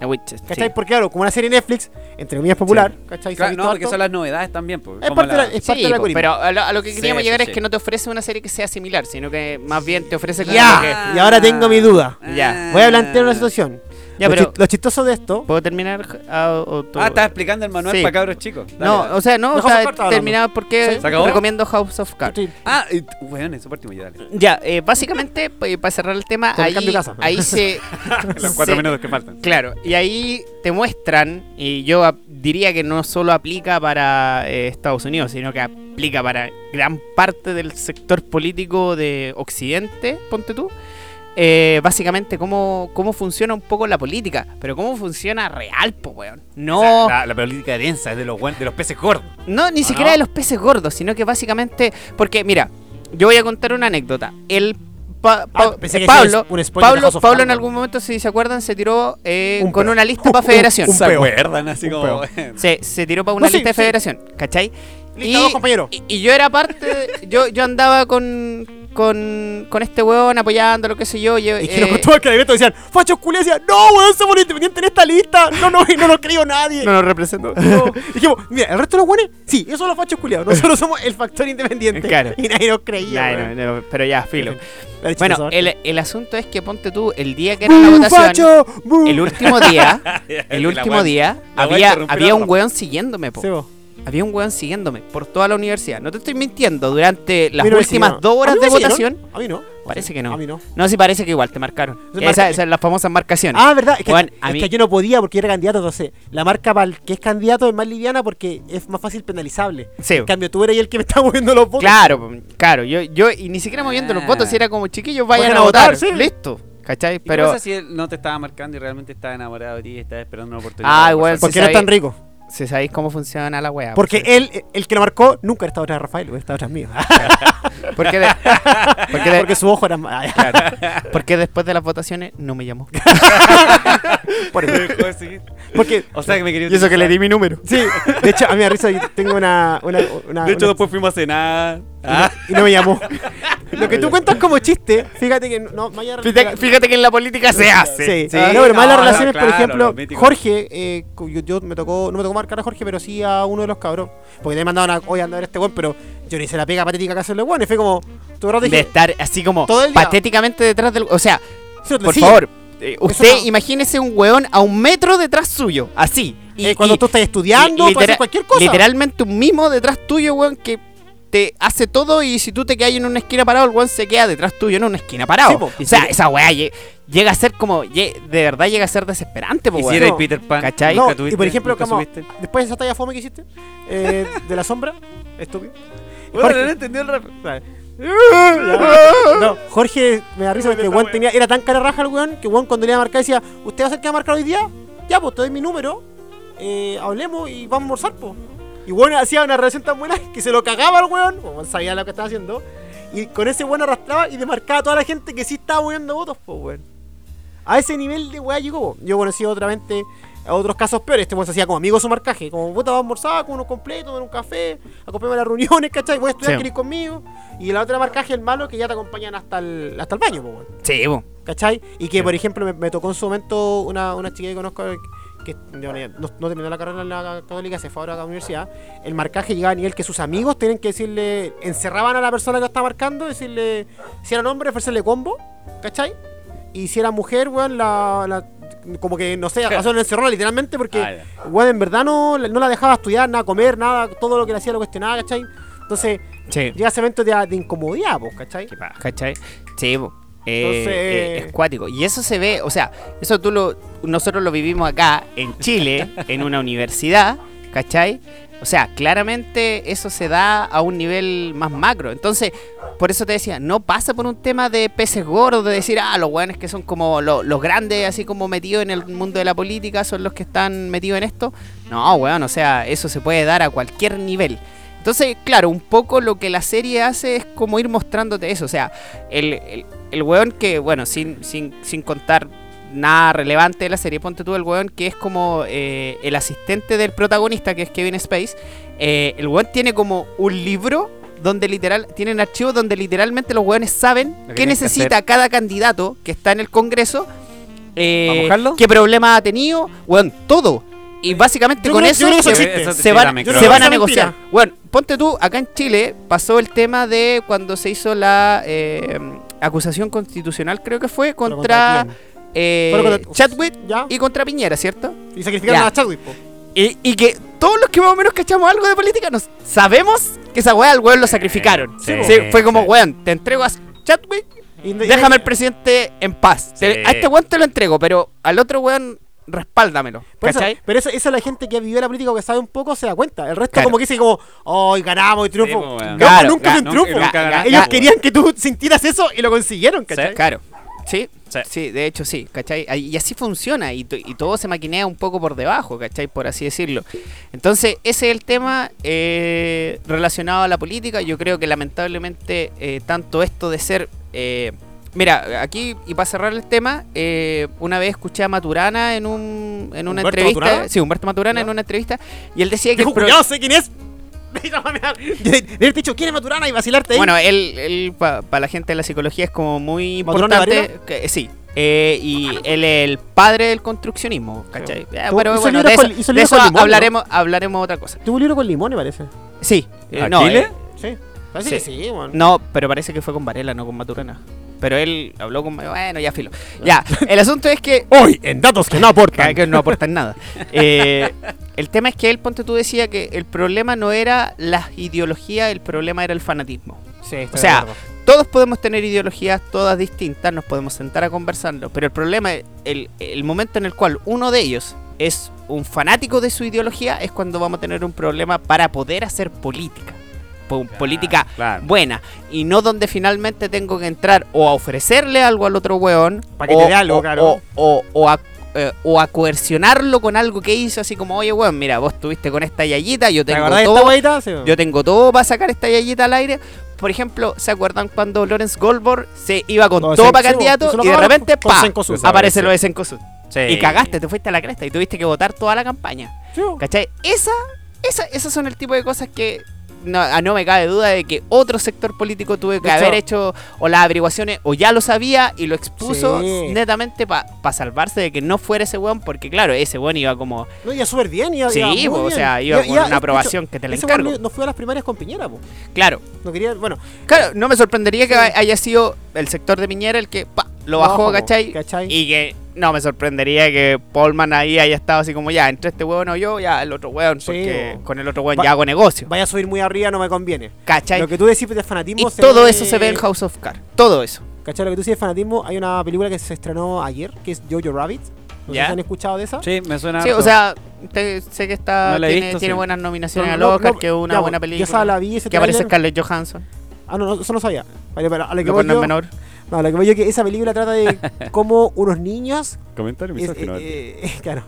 [SPEAKER 4] La Witches.
[SPEAKER 3] ¿Cachai? Porque claro, como una serie Netflix, entre comillas popular, ¿cachai? Se ha
[SPEAKER 1] Claro,
[SPEAKER 3] visto
[SPEAKER 1] no, porque
[SPEAKER 3] harto.
[SPEAKER 1] son las novedades también. Pues,
[SPEAKER 3] Es
[SPEAKER 1] como
[SPEAKER 3] parte de
[SPEAKER 1] la-
[SPEAKER 3] la- es parte del algoritmo.
[SPEAKER 4] pero a lo, a lo que queríamos
[SPEAKER 1] Sí,
[SPEAKER 4] llegar
[SPEAKER 1] sí,
[SPEAKER 4] es
[SPEAKER 1] sí.
[SPEAKER 4] que no te ofrece una serie que sea similar, sino que más bien te ofrece como
[SPEAKER 3] Ya,
[SPEAKER 4] que-
[SPEAKER 3] y ahora tengo mi duda.
[SPEAKER 1] Ah.
[SPEAKER 4] Ya.
[SPEAKER 3] Voy a plantear una situación.
[SPEAKER 4] Ya,
[SPEAKER 3] lo,
[SPEAKER 4] pero-
[SPEAKER 3] chi- lo chistoso de esto.
[SPEAKER 4] ¿Puedo terminar? Ah, o- o tú-
[SPEAKER 1] Ah, estás explicando el manual
[SPEAKER 4] Sí.
[SPEAKER 1] para cabros chicos. Dale,
[SPEAKER 4] No,
[SPEAKER 1] dale.
[SPEAKER 4] o sea, no,
[SPEAKER 3] De
[SPEAKER 4] o
[SPEAKER 3] House
[SPEAKER 4] sea,
[SPEAKER 3] of Cards hablando.
[SPEAKER 4] terminado porque
[SPEAKER 3] Sí.
[SPEAKER 1] ¿Se acabó?
[SPEAKER 4] recomiendo House of Cards.
[SPEAKER 3] estoy-
[SPEAKER 1] Ah, y, weón, eso último ya, dale.
[SPEAKER 4] Ya, eh, básicamente, pues, para cerrar el tema,
[SPEAKER 3] Con el
[SPEAKER 4] ahí,
[SPEAKER 3] cambio de casa.
[SPEAKER 4] ahí se.
[SPEAKER 1] Los cuatro
[SPEAKER 4] se-
[SPEAKER 1] minutos que faltan.
[SPEAKER 4] Claro, y ahí te muestran, y yo ap- diría que no solo aplica para eh, Estados Unidos, sino que aplica para gran parte del sector político de Occidente, ponte tú, eh, básicamente cómo, cómo funciona un poco la política, pero cómo funciona real, po, weón. No,
[SPEAKER 1] la, política densa es de los, de los peces gordos.
[SPEAKER 4] no, ni
[SPEAKER 1] ¿O
[SPEAKER 4] siquiera
[SPEAKER 1] no?
[SPEAKER 4] de los peces gordos, sino que básicamente, porque mira, yo voy a contar una anécdota. El pa- pa-
[SPEAKER 3] Ah, pensé que
[SPEAKER 4] eh, Pablo,
[SPEAKER 3] hacías un spoiler de
[SPEAKER 4] Pablo,
[SPEAKER 3] House of
[SPEAKER 4] Pablo en
[SPEAKER 3] Cards.
[SPEAKER 4] algún momento, si se acuerdan, se tiró eh,
[SPEAKER 3] Un
[SPEAKER 4] con
[SPEAKER 3] peo.
[SPEAKER 4] una lista para Federación.
[SPEAKER 3] Un
[SPEAKER 1] ¿Se
[SPEAKER 3] peo.
[SPEAKER 1] acuerdan? Así
[SPEAKER 3] Un
[SPEAKER 1] como.
[SPEAKER 4] Se, se tiró para una
[SPEAKER 3] No, Pues sí,
[SPEAKER 4] lista de
[SPEAKER 3] sí.
[SPEAKER 4] Federación, ¿cachai?
[SPEAKER 3] Listo, vamos, compañero.
[SPEAKER 4] Y, y yo era parte, de- yo, yo andaba con, con, con este weón apoyando, lo que sé yo. yo
[SPEAKER 3] Y que los
[SPEAKER 4] eh,
[SPEAKER 3] contaban que de grito decían, fachos culés, decían, no, weón, somos los independientes en esta lista, no, no, no nos creo nadie.
[SPEAKER 4] no lo represento.
[SPEAKER 3] No. Dijimos, mira, el resto de los buenos, sí, esos son los fachos culiados, nosotros somos el factor independiente.
[SPEAKER 4] Claro.
[SPEAKER 3] Y nadie nos creía.
[SPEAKER 4] Ya,
[SPEAKER 3] weón.
[SPEAKER 4] no, no, pero ya, filo.
[SPEAKER 3] La leche
[SPEAKER 4] Bueno,
[SPEAKER 3] pasaba.
[SPEAKER 4] el, el asunto es que ponte tú, el día que era la
[SPEAKER 3] ¡Bú,
[SPEAKER 4] votación,
[SPEAKER 3] facho! ¡Bú!
[SPEAKER 4] el último día, El
[SPEAKER 1] La
[SPEAKER 4] último
[SPEAKER 1] weón.
[SPEAKER 4] día
[SPEAKER 1] la weá
[SPEAKER 4] había,
[SPEAKER 1] interrumpió
[SPEAKER 4] había
[SPEAKER 1] la
[SPEAKER 4] un
[SPEAKER 1] ropa.
[SPEAKER 4] weón siguiéndome, po.
[SPEAKER 3] Sí, vos.
[SPEAKER 4] Había un weón siguiéndome por toda la universidad. No te estoy mintiendo, durante las
[SPEAKER 3] Mira,
[SPEAKER 4] últimas
[SPEAKER 3] vecino.
[SPEAKER 4] dos horas
[SPEAKER 3] ¿A mí
[SPEAKER 4] de
[SPEAKER 3] me siguieron?
[SPEAKER 4] votación.
[SPEAKER 3] A mí no.
[SPEAKER 4] Parece que
[SPEAKER 3] A
[SPEAKER 4] no.
[SPEAKER 3] mí no.
[SPEAKER 4] No, sí parece que igual te marcaron.
[SPEAKER 3] Se
[SPEAKER 4] Esa-
[SPEAKER 3] marca-
[SPEAKER 4] Esas son las famosas marcaciones.
[SPEAKER 3] Ah, verdad, es que,
[SPEAKER 4] Weón, a
[SPEAKER 3] es
[SPEAKER 4] mí-
[SPEAKER 3] que aquí no podía porque yo era candidato, entonces la marca para el que es candidato es más liviana porque es más fácil penalizable.
[SPEAKER 4] Sí.
[SPEAKER 3] En cambio, tú eres el que me está moviendo los votos.
[SPEAKER 4] Claro, po, claro. Yo, yo, y ni siquiera moviendo los
[SPEAKER 1] Ah.
[SPEAKER 4] votos, si era como chiquillos, vayan
[SPEAKER 3] Vayan
[SPEAKER 4] a
[SPEAKER 3] a
[SPEAKER 4] votar.
[SPEAKER 3] votar, sí.
[SPEAKER 4] Listo. ¿Cachai?
[SPEAKER 1] ¿Y Pero. ¿Qué
[SPEAKER 4] Pero.
[SPEAKER 1] pasa si él no te estaba marcando y realmente estaba enamorado de ti y estaba esperando una oportunidad?
[SPEAKER 4] Ah,
[SPEAKER 1] de
[SPEAKER 4] igual.
[SPEAKER 1] conversar?
[SPEAKER 3] Porque no es
[SPEAKER 4] sabía- pues
[SPEAKER 3] tan rico.
[SPEAKER 4] Si sabéis cómo funciona la weá.
[SPEAKER 3] Porque él, el que lo marcó, nunca estaba atrás de Rafael, hubiera estado atrás mío.
[SPEAKER 4] Porque, de- porque, de-
[SPEAKER 3] Porque su ojo era más.
[SPEAKER 4] porque después de las votaciones no me llamó.
[SPEAKER 3] Por
[SPEAKER 1] Me
[SPEAKER 3] eso.
[SPEAKER 1] dejó de seguir.
[SPEAKER 3] Porque,
[SPEAKER 1] O sea que me quería.
[SPEAKER 4] mi número.
[SPEAKER 3] sí, de hecho, a mí me da risa que tengo una. una, una-
[SPEAKER 1] De hecho,
[SPEAKER 3] una-
[SPEAKER 1] después fuimos a cenar. Ah,
[SPEAKER 3] y no me llamó. Lo que tú cuentas como chiste, fíjate que no. Maya,
[SPEAKER 4] Fíjate, fíjate que en la política se hace.
[SPEAKER 3] Sí,
[SPEAKER 1] Sí,
[SPEAKER 3] Ah, no, pero más
[SPEAKER 1] no,
[SPEAKER 3] las
[SPEAKER 1] no,
[SPEAKER 3] relaciones, por
[SPEAKER 1] claro,
[SPEAKER 3] ejemplo,
[SPEAKER 1] los míticos.
[SPEAKER 3] Jorge, eh, cu- yo, yo me tocó, no me tocó marcar a Jorge, pero sí a uno de los cabros. Porque le mandaban a, oye, anda a ver a este weón, pero yo le hice la pega patética que hace el weón. Y fue como, tu rato
[SPEAKER 4] de
[SPEAKER 3] dije,
[SPEAKER 4] estar así como
[SPEAKER 3] Todo el día.
[SPEAKER 4] patéticamente detrás del... O sea,
[SPEAKER 3] "Sí,
[SPEAKER 4] por
[SPEAKER 3] sí".
[SPEAKER 4] favor, eh, usted
[SPEAKER 3] una-
[SPEAKER 4] imagínese un weón a un metro detrás suyo, así. Y,
[SPEAKER 3] Eh, cuando
[SPEAKER 4] y
[SPEAKER 3] tú estás estudiando, tú
[SPEAKER 4] litera-
[SPEAKER 3] haces cualquier cosa.
[SPEAKER 4] literalmente un mimo detrás tuyo, weón, que te hace todo y si tú te quedas en una esquina parado, el weón se queda detrás tuyo en una esquina parado.
[SPEAKER 3] Sí, po.
[SPEAKER 4] o sea, esa weá lle- llega a ser como... lle- de verdad llega a ser desesperante, po,
[SPEAKER 1] y
[SPEAKER 4] weón.
[SPEAKER 1] si eres
[SPEAKER 3] no.
[SPEAKER 1] Peter Pan.
[SPEAKER 4] ¿Cachai?
[SPEAKER 1] ¿Nunca
[SPEAKER 3] No, y
[SPEAKER 1] tuviste?
[SPEAKER 3] por ejemplo,
[SPEAKER 1] ¿Nunca
[SPEAKER 3] como-
[SPEAKER 1] supiste?
[SPEAKER 3] Después de esa talla fome que hiciste, eh, de la sombra, estúpido.
[SPEAKER 1] Bueno,
[SPEAKER 3] Jorge-
[SPEAKER 1] no entendió el rap.
[SPEAKER 3] No, Jorge me da risa porque Juan tenía, era tan cara raja el weón que Juan cuando le iba a marcar decía, ¿usted va a ser el que va a marcar hoy día? Ya, pues te doy mi número, eh, hablemos y vamos a almorzar, pues. Y Juan hacía una relación tan buena que se lo cagaba al weón, pues, Juan sabía lo que estaba haciendo. Y con ese weón arrastraba y demarcaba a toda la gente que sí estaba moviendo votos, pues weón. A ese nivel de weá llegó, po. Yo conocí otramente a otros casos peores. Este weón se hacía como amigo de su marcaje. Como puta, va a almorzar con unos completos, en un café, acompáñame a las reuniones, ¿cachai? Voy a estudiar,
[SPEAKER 4] Sí.
[SPEAKER 3] querés ir conmigo. Y la otra marcaje, el malo, que ya te acompañan hasta el, hasta el baño, po, weón.
[SPEAKER 4] Sí, po.
[SPEAKER 3] ¿cachai? Y que, por ejemplo, me, me tocó en su momento una, una chica que conozco eh, que no, no- no terminó la carrera en la católica, se fue ahora a la universidad. El marcaje llegaba a nivel que sus amigos tenían que decirle, encerraban a la persona que lo estaba marcando, decirle, si era hombre, ofrecerle combo, ¿cachai? Y si era mujer, weón, la, la- como que, no sé, hacerlo encerrona literalmente porque
[SPEAKER 1] Ah, ya.
[SPEAKER 3] weón, en verdad no, no la dejaba estudiar, nada, comer, nada, todo lo que le hacía lo cuestionaba, ¿cachai? Entonces,
[SPEAKER 4] Sí.
[SPEAKER 3] llega ese momento de, de incomodidad, pues, ¿cachai?
[SPEAKER 4] Qué paja, ¿cachai? Sí, po. Eh,
[SPEAKER 3] Entonces-
[SPEAKER 4] eh, es cuático. Y eso se ve, o sea, eso tú lo, nosotros lo vivimos acá en Chile, en una universidad, ¿cachai? O sea, claramente eso se da a un nivel más macro. Entonces, por eso te decía, no pasa por un tema de peces gordos, de decir, ah, los weones que son como lo- los grandes, así como metidos en el mundo de la política, son los que están metidos en esto. No, weón, o sea, eso se puede dar a cualquier nivel. Entonces, claro, un poco lo que la serie hace es como ir mostrándote eso. O sea, el, el, el weón que, bueno, sin, sin, sin contar nada relevante de la serie, ponte tú el weón que es como eh, el asistente del protagonista, que es Kevin Space. eh, el weón tiene como un libro donde literal, tienen archivos donde literalmente los weones saben
[SPEAKER 2] que
[SPEAKER 4] qué
[SPEAKER 2] tienen que
[SPEAKER 4] necesita cada candidato que está en el Congreso eh,
[SPEAKER 1] ¿Para mojarlo?
[SPEAKER 4] qué problema ha tenido, weón, todo. Y básicamente
[SPEAKER 3] Yo
[SPEAKER 4] con
[SPEAKER 3] creo-
[SPEAKER 4] eso
[SPEAKER 3] yo creo que eso
[SPEAKER 4] se-
[SPEAKER 3] existe.
[SPEAKER 4] se, van,
[SPEAKER 2] Yo
[SPEAKER 3] creo
[SPEAKER 4] se
[SPEAKER 3] que
[SPEAKER 4] van
[SPEAKER 3] eso
[SPEAKER 4] a
[SPEAKER 3] es mentira.
[SPEAKER 4] negociar. Bueno, ponte tú, acá en Chile pasó el tema de cuando se hizo la eh, acusación constitucional, creo que fue,
[SPEAKER 3] ¿Pero
[SPEAKER 4] contra,
[SPEAKER 3] quién?
[SPEAKER 4] eh,
[SPEAKER 3] Pero contra-
[SPEAKER 4] Chadwick
[SPEAKER 3] ¿Ya?
[SPEAKER 4] y contra Piñera, ¿cierto?
[SPEAKER 3] Y sacrificaron
[SPEAKER 4] Ya.
[SPEAKER 3] a Chadwick, po.
[SPEAKER 4] Y, y que todos los que más o menos cachamos algo de política nos sabemos que esa weá al weón lo sacrificaron.
[SPEAKER 2] sí,
[SPEAKER 4] Eh, Sí, fue como,
[SPEAKER 2] sí.
[SPEAKER 4] weón, te entrego a Chadwick,
[SPEAKER 3] Y-
[SPEAKER 4] déjame al presidente en paz. Te-
[SPEAKER 2] Sí.
[SPEAKER 4] A este weón te lo entrego, pero al otro weón respáldamelo.
[SPEAKER 3] Por eso-
[SPEAKER 4] ¿Cachai?
[SPEAKER 3] pero eso, eso la gente que vivió la política o que sabe un poco se da cuenta. El resto
[SPEAKER 4] Claro.
[SPEAKER 3] como que dice como, ¡ay, ganamos y triunfo!
[SPEAKER 2] Sí, pues, weón.
[SPEAKER 3] No,
[SPEAKER 4] Claro,
[SPEAKER 3] nunca
[SPEAKER 2] ga-
[SPEAKER 3] fue un
[SPEAKER 2] nunca-
[SPEAKER 3] triunfo.
[SPEAKER 2] nunca ganamos,
[SPEAKER 3] Ellos
[SPEAKER 2] weón.
[SPEAKER 3] querían que tú sintieras eso y lo consiguieron, ¿cachai?
[SPEAKER 4] Claro. Sí,
[SPEAKER 2] Sí.
[SPEAKER 4] sí, de hecho sí, ¿cachai? Ahí- Y así funciona, y, to- y todo se maquinea un poco por debajo, ¿cachai? Por así decirlo. Entonces, ese es el tema eh, relacionado a la política. Yo creo que lamentablemente eh, tanto esto de ser... eh, mira, aquí, y para cerrar el tema, eh, una vez escuché a Maturana en, un, en una
[SPEAKER 3] ¿Humberto
[SPEAKER 4] entrevista...
[SPEAKER 3] Maturana?
[SPEAKER 4] Sí, Humberto Maturana
[SPEAKER 3] Ya.
[SPEAKER 4] en una entrevista, y él decía que...
[SPEAKER 3] Dijo,
[SPEAKER 4] el pro-
[SPEAKER 3] cuidado, sé quién es. De de haber dicho, ¿quién es Maturana? Y vacilarte ahí.
[SPEAKER 4] Bueno, él, para la gente de la psicología es como muy
[SPEAKER 3] ¿Maturana
[SPEAKER 4] importante. que- sí. Eh, y él es el padre del construccionismo, ¿cachai? Eh,
[SPEAKER 3] Tuvo-
[SPEAKER 4] pero
[SPEAKER 3] hizo
[SPEAKER 4] bueno,
[SPEAKER 3] libros
[SPEAKER 4] de eso,
[SPEAKER 3] con- hizo
[SPEAKER 4] de
[SPEAKER 3] libros
[SPEAKER 4] eso
[SPEAKER 3] con limón,
[SPEAKER 4] hablaremos, hablaremos otra cosa.
[SPEAKER 3] Tuvo un libro con limón, me parece.
[SPEAKER 4] Sí. eh,
[SPEAKER 2] ¿A
[SPEAKER 4] no,
[SPEAKER 2] Chile?
[SPEAKER 4] eh,
[SPEAKER 3] Sí. Parece que sí, bueno.
[SPEAKER 4] no, pero parece que fue con Varela, no con Maturana. Pero él habló con... Bueno, ya filo. Ya, el asunto es que
[SPEAKER 3] Hoy, en datos que no aportan.
[SPEAKER 4] que no aportan nada. Eh, el tema es que él, ponte tú, decía que el problema no era las ideologías, el problema era el fanatismo. O sea, todos podemos tener ideologías todas distintas, nos podemos sentar a conversarlo, pero el problema, es el, el momento en el cual uno de ellos es un fanático de su ideología, es cuando vamos a tener un problema para poder hacer política. Po- Política
[SPEAKER 2] Claro.
[SPEAKER 4] buena. Y no donde finalmente tengo que entrar o a ofrecerle algo al otro weón.
[SPEAKER 3] Pa' que
[SPEAKER 4] o-
[SPEAKER 3] te dé algo,
[SPEAKER 4] o-
[SPEAKER 3] claro.
[SPEAKER 4] O, o- o a, eh, o a coercionarlo con algo que hizo, así como, oye, weón, mira, vos estuviste con esta yayita, yo
[SPEAKER 3] ¿Te
[SPEAKER 4] tengo
[SPEAKER 3] acordás de
[SPEAKER 4] todo.
[SPEAKER 3] esta guaita? Sí.
[SPEAKER 4] Yo tengo todo para sacar esta yayita al aire. Por ejemplo, ¿se acuerdan cuando Lawrence Goldberg se iba con
[SPEAKER 3] No,
[SPEAKER 4] todo
[SPEAKER 3] se-
[SPEAKER 4] para
[SPEAKER 3] sí,
[SPEAKER 4] candidato
[SPEAKER 3] se lo
[SPEAKER 4] y de
[SPEAKER 3] cagaron
[SPEAKER 4] repente
[SPEAKER 3] con
[SPEAKER 4] pa,
[SPEAKER 3] Cencosud.
[SPEAKER 4] aparece lo de Cencosud?
[SPEAKER 2] Sí.
[SPEAKER 4] Y cagaste, te fuiste a la cresta y tuviste que votar toda la campaña.
[SPEAKER 3] Sí.
[SPEAKER 4] ¿Cachai? Esa, esa, esas son el tipo de cosas que no, ah, no me cabe duda de que otro sector político tuve que
[SPEAKER 3] De hecho-
[SPEAKER 4] haber hecho o las averiguaciones o ya lo sabía y lo expuso
[SPEAKER 3] Sí.
[SPEAKER 4] netamente para salvarse de que no fuera ese weón, porque claro, ese weón iba como...
[SPEAKER 3] No, iba súper bien. Iba,
[SPEAKER 4] Sí,
[SPEAKER 3] iba muy
[SPEAKER 4] po, o
[SPEAKER 3] bien.
[SPEAKER 4] sea, iba con
[SPEAKER 3] de
[SPEAKER 4] una
[SPEAKER 3] hecho,
[SPEAKER 4] aprobación que te la
[SPEAKER 3] ese weón
[SPEAKER 4] encargo.
[SPEAKER 3] no- No fue a las primarias con Piñera, po.
[SPEAKER 4] Claro,
[SPEAKER 3] No quería, bueno,
[SPEAKER 4] Claro, no me sorprendería que haya sido el sector de Piñera el que pa, lo bajó,
[SPEAKER 3] Bajo,
[SPEAKER 4] ¿cachai?
[SPEAKER 3] ¿cachai?
[SPEAKER 4] Y que no me sorprendería que Paulman ahí haya estado así como ya, entre este hueón o yo, ya el otro hueón,
[SPEAKER 3] Sí,
[SPEAKER 4] porque
[SPEAKER 3] bo.
[SPEAKER 4] con el otro hueón
[SPEAKER 3] Va-
[SPEAKER 4] ya hago negocio,
[SPEAKER 3] Vaya a subir muy arriba, no me conviene.
[SPEAKER 4] ¿cachai?
[SPEAKER 3] Lo que tú decís de
[SPEAKER 4] Y
[SPEAKER 3] fanatismo. se
[SPEAKER 4] todo
[SPEAKER 3] ve-
[SPEAKER 4] eso se ve en House of Cards, todo eso.
[SPEAKER 3] ¿Cachai? Lo que tú decís de fanatismo, hay una película que se estrenó ayer, que es Jojo Rabbit. No
[SPEAKER 4] Ya.
[SPEAKER 3] sé si han escuchado de esa.
[SPEAKER 1] Sí, me suena.
[SPEAKER 4] Sí, o
[SPEAKER 1] harto.
[SPEAKER 4] sea, te- sé que está,
[SPEAKER 2] No la he
[SPEAKER 4] tiene,
[SPEAKER 2] visto,
[SPEAKER 4] tiene
[SPEAKER 2] sí.
[SPEAKER 4] buenas nominaciones
[SPEAKER 3] No,
[SPEAKER 4] al
[SPEAKER 3] no,
[SPEAKER 4] Oscar,
[SPEAKER 3] no,
[SPEAKER 4] que es una
[SPEAKER 3] ya,
[SPEAKER 4] buena
[SPEAKER 3] pues,
[SPEAKER 4] película.
[SPEAKER 3] Yo esa la vi, ese
[SPEAKER 4] que aparece
[SPEAKER 3] tráiler.
[SPEAKER 4] Scarlett Johansson,
[SPEAKER 3] Ah, no, no, eso no sabía. Vale, pero a lo que
[SPEAKER 4] lo
[SPEAKER 3] voy
[SPEAKER 4] cual no es
[SPEAKER 3] yo,
[SPEAKER 4] menor.
[SPEAKER 3] no, a lo que voy yo es que esa película trata de cómo unos niños
[SPEAKER 2] Comentario
[SPEAKER 3] es-
[SPEAKER 2] misógino.
[SPEAKER 3] eh, eh, claro.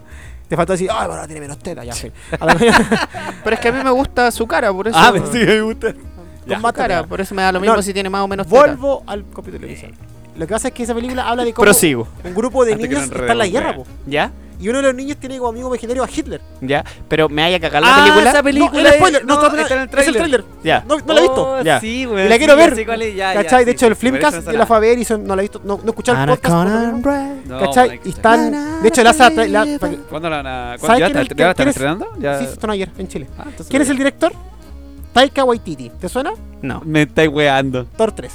[SPEAKER 3] Te faltó decir, ay, bueno, ahora tiene menos teta, ya, en fin. A la mañana-
[SPEAKER 4] Pero es que a mí me gusta su cara, por eso.
[SPEAKER 2] Ah, me- sí, me gusta.
[SPEAKER 4] Con más cara, por eso me da lo
[SPEAKER 3] No,
[SPEAKER 4] mismo si tiene más o menos teta.
[SPEAKER 3] Vuelvo al capítulo inicial.
[SPEAKER 1] Eh.
[SPEAKER 3] Lo que pasa es que esa película habla de cómo
[SPEAKER 4] Prosigo.
[SPEAKER 3] un grupo de
[SPEAKER 1] Antes que
[SPEAKER 3] niños
[SPEAKER 1] no
[SPEAKER 3] está en la
[SPEAKER 1] enredemos,
[SPEAKER 3] guerra,
[SPEAKER 1] wea.
[SPEAKER 3] po.
[SPEAKER 4] ¿Ya?
[SPEAKER 3] Y uno de los niños tiene como amigo imaginario a Hitler.
[SPEAKER 4] ¿Ya? Pero me haya cagado la
[SPEAKER 1] Ah,
[SPEAKER 4] película.
[SPEAKER 1] esa película.
[SPEAKER 3] no, era spoiler,
[SPEAKER 1] es- no,
[SPEAKER 3] no, está,
[SPEAKER 1] está en el
[SPEAKER 3] es el
[SPEAKER 1] tráiler.
[SPEAKER 3] tráiler.
[SPEAKER 4] Ya.
[SPEAKER 3] No, no la he visto.
[SPEAKER 1] Oh,
[SPEAKER 4] Ya.
[SPEAKER 1] Sí, güey.
[SPEAKER 3] La
[SPEAKER 1] sí,
[SPEAKER 3] quiero
[SPEAKER 1] ya
[SPEAKER 3] ver.
[SPEAKER 1] sé cuál es, ya, ya,
[SPEAKER 3] ¿Cachai?
[SPEAKER 1] sí,
[SPEAKER 3] de hecho, el
[SPEAKER 1] sí, por eso
[SPEAKER 3] Flimcast
[SPEAKER 1] no
[SPEAKER 3] yo la
[SPEAKER 1] se
[SPEAKER 3] fue a ver y son- no la he visto, no, no he escuchado el podcast. por lo menos.
[SPEAKER 1] No,
[SPEAKER 3] ¿Cachai?
[SPEAKER 1] hay que
[SPEAKER 3] Y
[SPEAKER 1] escuchar.
[SPEAKER 3] están. De hecho, la hace. atra- la- pa-
[SPEAKER 1] ¿Cuándo la van a.?
[SPEAKER 3] ¿Sabes
[SPEAKER 1] ¿cuándo- ¿Ya
[SPEAKER 3] quién
[SPEAKER 1] está-
[SPEAKER 3] es el-
[SPEAKER 1] ya la están
[SPEAKER 3] quién es-
[SPEAKER 1] estrenando? Ya-
[SPEAKER 3] Sí, están ayer en Chile.
[SPEAKER 1] Ah, entonces
[SPEAKER 3] ¿Quién es
[SPEAKER 1] ya.
[SPEAKER 3] el director? Taika Waititi. ¿Te suena?
[SPEAKER 4] No.
[SPEAKER 2] Me estáis weando.
[SPEAKER 3] Thor 3.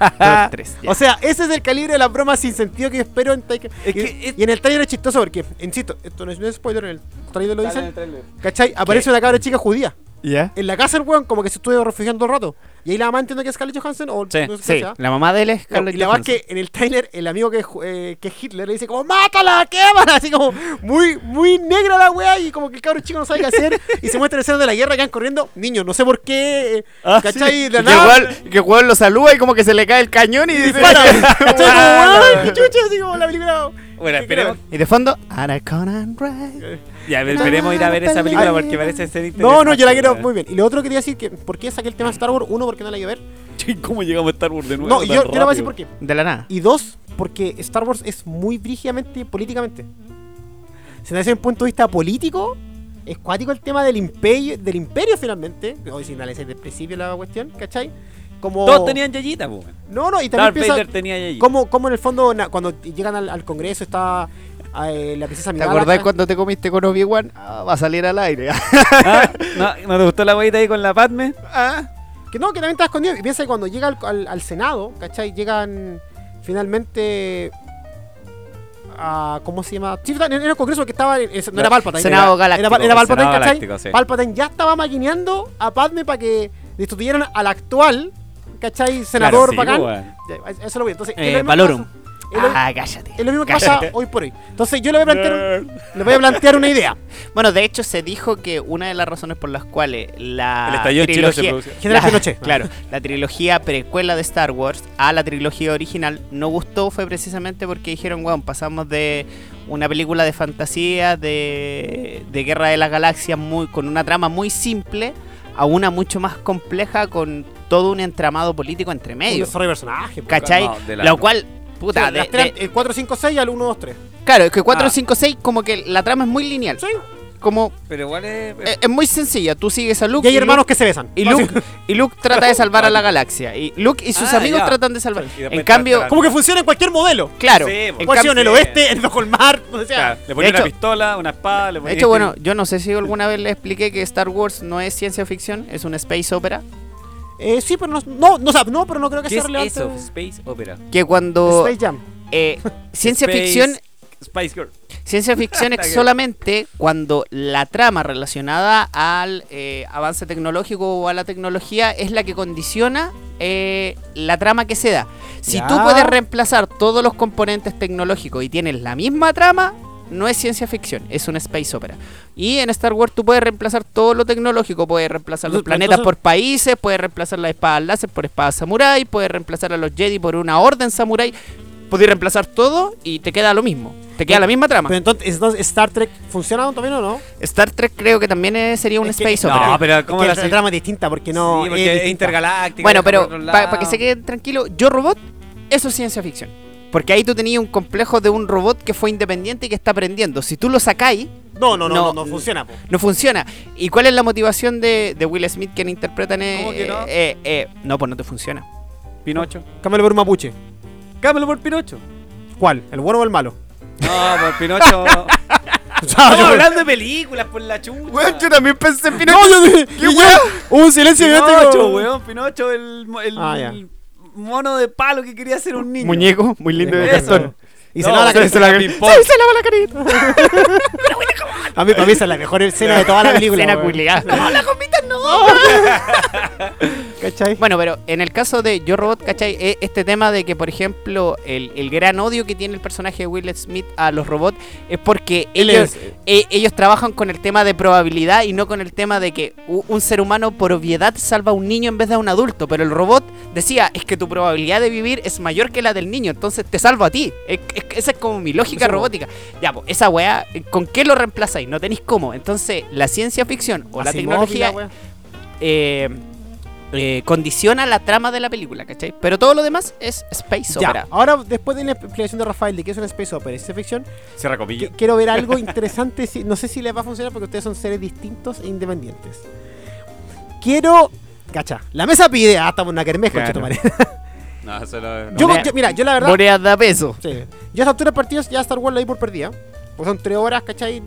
[SPEAKER 4] Dos, tres, ya.
[SPEAKER 3] O sea, ese es el calibre de la broma sin sentido que espero en Taika.
[SPEAKER 1] Es
[SPEAKER 3] y,
[SPEAKER 1] que es-
[SPEAKER 3] y en el trailer es chistoso porque, insisto, esto no es un spoiler, en el trailer lo
[SPEAKER 1] Sale en
[SPEAKER 3] dicen.
[SPEAKER 1] el tráiler.
[SPEAKER 3] ¿Cachai? Aparece una cabra chica judía.
[SPEAKER 4] ¿Ya?
[SPEAKER 3] En la casa del weón, como que se estuvo refugiando un rato. Y ahí la mamá entiende que es Scarlett Johansson o
[SPEAKER 2] Sí,
[SPEAKER 3] no sé qué
[SPEAKER 4] Sí,
[SPEAKER 3] sea.
[SPEAKER 4] la mamá de él es
[SPEAKER 3] Claro,
[SPEAKER 4] Scarlett
[SPEAKER 3] y la verdad
[SPEAKER 4] Johansson.
[SPEAKER 3] que en el trailer el amigo que, es ju- eh, que es Hitler le dice como ¡Mátala! ¡Quémala! Así como muy, muy negra la weá y como que el cabro chico no sabe qué hacer y se muestra el escena de la guerra que van corriendo. Niños, no sé por qué. eh, ¿Cachai? De
[SPEAKER 4] Ah, Que
[SPEAKER 3] la nada,
[SPEAKER 4] igual, que igual lo saluda y como que se le cae el cañón y dice...
[SPEAKER 3] dispara. ¿Cachai? Como,
[SPEAKER 4] Guau.
[SPEAKER 3] "Ay, qué chucha! Así como la película.
[SPEAKER 2] Bueno,
[SPEAKER 3] ¿Qué
[SPEAKER 2] esperemos,
[SPEAKER 4] Y de fondo... "Ara Conan Bryant".
[SPEAKER 2] ya, esperemos ir a ver esa película porque parece ser interesante.
[SPEAKER 3] No, no, yo la quiero muy bien. Y lo otro que quería decir que ¿por qué saqué el tema de Star Wars? Uno, porque no la iba a ver.
[SPEAKER 2] bien. ¿Cómo llegamos a Star Wars de nuevo?
[SPEAKER 3] No, y yo, yo le voy a decir por qué.
[SPEAKER 4] De la nada.
[SPEAKER 3] Y dos, porque Star Wars es muy brígidamente políticamente. Si desde un punto de vista político, es cuático el tema del imperio, del imperio finalmente. Hoy si analizáis desde el principio la cuestión, ¿cachai? como...
[SPEAKER 1] Todos tenían yayita, pues. weón.
[SPEAKER 3] No, no, y también
[SPEAKER 1] Darth
[SPEAKER 3] piensa
[SPEAKER 1] Vader tenía yayita.
[SPEAKER 3] cómo, cómo en el fondo na- cuando llegan al, al Congreso está eh, la princesa
[SPEAKER 4] ¿Te
[SPEAKER 3] Amidala,
[SPEAKER 4] acordás
[SPEAKER 3] ¿cachai?
[SPEAKER 4] cuando te comiste con Obi-Wan? Ah, va a salir al aire.
[SPEAKER 1] Ah, ¿no, ¿No te gustó la guayita ahí con la Padme?
[SPEAKER 3] Que no, que también está escondido. Y piensa que cuando llega al, al- al Senado, ¿cachai? Llegan finalmente a. ¿Cómo se llama? Sí, era era el Congreso que estaba. en- en- no era Palpatine.
[SPEAKER 4] Senado
[SPEAKER 3] era,
[SPEAKER 4] Galáctico.
[SPEAKER 3] Era, era Palpatine,
[SPEAKER 1] Senado
[SPEAKER 3] ¿cachai?
[SPEAKER 1] Galáctico, sí.
[SPEAKER 3] Palpatine ya estaba maquineando a Padme para que destituyeran al actual, ¿cachai?
[SPEAKER 1] Claro,
[SPEAKER 3] Senador
[SPEAKER 1] sí,
[SPEAKER 3] bacán.
[SPEAKER 1] weón.
[SPEAKER 3] Ya, Eso es lo voy. Entonces,
[SPEAKER 4] Eh,
[SPEAKER 3] es lo mismo que
[SPEAKER 4] Valorum.
[SPEAKER 3] pasa- Es lo,
[SPEAKER 4] Ah, cállate.
[SPEAKER 3] es lo mismo que pasa
[SPEAKER 4] cállate.
[SPEAKER 3] hoy por hoy. Entonces, yo le voy a plantear, un- le voy a plantear una idea.
[SPEAKER 4] Bueno, de hecho se dijo que una de las razones por las cuales la
[SPEAKER 1] El estallido en Chile se
[SPEAKER 4] trilogía-
[SPEAKER 1] produce.
[SPEAKER 3] General
[SPEAKER 4] la-
[SPEAKER 3] Pinochet.
[SPEAKER 4] Claro, la trilogía precuela de Star Wars a la trilogía original no gustó fue precisamente porque dijeron, weón, pasamos de una película de fantasía, de, de Guerra de las Galaxias, muy, con una trama muy simple, a una mucho más compleja con todo un entramado político entre
[SPEAKER 3] Un
[SPEAKER 4] medio.
[SPEAKER 3] desarrollo de personaje. po.
[SPEAKER 4] ¿Cachai?
[SPEAKER 1] No, de la-
[SPEAKER 4] Lo cual,
[SPEAKER 3] Sí,
[SPEAKER 4] puta, de-
[SPEAKER 3] las tres-
[SPEAKER 4] de-
[SPEAKER 3] el 4, 5, 6 al 1, 2, 3.
[SPEAKER 4] claro, es que 4,
[SPEAKER 1] Ah.
[SPEAKER 4] 5, 6 como que la trama es muy lineal.
[SPEAKER 3] Sí.
[SPEAKER 4] Como
[SPEAKER 1] Pero igual es.
[SPEAKER 4] Eh, es muy sencilla. Tú sigues a Luke.
[SPEAKER 3] Y hay
[SPEAKER 4] Luke-
[SPEAKER 3] hermanos que se besan.
[SPEAKER 4] y Luke, y Luke trata de salvar a la galaxia. Y Luke y sus
[SPEAKER 1] Ah,
[SPEAKER 4] amigos
[SPEAKER 1] ya.
[SPEAKER 4] tratan de salvar.
[SPEAKER 1] Y después
[SPEAKER 4] En cambio,
[SPEAKER 1] tratan-
[SPEAKER 3] Como que funciona en cualquier modelo.
[SPEAKER 4] claro.
[SPEAKER 1] Sí,
[SPEAKER 4] en
[SPEAKER 1] pues.
[SPEAKER 3] Puede ser
[SPEAKER 4] cambio-
[SPEAKER 3] en el
[SPEAKER 1] Sí.
[SPEAKER 3] oeste, en Bajo el mar, o sea.
[SPEAKER 1] Claro, le ponía
[SPEAKER 4] de
[SPEAKER 1] una
[SPEAKER 4] hecho-
[SPEAKER 1] pistola, este. una espada, le
[SPEAKER 4] de
[SPEAKER 1] ponía-
[SPEAKER 4] hecho, bueno, yo no sé si alguna vez le expliqué que Star Wars no es ciencia ficción, es una space opera.
[SPEAKER 3] Eh, sí, pero no, no, no, o sea, no, pero no creo que
[SPEAKER 1] ¿Qué
[SPEAKER 3] sea
[SPEAKER 1] es
[SPEAKER 3] relevante.
[SPEAKER 1] eso? Space Opera.
[SPEAKER 4] Que cuando
[SPEAKER 3] Space Jam.
[SPEAKER 4] eh, ciencia
[SPEAKER 1] Space-
[SPEAKER 4] ficción
[SPEAKER 1] Spice Girl.
[SPEAKER 4] Ciencia ficción
[SPEAKER 1] La
[SPEAKER 4] es
[SPEAKER 1] que-
[SPEAKER 4] solamente cuando la trama relacionada al eh, avance tecnológico o a la tecnología es la que condiciona eh, la trama que se da. Si tú
[SPEAKER 3] Ya.
[SPEAKER 4] puedes reemplazar todos los componentes tecnológicos y tienes la misma trama, no es ciencia ficción, es una space opera. Y en Star Wars tú puedes reemplazar todo lo tecnológico, puedes reemplazar los
[SPEAKER 3] Entonces-
[SPEAKER 4] planetas por
[SPEAKER 3] entonces-
[SPEAKER 4] países, puedes reemplazar las espadas láser por espadas samurái, puedes reemplazar a los Jedi por una orden samurái, puedes reemplazar todo y te queda lo mismo, te queda la misma trama.
[SPEAKER 3] Pero entonces, entonces, ¿Star Trek funciona también o no?
[SPEAKER 4] Star Trek creo que también eh, sería un
[SPEAKER 3] Es que-
[SPEAKER 4] space opera.
[SPEAKER 1] No, pero ¿cómo
[SPEAKER 3] es
[SPEAKER 1] la
[SPEAKER 3] que la
[SPEAKER 1] hace?
[SPEAKER 3] trama es distinta porque no.
[SPEAKER 1] sí, porque es,
[SPEAKER 3] distinta.
[SPEAKER 1] intergaláctica.
[SPEAKER 4] bueno,
[SPEAKER 1] viaja
[SPEAKER 4] pero
[SPEAKER 1] por otro
[SPEAKER 4] para
[SPEAKER 1] lado.
[SPEAKER 4] que se queden tranquilos, Yo Robot, eso es ciencia ficción. Porque ahí tú tenías un complejo de un robot que fue independiente y que está aprendiendo. Si tú lo sacáis,
[SPEAKER 3] No, no, no,
[SPEAKER 4] No.
[SPEAKER 3] no, no funciona. po.
[SPEAKER 4] no funciona. ¿Y cuál es la motivación de, de Will Smith quien interpreta en... eh,
[SPEAKER 1] ¿Cómo que no?
[SPEAKER 4] eh, eh, no, pues no te funciona.
[SPEAKER 1] Pinocho.
[SPEAKER 3] Cámbialo por un mapuche.
[SPEAKER 1] Cámbialo por Pinocho.
[SPEAKER 3] ¿Cuál? ¿El bueno o el malo?
[SPEAKER 1] No, por Pinocho.
[SPEAKER 3] O sea,
[SPEAKER 1] Estamos
[SPEAKER 3] yo-
[SPEAKER 1] hablando de películas, por la chucha.
[SPEAKER 4] también pensé en
[SPEAKER 3] No, yo dije- y ya, Hubo un silencio
[SPEAKER 1] Pinocho,
[SPEAKER 3] idéntico.
[SPEAKER 1] weón. Pinocho, el, mo- el,
[SPEAKER 3] Ah, ya.
[SPEAKER 1] el mono de palo que quería ser un niño.
[SPEAKER 4] Muñeco, muy lindo de
[SPEAKER 1] Eso.
[SPEAKER 4] cartón.
[SPEAKER 3] Y
[SPEAKER 1] No,
[SPEAKER 3] se lava la
[SPEAKER 1] se-
[SPEAKER 3] carita.
[SPEAKER 1] se la-
[SPEAKER 3] Sí, se lava la carita. A mí, para mí, esa es la mejor escena de toda la película.
[SPEAKER 4] Escena
[SPEAKER 3] weón.
[SPEAKER 4] culiada. No, la gomita no.
[SPEAKER 3] ¿Cachai?
[SPEAKER 4] Bueno, pero en el caso de Yo Robot, ¿cachai? E- Este tema de que, por ejemplo, el, el gran odio que tiene el personaje de Will Smith a los robots es porque
[SPEAKER 3] Él
[SPEAKER 4] ellos,
[SPEAKER 3] es- eh,
[SPEAKER 4] e- ellos trabajan con el tema de probabilidad y no con el tema de que u- un ser humano por obviedad salva a un niño en vez de a un adulto. Pero el robot decía, es que tu probabilidad de vivir es mayor que la del niño, entonces te salvo a ti. Es- es- esa es como mi lógica
[SPEAKER 3] Sí, po.
[SPEAKER 4] robótica. Ya, pues, esa weá, ¿con qué lo reemplazáis? No tenéis cómo. Entonces, la ciencia ficción o la
[SPEAKER 3] Asimov y
[SPEAKER 4] tecnología
[SPEAKER 3] weá.
[SPEAKER 4] eh, eh, condiciona la trama de la película, ¿cachai? Pero todo lo demás es space
[SPEAKER 3] Ya,
[SPEAKER 4] opera.
[SPEAKER 3] ahora después de la explicación de Rafael de que es una space opera, y ciencia ficción,
[SPEAKER 1] Cierra
[SPEAKER 3] que-
[SPEAKER 1] copilla.
[SPEAKER 3] quiero ver algo interesante, si- no sé si les va a funcionar porque ustedes son seres distintos e independientes. Quiero, cacha, la mesa pide, ah, estamos en una kermés,
[SPEAKER 2] Claro.
[SPEAKER 3] conchetumare.
[SPEAKER 1] No, eso lo.
[SPEAKER 3] Yo,
[SPEAKER 4] Moneda-
[SPEAKER 3] yo- mira, yo la verdad,
[SPEAKER 4] Moneda da peso.
[SPEAKER 3] sí, yo a esta altura de partidos ya Star Wars la di por perdida, pues son tres horas, cachai,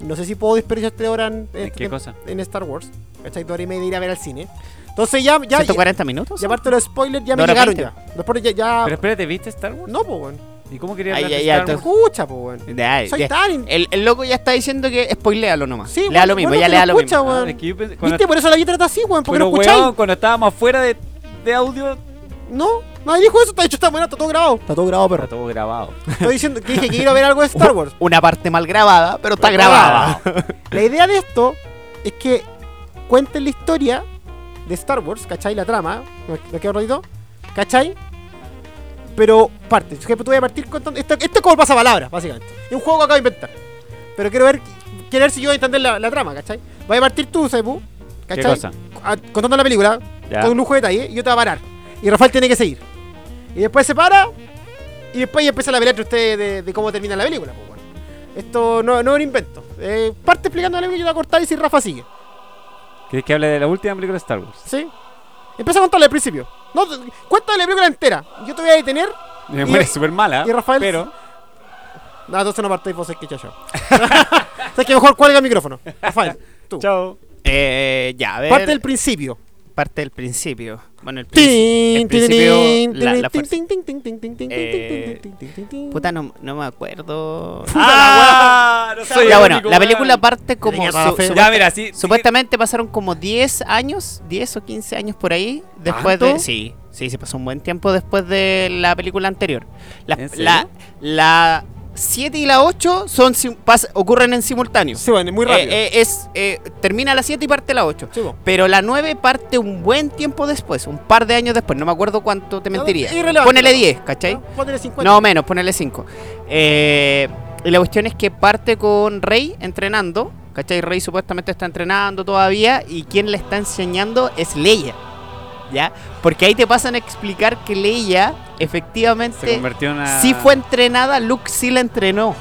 [SPEAKER 3] no sé si puedo desperdiciar tres horas en,
[SPEAKER 2] ¿En qué
[SPEAKER 3] en-
[SPEAKER 2] cosa?
[SPEAKER 3] en Star Wars, cachai, dos horas y media de ir a ver al cine. Entonces ya, ya, ya,
[SPEAKER 4] 140 minutos.
[SPEAKER 3] y aparte los spoilers ya me
[SPEAKER 4] Dos horas
[SPEAKER 3] llegaron ya.
[SPEAKER 4] veinte.
[SPEAKER 3] Los spoilers ya,
[SPEAKER 2] Pero
[SPEAKER 3] ya
[SPEAKER 2] espérate, ¿viste Star Wars?
[SPEAKER 3] no, pues, weón.
[SPEAKER 2] ¿Y cómo quería
[SPEAKER 4] Ay,
[SPEAKER 2] hablar de
[SPEAKER 4] ay, ay,
[SPEAKER 2] Star
[SPEAKER 4] entonces-
[SPEAKER 2] Wars?
[SPEAKER 3] Escucha, pues, weón.
[SPEAKER 4] Ya, ya.
[SPEAKER 3] Soy tan
[SPEAKER 2] Eh,
[SPEAKER 3] in-
[SPEAKER 4] El, el loco ya está diciendo que spoilealo nomás.
[SPEAKER 3] Sí,
[SPEAKER 4] le da
[SPEAKER 3] bueno,
[SPEAKER 4] lo mismo,
[SPEAKER 3] bueno,
[SPEAKER 4] ya
[SPEAKER 3] que
[SPEAKER 4] le
[SPEAKER 3] lo
[SPEAKER 4] da lo
[SPEAKER 3] escucha,
[SPEAKER 4] mismo.
[SPEAKER 3] weón.
[SPEAKER 2] Ah, es que yo pensé- cuando-
[SPEAKER 3] ¿Viste? Por eso la vi trata así, weón. Porque
[SPEAKER 2] pero,
[SPEAKER 3] no escucháis.
[SPEAKER 2] weón, cuando estábamos afuera de, de audio,
[SPEAKER 3] No, nadie dijo eso. Está hecho, está bueno, está todo grabado. Está todo grabado,
[SPEAKER 2] está todo grabado.
[SPEAKER 3] Estoy diciendo que dije que quiero ver algo de Star Wars.
[SPEAKER 4] Una parte mal grabada, pero está
[SPEAKER 3] Pero
[SPEAKER 4] grabada.
[SPEAKER 1] Ah.
[SPEAKER 3] La idea de esto es que cuenten la historia de Star Wars, ¿cachai? La trama. ¿Me me queda un ratito? ¿Cachai? Pero parte. Por ejemplo, tú voy a partir contando. Esto, esto es como el pasapalabra, básicamente. Es un juego que acabo de inventar. Pero quiero ver, quiero ver si yo voy a entender la, la trama, ¿cachai? Voy a partir tú, Saipu.
[SPEAKER 2] ¿Qué
[SPEAKER 3] ¿Cachai?
[SPEAKER 2] cosa?
[SPEAKER 3] a- contando la película,
[SPEAKER 2] Ya.
[SPEAKER 3] con un lujo de detalle, y yo te voy a parar. Y Rafael tiene que seguir. Y después se para, y después ya empieza la pelea entre ustedes de, de cómo termina la película. pues, bueno. Esto no, no es un invento. Eh, parte explicando la película, yo te voy a cortar y si Rafa sigue.
[SPEAKER 2] ¿Querés que hable de la última película de Star Wars?
[SPEAKER 3] ¿Sí? Empieza a contarle al principio. No, cuéntale la película entera. Yo te voy a detener.
[SPEAKER 2] Mi memoria es súper mala.
[SPEAKER 3] y Rafael-
[SPEAKER 2] Pero.
[SPEAKER 3] No, entonces no partáis vos, es que ya yo. Sabes que mejor cuelga el micrófono. Rafael, tú.
[SPEAKER 2] Chao.
[SPEAKER 4] Eh, ya, a ver.
[SPEAKER 3] Parte del principio.
[SPEAKER 4] parte del principio. Bueno, el, principio el
[SPEAKER 3] Tin, tin,
[SPEAKER 4] principio.
[SPEAKER 3] tin,
[SPEAKER 4] la- la
[SPEAKER 3] tin,
[SPEAKER 4] fuerza.
[SPEAKER 3] tin, tin, tin, tin, tin, tin,
[SPEAKER 4] Eh,
[SPEAKER 3] tin, tin, tin, tin.
[SPEAKER 4] Puta, no, no me acuerdo.
[SPEAKER 1] ¡Ah! No soy
[SPEAKER 4] ya
[SPEAKER 1] el
[SPEAKER 4] bueno,
[SPEAKER 1] único,
[SPEAKER 4] la
[SPEAKER 1] weón.
[SPEAKER 4] película parte como.
[SPEAKER 3] Tenía
[SPEAKER 4] su-
[SPEAKER 3] mala fe.
[SPEAKER 4] su-
[SPEAKER 1] Ya, mira, sí. sí,
[SPEAKER 4] Supuestamente pasaron como 10 años, 10 o 15 años por ahí, después
[SPEAKER 1] ¿Tanto?
[SPEAKER 4] de... Sí, sí, se pasó un buen tiempo después de la película anterior. La
[SPEAKER 1] ¿En serio?
[SPEAKER 4] la- la 7 y la 8 son, sim- pas- ocurren en simultáneo.
[SPEAKER 3] Sí, bueno, muy
[SPEAKER 4] Eh,
[SPEAKER 3] rápido.
[SPEAKER 4] eh, es, eh, termina la 7 y parte la 8.
[SPEAKER 3] Sí, vos.
[SPEAKER 4] Pero la 9 parte un buen tiempo después, un par de años después, no me acuerdo cuánto, te
[SPEAKER 3] No,
[SPEAKER 4] mentiría.
[SPEAKER 3] es irrelevante,
[SPEAKER 4] Ponele
[SPEAKER 3] ¿no?
[SPEAKER 4] 10, ¿cachai?
[SPEAKER 3] Ah, ponele 50.
[SPEAKER 4] No, menos, ponele 5. y la cuestión es que parte con Rey entrenando. ¿Cachai? Rey supuestamente está entrenando todavía. Y quien le está enseñando es Leia. ¿Ya? Porque ahí te pasan a explicar que Leia
[SPEAKER 2] Se
[SPEAKER 4] efectivamente
[SPEAKER 2] convirtió en una.
[SPEAKER 4] sí fue entrenada, Luke sí la entrenó.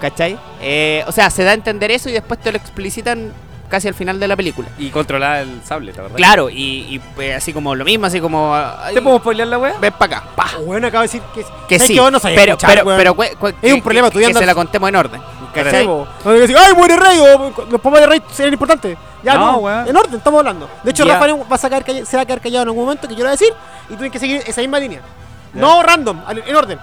[SPEAKER 4] ¿Cachai? Eh, o sea, se da a entender eso y después te lo explicitan casi al final de la película.
[SPEAKER 1] Y controlaba el sable, la verdad.
[SPEAKER 4] Claro, y, y, pues, así como lo mismo, así como. ay,
[SPEAKER 1] ¿Te puedo spoilear la wea?
[SPEAKER 4] Ven para acá, pa.
[SPEAKER 3] Bueno, acabo de decir que,
[SPEAKER 4] Que
[SPEAKER 3] ¿sabes
[SPEAKER 4] sí,
[SPEAKER 3] vos no sabés
[SPEAKER 4] pero,
[SPEAKER 3] escuchar,
[SPEAKER 4] pero,
[SPEAKER 3] weón?
[SPEAKER 4] pero cue- cue-
[SPEAKER 3] Es un
[SPEAKER 4] que-
[SPEAKER 3] problema, tú ya
[SPEAKER 4] que,
[SPEAKER 3] andas-
[SPEAKER 4] se la contemos en orden.
[SPEAKER 3] Sí,
[SPEAKER 4] ¿cachai?
[SPEAKER 3] po. No digas, ay, muere Rey, o los papás de Rey serían importantes. Ya,
[SPEAKER 1] No,
[SPEAKER 3] no,
[SPEAKER 1] weón.
[SPEAKER 3] en orden, estamos hablando. De hecho,
[SPEAKER 1] Ya.
[SPEAKER 3] Rafael va a sacar, calla- se va a quedar callado en algún momento que yo lo voy a decir y tú tienes que seguir esa misma línea.
[SPEAKER 1] Ya.
[SPEAKER 3] No random, al- en orden.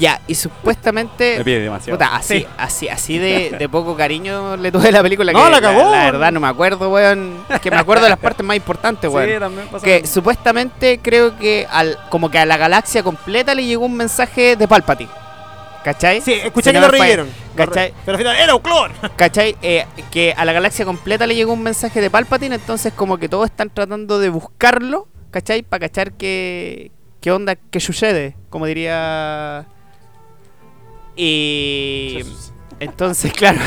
[SPEAKER 4] Ya, y supuestamente.
[SPEAKER 2] Me pide demasiado.
[SPEAKER 4] Eh, puta, así,
[SPEAKER 2] Sí.
[SPEAKER 4] así, así de, de poco cariño le tuve a la película.
[SPEAKER 3] No,
[SPEAKER 4] que
[SPEAKER 3] la cagó.
[SPEAKER 4] La, verdad no me acuerdo, weón. Es Que me acuerdo de las partes más importantes, weón.
[SPEAKER 1] Sí, también pasó.
[SPEAKER 4] que supuestamente creo que al, como que a la galaxia completa le llegó un mensaje de Palpatine. ¿Cachai?
[SPEAKER 3] Sí, escuché
[SPEAKER 4] Si
[SPEAKER 3] que
[SPEAKER 4] no
[SPEAKER 3] lo
[SPEAKER 4] me falla.
[SPEAKER 3] revivieron. Lo re-
[SPEAKER 4] ¿Cachai?
[SPEAKER 3] Pero al final era un clon.
[SPEAKER 4] ¿Cachai? Eh, que a la galaxia completa le llegó un mensaje de Palpatine, entonces como que todos están tratando de buscarlo, ¿cachai? Para cachar qué, qué onda, qué sucede, como diría... Y... Entonces, claro,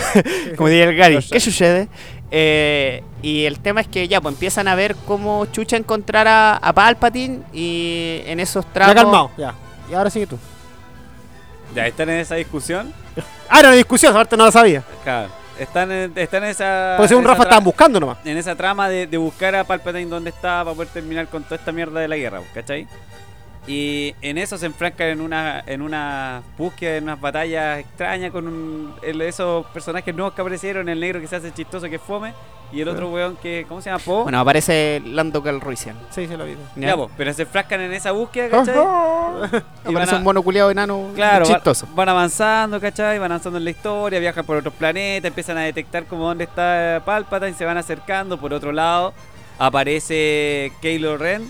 [SPEAKER 4] como diría el Gary, ¿qué sucede? Eh, y el tema es que ya, pues empiezan a ver cómo Chucha encontrar a, a Palpatine y en esos
[SPEAKER 3] Ya
[SPEAKER 4] tramos...
[SPEAKER 3] calmado, ya. Y ahora sigue tú.
[SPEAKER 1] Ya están en esa discusión.
[SPEAKER 3] Ah, era una discusión, aparte no la sabía.
[SPEAKER 1] Claro. Están en, están en esa.
[SPEAKER 3] Porque según
[SPEAKER 1] en Ah, esa
[SPEAKER 3] Rafa
[SPEAKER 1] tra-
[SPEAKER 3] estaban buscando nomás.
[SPEAKER 1] En esa trama de, de buscar a Palpatine donde estaba para poder terminar con toda esta mierda de la guerra, ¿cachai? Y en eso se enfrascan en una, en una búsqueda, en unas batallas extrañas con un- el- esos personajes nuevos que aparecieron, el negro que se hace chistoso que es fome, y el otro weón que, ¿cómo se llama? Po.
[SPEAKER 4] Bueno, aparece Lando Calrissian.
[SPEAKER 3] Sí, se lo vi.
[SPEAKER 1] Ya, po, pero se enfrascan en esa búsqueda, ¿cachai? Y van
[SPEAKER 4] Aparece
[SPEAKER 1] a-
[SPEAKER 4] un mono culiado enano
[SPEAKER 1] Claro, va-
[SPEAKER 4] chistoso.
[SPEAKER 1] van avanzando, ¿cachai? Van avanzando en la historia, viajan por otros planetas, empiezan a detectar como dónde está Palpatine, se van acercando. Por otro lado, aparece Kylo Ren,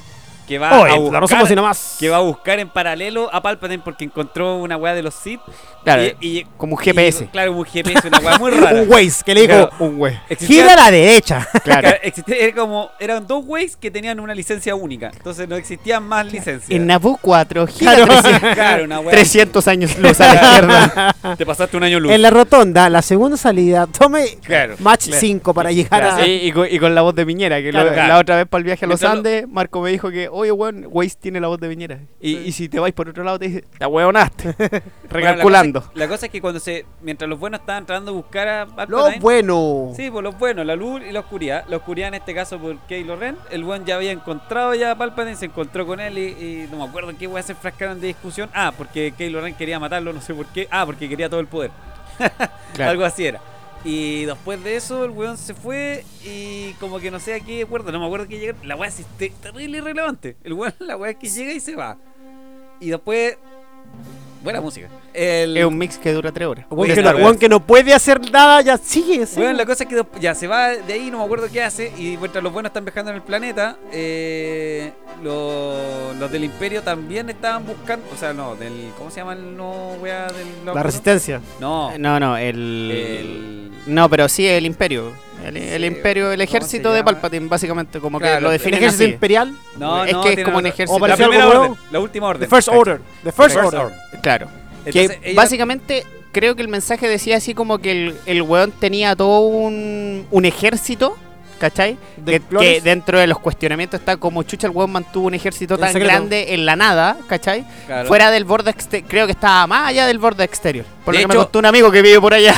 [SPEAKER 1] que va, a
[SPEAKER 3] Oye, la no
[SPEAKER 1] buscar,
[SPEAKER 3] somos y nomás.
[SPEAKER 1] Ah, que va a buscar en paralelo a Palpatine porque encontró una weá de los Sith.
[SPEAKER 4] Claro,
[SPEAKER 1] y, y-
[SPEAKER 4] como un
[SPEAKER 1] y-
[SPEAKER 4] GPS.
[SPEAKER 1] claro, un GPS, una weá muy rara.
[SPEAKER 3] Un Waze que le dijo,
[SPEAKER 1] Claro.
[SPEAKER 4] un güey.
[SPEAKER 1] Existía-
[SPEAKER 3] gira a la derecha.
[SPEAKER 1] claro, existía- era como, eran dos ways que tenían una licencia única. Entonces no existían más licencias.
[SPEAKER 4] En Nabu 4, gira
[SPEAKER 3] Claro.
[SPEAKER 4] 300,
[SPEAKER 1] Claro, una weá.
[SPEAKER 4] 300 años luz a la izquierda.
[SPEAKER 1] Te pasaste un año luz.
[SPEAKER 3] En la rotonda, la segunda salida, tome
[SPEAKER 1] Claro.
[SPEAKER 3] match
[SPEAKER 1] Claro.
[SPEAKER 3] 5 para llegar
[SPEAKER 1] Claro,
[SPEAKER 3] a...
[SPEAKER 4] Sí, y, con, y con la voz de Viñera, que lo-
[SPEAKER 1] Claro, claro.
[SPEAKER 4] la otra vez para el viaje a los
[SPEAKER 1] Mientras lo-
[SPEAKER 4] Andes, Marco me dijo que, oye, weón, Waze tiene la voz de Viñera. Y, y si te vais por otro lado, te dice, la weonaste.
[SPEAKER 1] Bueno, la
[SPEAKER 4] Recalculando.
[SPEAKER 1] cosa es- la, cosa, es que cuando se. Mientras los buenos estaban tratando de buscar a
[SPEAKER 3] Lo
[SPEAKER 1] Palpatine.
[SPEAKER 3] bueno.
[SPEAKER 1] Sí, por los buenos, la luz y la oscuridad. La oscuridad en este caso por Kylo Ren. El buen ya había encontrado ya a Palpatine, se encontró con él y, y no me acuerdo en qué weá se enfrascaron de discusión. Ah, porque Kylo Ren quería matarlo, no sé por qué. Ah, porque quería todo el poder.
[SPEAKER 4] Claro.
[SPEAKER 1] Algo así era. Y después de eso, el weón se fue y como que no sé a qué acuerdo, no me acuerdo a qué llega. La weá es este- terrible y irrelevante. El weón, la weá es que llega y se va. Y después. Buena música. El,
[SPEAKER 4] Es un mix que dura 3 horas.
[SPEAKER 3] Weón
[SPEAKER 1] Oye,
[SPEAKER 3] que,
[SPEAKER 1] la
[SPEAKER 3] no,
[SPEAKER 1] verdad.
[SPEAKER 3] weón que no puede hacer nada, ya sigue. sigue.
[SPEAKER 1] Bueno, la cosa es que desp- ya se va de ahí, no me acuerdo qué hace, y mientras los buenos están viajando en el planeta, eh, lo- los del Imperio también estaban buscando, o sea, no, del, ¿cómo se llama el no, weá, del...
[SPEAKER 3] La
[SPEAKER 1] otro?
[SPEAKER 3] resistencia.
[SPEAKER 1] No,
[SPEAKER 4] No, no, el...
[SPEAKER 1] el...
[SPEAKER 4] No, pero sí el imperio. El, el
[SPEAKER 1] Sí,
[SPEAKER 4] imperio,
[SPEAKER 1] ¿cómo
[SPEAKER 4] el
[SPEAKER 1] se
[SPEAKER 4] ejército de
[SPEAKER 1] llama?
[SPEAKER 4] Palpatine, básicamente, como
[SPEAKER 1] Claro,
[SPEAKER 4] que lo
[SPEAKER 1] el
[SPEAKER 3] El
[SPEAKER 4] definen
[SPEAKER 3] ejército
[SPEAKER 4] así.
[SPEAKER 3] imperial.
[SPEAKER 1] No,
[SPEAKER 4] es
[SPEAKER 1] no,
[SPEAKER 4] que es
[SPEAKER 1] tiene
[SPEAKER 4] como un
[SPEAKER 1] otra-
[SPEAKER 4] ejército.
[SPEAKER 3] O
[SPEAKER 1] La
[SPEAKER 3] parecía
[SPEAKER 1] primera
[SPEAKER 3] algo
[SPEAKER 1] orden,
[SPEAKER 3] nuevo.
[SPEAKER 1] la última orden.
[SPEAKER 3] The First Order. The First,
[SPEAKER 1] First
[SPEAKER 3] Order.
[SPEAKER 1] Order.
[SPEAKER 4] Claro.
[SPEAKER 1] Entonces,
[SPEAKER 4] que
[SPEAKER 1] ella-
[SPEAKER 4] básicamente creo que el mensaje decía así como que el, el weón tenía todo un, un ejército, ¿cachai?
[SPEAKER 3] De
[SPEAKER 4] Que,
[SPEAKER 3] clones.
[SPEAKER 4] que dentro de los cuestionamientos está como chucha el weón mantuvo un ejército
[SPEAKER 3] En
[SPEAKER 4] tan
[SPEAKER 3] secreto.
[SPEAKER 4] grande en la nada, ¿cachai?
[SPEAKER 1] claro.
[SPEAKER 4] Fuera del borde exterior, creo que estaba más allá del borde exterior. Por
[SPEAKER 1] De
[SPEAKER 4] lo que
[SPEAKER 1] hecho-
[SPEAKER 4] me contó un amigo que vive por allá.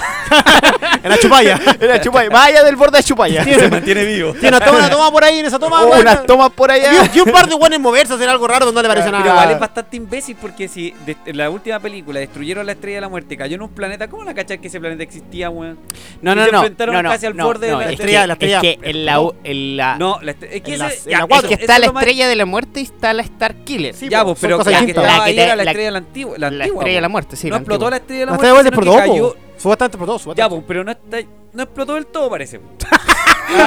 [SPEAKER 3] En la chupalla.
[SPEAKER 4] en la Chupaya. Vaya del borde de Chupaya.
[SPEAKER 1] Se mantiene vivo.
[SPEAKER 3] Tiene una toma, una toma por ahí, en esa toma.
[SPEAKER 4] Oh,
[SPEAKER 3] bueno.
[SPEAKER 4] unas tomas por allá.
[SPEAKER 3] Y, un- y un par de buenos moverse, hacer algo raro, no le parece
[SPEAKER 1] Pero
[SPEAKER 3] nada.
[SPEAKER 1] igual es bastante imbécil porque si de- en la última película destruyeron la estrella de la muerte, cayó en un planeta, ¿cómo la cachar que ese planeta existía, weón?
[SPEAKER 4] No,
[SPEAKER 1] Y
[SPEAKER 4] no,
[SPEAKER 1] se
[SPEAKER 4] no.
[SPEAKER 1] enfrentaron
[SPEAKER 4] no, no,
[SPEAKER 1] casi al
[SPEAKER 4] no,
[SPEAKER 1] borde de
[SPEAKER 4] no,
[SPEAKER 1] la
[SPEAKER 4] es
[SPEAKER 3] estrella,
[SPEAKER 4] que-
[SPEAKER 3] la estrella.
[SPEAKER 4] Es que en la. u- Ah. en la-
[SPEAKER 1] No, la estre- es que
[SPEAKER 3] en
[SPEAKER 1] ese-
[SPEAKER 3] las- en
[SPEAKER 1] ya,
[SPEAKER 3] la
[SPEAKER 1] eso-
[SPEAKER 4] es
[SPEAKER 3] cuatro.
[SPEAKER 4] que
[SPEAKER 1] eso
[SPEAKER 4] está
[SPEAKER 1] es
[SPEAKER 4] la
[SPEAKER 1] lo más-
[SPEAKER 4] estrella de la muerte y está la Star Killer.
[SPEAKER 3] Sí,
[SPEAKER 1] Ya,
[SPEAKER 3] po,
[SPEAKER 1] pues,
[SPEAKER 3] son
[SPEAKER 1] pero
[SPEAKER 3] cosas
[SPEAKER 1] la que
[SPEAKER 3] distintas.
[SPEAKER 1] estaba
[SPEAKER 4] La que
[SPEAKER 1] ahí
[SPEAKER 4] te-
[SPEAKER 1] era la
[SPEAKER 4] la-
[SPEAKER 1] estrella de la antigua. La,
[SPEAKER 4] la
[SPEAKER 1] antigua,
[SPEAKER 4] estrella de la
[SPEAKER 1] po.
[SPEAKER 4] muerte, sí.
[SPEAKER 1] No
[SPEAKER 4] la
[SPEAKER 1] explotó
[SPEAKER 4] antigua.
[SPEAKER 1] la estrella de la
[SPEAKER 3] La
[SPEAKER 1] muerte.
[SPEAKER 3] estrella de la
[SPEAKER 1] sino que
[SPEAKER 3] muerte explotó,
[SPEAKER 1] cayó-
[SPEAKER 3] po. Supuestamente explotó,
[SPEAKER 1] Ya,
[SPEAKER 3] supuestamente.
[SPEAKER 1] pues, pero no, está, no explotó del todo, parece. po.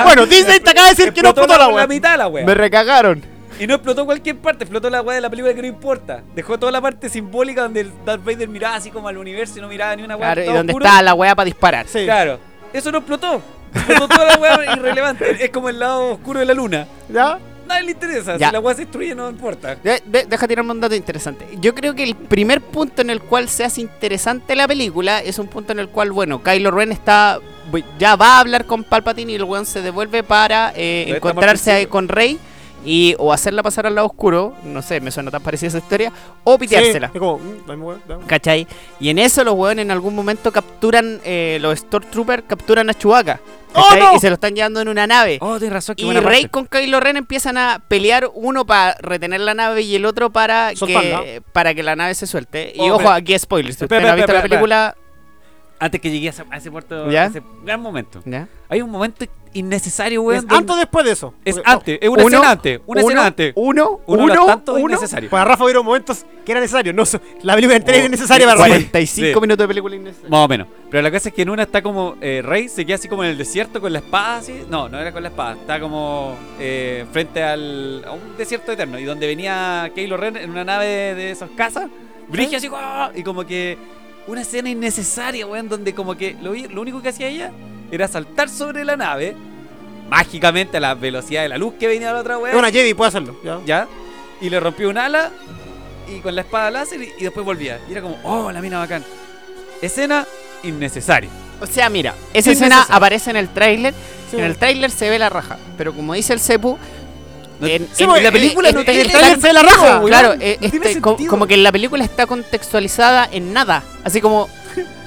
[SPEAKER 4] Bueno, Disney te acaba de decir que no explotó la
[SPEAKER 1] la
[SPEAKER 4] wea.
[SPEAKER 1] mitad la wea.
[SPEAKER 4] Me recagaron.
[SPEAKER 1] Y no explotó cualquier parte, explotó la weá de la película que no importa. Dejó toda la parte simbólica donde el Darth Vader miraba así como al universo y no miraba ni una weá.
[SPEAKER 4] Claro, y
[SPEAKER 1] todo
[SPEAKER 4] donde
[SPEAKER 1] oscuro.
[SPEAKER 4] está la wea para disparar.
[SPEAKER 3] Sí.
[SPEAKER 1] Claro, eso no explotó. Explotó toda la weá irrelevante. Es como el lado oscuro de la luna.
[SPEAKER 3] ¿Ya?
[SPEAKER 1] Nadie le interesa.
[SPEAKER 4] Ya.
[SPEAKER 1] Si la weá se destruye, no importa.
[SPEAKER 4] De- de- deja tirarme un dato interesante. Yo creo que el primer punto en el cual se hace interesante la película es un punto en el cual, bueno, Kylo Ren está ya va a hablar con Palpatine y el weón se devuelve para eh,
[SPEAKER 1] Pero está
[SPEAKER 4] encontrarse
[SPEAKER 1] más
[SPEAKER 4] ahí con Rey y o hacerla pasar al lado oscuro, no sé, me suena tan parecida esa historia, o
[SPEAKER 3] Sí,
[SPEAKER 4] piteársela.
[SPEAKER 3] es como, mm, dame, weón, dame.
[SPEAKER 4] ¿Cachai? Y en eso los weones en algún momento capturan, eh, los Stormtroopers capturan a Chewbacca.
[SPEAKER 3] ¡Oh,
[SPEAKER 4] ¿cachai?
[SPEAKER 3] no!
[SPEAKER 4] Y se lo están llevando en una nave.
[SPEAKER 2] Oh, tienes razón.
[SPEAKER 4] Y Rey con Kylo Ren empiezan a pelear uno para retener la nave y el otro para que,
[SPEAKER 3] Soltarla.
[SPEAKER 4] para que la nave se suelte. Y
[SPEAKER 1] Oh,
[SPEAKER 4] ojo,
[SPEAKER 1] pero-
[SPEAKER 4] aquí spoilers. Si usted
[SPEAKER 1] Espera,
[SPEAKER 4] no ha visto
[SPEAKER 1] espera,
[SPEAKER 4] la película,
[SPEAKER 2] Antes que llegué a ese, a ese puerto,
[SPEAKER 4] ¿Ya?
[SPEAKER 2] a ese gran momento.
[SPEAKER 4] ¿ya?
[SPEAKER 2] Hay un momento innecesario,
[SPEAKER 3] ¿Es
[SPEAKER 2] weón.
[SPEAKER 3] antes o después de eso?
[SPEAKER 1] Es
[SPEAKER 3] Porque-
[SPEAKER 1] antes, es una
[SPEAKER 4] Uno,
[SPEAKER 1] escena antes. Una escena
[SPEAKER 4] uno,
[SPEAKER 1] antes.
[SPEAKER 4] Uno,
[SPEAKER 1] Uno,
[SPEAKER 4] uno,
[SPEAKER 1] no tanto
[SPEAKER 4] uno,
[SPEAKER 1] innecesario.
[SPEAKER 3] Para Rafa hubieron momentos que era necesario. No, so- la película entera era necesaria para Rafa.
[SPEAKER 4] 45
[SPEAKER 1] Oh, Sí.
[SPEAKER 4] minutos de película innecesaria.
[SPEAKER 2] Más o menos.
[SPEAKER 1] Bueno, pero la cosa es que en una está como eh, Rey, se queda así como en el desierto con la espada, así. No, no era con la espada, está como eh, frente al, a un desierto eterno. Y donde venía Kylo Ren en una nave de, de esas casas, brige así, ¡guau! y como que una escena innecesaria, weón, donde como que lo, vi- lo único que hacía ella era saltar sobre la nave, mágicamente a la velocidad de la luz que venía la otra
[SPEAKER 3] Es
[SPEAKER 1] weón.
[SPEAKER 3] una Jedi, puede hacerlo. ¿ya?
[SPEAKER 1] ¿ya? Y le rompió un ala y con la espada láser y, y después volvía. Y era como, oh, la mina bacán. Escena innecesaria.
[SPEAKER 4] O sea, mira, esa escena
[SPEAKER 1] Innecesario.
[SPEAKER 4] aparece en el tráiler.
[SPEAKER 3] Sí.
[SPEAKER 4] En el tráiler se ve la raja. Pero como dice el Cepu,
[SPEAKER 1] No-
[SPEAKER 4] en,
[SPEAKER 3] Sí,
[SPEAKER 4] en
[SPEAKER 3] pues,
[SPEAKER 4] la
[SPEAKER 3] eh,
[SPEAKER 4] película
[SPEAKER 3] eh,
[SPEAKER 4] no
[SPEAKER 3] en
[SPEAKER 4] tiene
[SPEAKER 3] el tráiler se ve la raja.
[SPEAKER 1] weón.
[SPEAKER 4] Claro,
[SPEAKER 1] No
[SPEAKER 4] eh,
[SPEAKER 1] tiene
[SPEAKER 4] este, co-
[SPEAKER 1] sentido.
[SPEAKER 4] como que la película está contextualizada en nada. Así como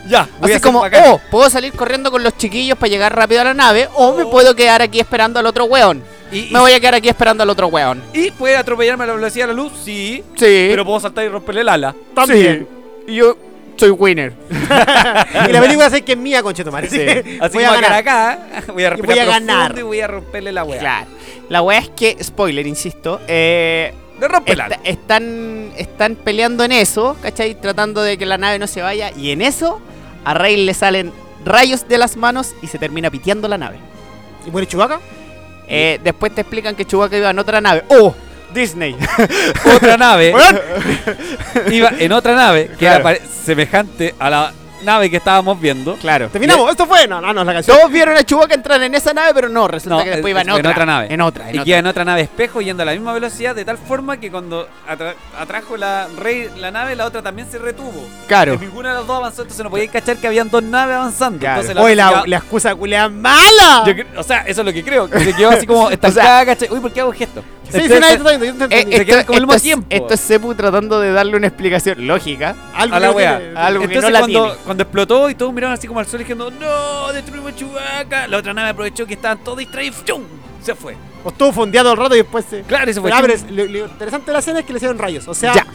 [SPEAKER 1] Ya, voy a
[SPEAKER 4] Así
[SPEAKER 1] hacer
[SPEAKER 4] como,
[SPEAKER 1] bacán.
[SPEAKER 4] oh, puedo salir corriendo con los chiquillos para llegar rápido a la nave, o me
[SPEAKER 1] Oh.
[SPEAKER 4] puedo quedar aquí esperando al otro weón.
[SPEAKER 1] y, y-
[SPEAKER 4] Me voy a quedar aquí esperando al otro weón.
[SPEAKER 1] y puede atropellarme a la velocidad de la luz, sí,
[SPEAKER 4] Sí,
[SPEAKER 1] pero puedo saltar y romperle el ala.
[SPEAKER 3] También.
[SPEAKER 4] yo soy winner.
[SPEAKER 3] Y la película sé que es mía, conchetumare.
[SPEAKER 4] Sí.
[SPEAKER 1] Así
[SPEAKER 3] Voy
[SPEAKER 1] que voy
[SPEAKER 3] a
[SPEAKER 1] a
[SPEAKER 3] ganar.
[SPEAKER 1] acá, voy a respirar
[SPEAKER 3] voy a
[SPEAKER 1] profundo
[SPEAKER 3] ganar.
[SPEAKER 1] y voy a romperle la weá.
[SPEAKER 4] Claro. La weá es que, spoiler, insisto, eh,
[SPEAKER 1] Le rompe el
[SPEAKER 4] esta-
[SPEAKER 1] ala.
[SPEAKER 4] están, están peleando en eso, ¿cachai? Tratando de que la nave no se vaya, y en eso a Rey le salen rayos de las manos y se termina piteando la nave.
[SPEAKER 3] ¿Y muere Chubaca?
[SPEAKER 4] Eh, después te explican que Chewbacca iba en otra nave. ¡Oh! Disney. Este-
[SPEAKER 1] Otra nave iba en otra nave que
[SPEAKER 4] Claro.
[SPEAKER 1] era pare- semejante a la nave que estábamos viendo.
[SPEAKER 4] claro.
[SPEAKER 3] Terminamos. Esto fue. No, no, no es la canción.
[SPEAKER 4] Todos vieron a Chewbacca entrar en esa nave, pero no, resulta
[SPEAKER 1] No,
[SPEAKER 4] que
[SPEAKER 1] es-
[SPEAKER 4] después iba en
[SPEAKER 1] es-
[SPEAKER 4] otra.
[SPEAKER 1] en otra nave.
[SPEAKER 4] En otra, en
[SPEAKER 1] Y
[SPEAKER 4] otra.
[SPEAKER 1] queda en otra nave espejo yendo a la misma velocidad de tal forma que cuando atra- atrajo la rey la nave, la otra también se retuvo.
[SPEAKER 4] Claro.
[SPEAKER 1] Ninguna de las dos avanzó, entonces no podíais cachar que habían dos naves avanzando.
[SPEAKER 4] Claro.
[SPEAKER 1] Entonces,
[SPEAKER 3] Oye, la,
[SPEAKER 1] otra se
[SPEAKER 3] la excusa culea mala.
[SPEAKER 1] quedaba- Yo cre- o sea, eso es lo que creo. que Se quedó así como estancada, ¿cachai? Uy, ¿por qué hago gesto?
[SPEAKER 3] Sí, sí,
[SPEAKER 1] Entonces,
[SPEAKER 3] nadie está viendo. Yo te
[SPEAKER 4] Eh,
[SPEAKER 1] se
[SPEAKER 3] entendí.
[SPEAKER 4] esto,
[SPEAKER 1] quedan como al
[SPEAKER 4] esto
[SPEAKER 1] mismo
[SPEAKER 4] es,
[SPEAKER 1] tiempo.
[SPEAKER 4] esto es Sepu tratando de darle una explicación lógica.
[SPEAKER 3] Algo
[SPEAKER 1] a la
[SPEAKER 3] que no
[SPEAKER 1] wea.
[SPEAKER 3] tiene-
[SPEAKER 4] Algo
[SPEAKER 1] Entonces
[SPEAKER 4] que no la
[SPEAKER 1] cuando,
[SPEAKER 4] tiene.
[SPEAKER 1] cuando explotó y todos miraron así como al sol diciendo ¡No! ¡Destruimos Chubaca! La otra nave aprovechó que estaban todos distraídos y ¡chum! Se fue.
[SPEAKER 3] O estuvo fondeado al rato y después se.
[SPEAKER 1] Claro, y se fue.
[SPEAKER 3] Ah, Pero abre, lo, lo interesante de la escena es que le hicieron rayos. O sea,
[SPEAKER 4] Ya.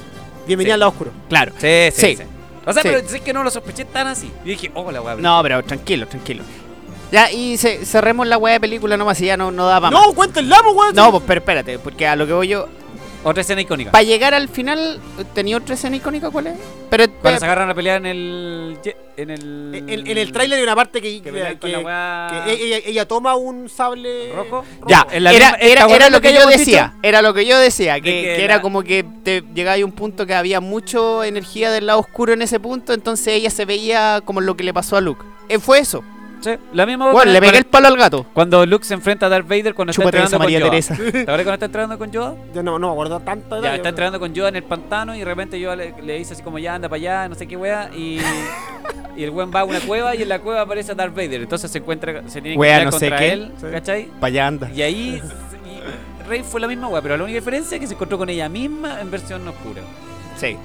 [SPEAKER 3] bienvenida
[SPEAKER 1] Sí.
[SPEAKER 3] al lado oscuro.
[SPEAKER 4] Claro.
[SPEAKER 1] Sí, sí,
[SPEAKER 4] Sí.
[SPEAKER 1] sí. O sea,
[SPEAKER 4] Sí.
[SPEAKER 1] pero sé que no lo sospeché tan así. Y dije, oh, la wea.
[SPEAKER 4] No, pero tranquilo, tranquilo. Ya, y ce- cerremos la weá de película nomás y ya no, no da pa' más.
[SPEAKER 3] No, cuéntenla, pues, weón.
[SPEAKER 4] No, pues, pero espérate, porque a lo que voy yo.
[SPEAKER 1] Otra escena icónica.
[SPEAKER 4] Para llegar al final, ¿tenía otra escena icónica cuál es? Pero, eh,
[SPEAKER 1] Cuando se agarran a pelear en el. ye- En el.
[SPEAKER 3] En, en el tráiler hay una parte que,
[SPEAKER 1] Que
[SPEAKER 3] que,
[SPEAKER 1] pelean con la
[SPEAKER 3] que-
[SPEAKER 1] weá-
[SPEAKER 3] que eh, ella, ella toma un sable
[SPEAKER 1] ¿Rojo?
[SPEAKER 4] ya,
[SPEAKER 1] en la
[SPEAKER 4] era,
[SPEAKER 1] misma-
[SPEAKER 4] era,
[SPEAKER 1] ¿te acuerdas
[SPEAKER 4] era
[SPEAKER 1] lo
[SPEAKER 4] lo que
[SPEAKER 1] que
[SPEAKER 4] yo
[SPEAKER 1] habíamos
[SPEAKER 4] decía. Era lo que yo decía. Que,
[SPEAKER 1] que
[SPEAKER 4] que era
[SPEAKER 1] la-
[SPEAKER 4] como que te llegaba a un punto que había mucha energía del lado oscuro en ese punto. Entonces ella se veía como lo que le pasó a Luke. Eh, fue eso.
[SPEAKER 1] Sí, la misma
[SPEAKER 4] Bueno,
[SPEAKER 1] cuando-
[SPEAKER 4] le pegué el palo al gato.
[SPEAKER 1] Cuando Luke se enfrenta a Darth Vader cuando
[SPEAKER 4] Chúpate
[SPEAKER 1] está
[SPEAKER 4] esa
[SPEAKER 1] entrenando
[SPEAKER 4] María
[SPEAKER 1] con Yoda.
[SPEAKER 4] Teresa.
[SPEAKER 1] ¿Te acuerdas cuando está entrenando con Yoda?
[SPEAKER 3] Yo no, no me acuerdo tanto.
[SPEAKER 1] Ya,
[SPEAKER 3] detalle,
[SPEAKER 1] está
[SPEAKER 3] pero-
[SPEAKER 1] entrenando con Yoda en el pantano y de repente Yoda le, le dice así como ya anda para allá, no sé qué wea y, y el weón va a una cueva y en la cueva aparece Darth Vader. Entonces se encuentra, se tiene que
[SPEAKER 4] Wea,
[SPEAKER 1] pelear
[SPEAKER 4] no sé
[SPEAKER 1] contra
[SPEAKER 4] qué.
[SPEAKER 1] él,
[SPEAKER 3] Sí.
[SPEAKER 1] ¿cachai?
[SPEAKER 4] Para allá anda.
[SPEAKER 1] Y ahí se- y Rey fue la misma wea, pero la única diferencia es que se encontró con ella misma en versión oscura.
[SPEAKER 4] Sí.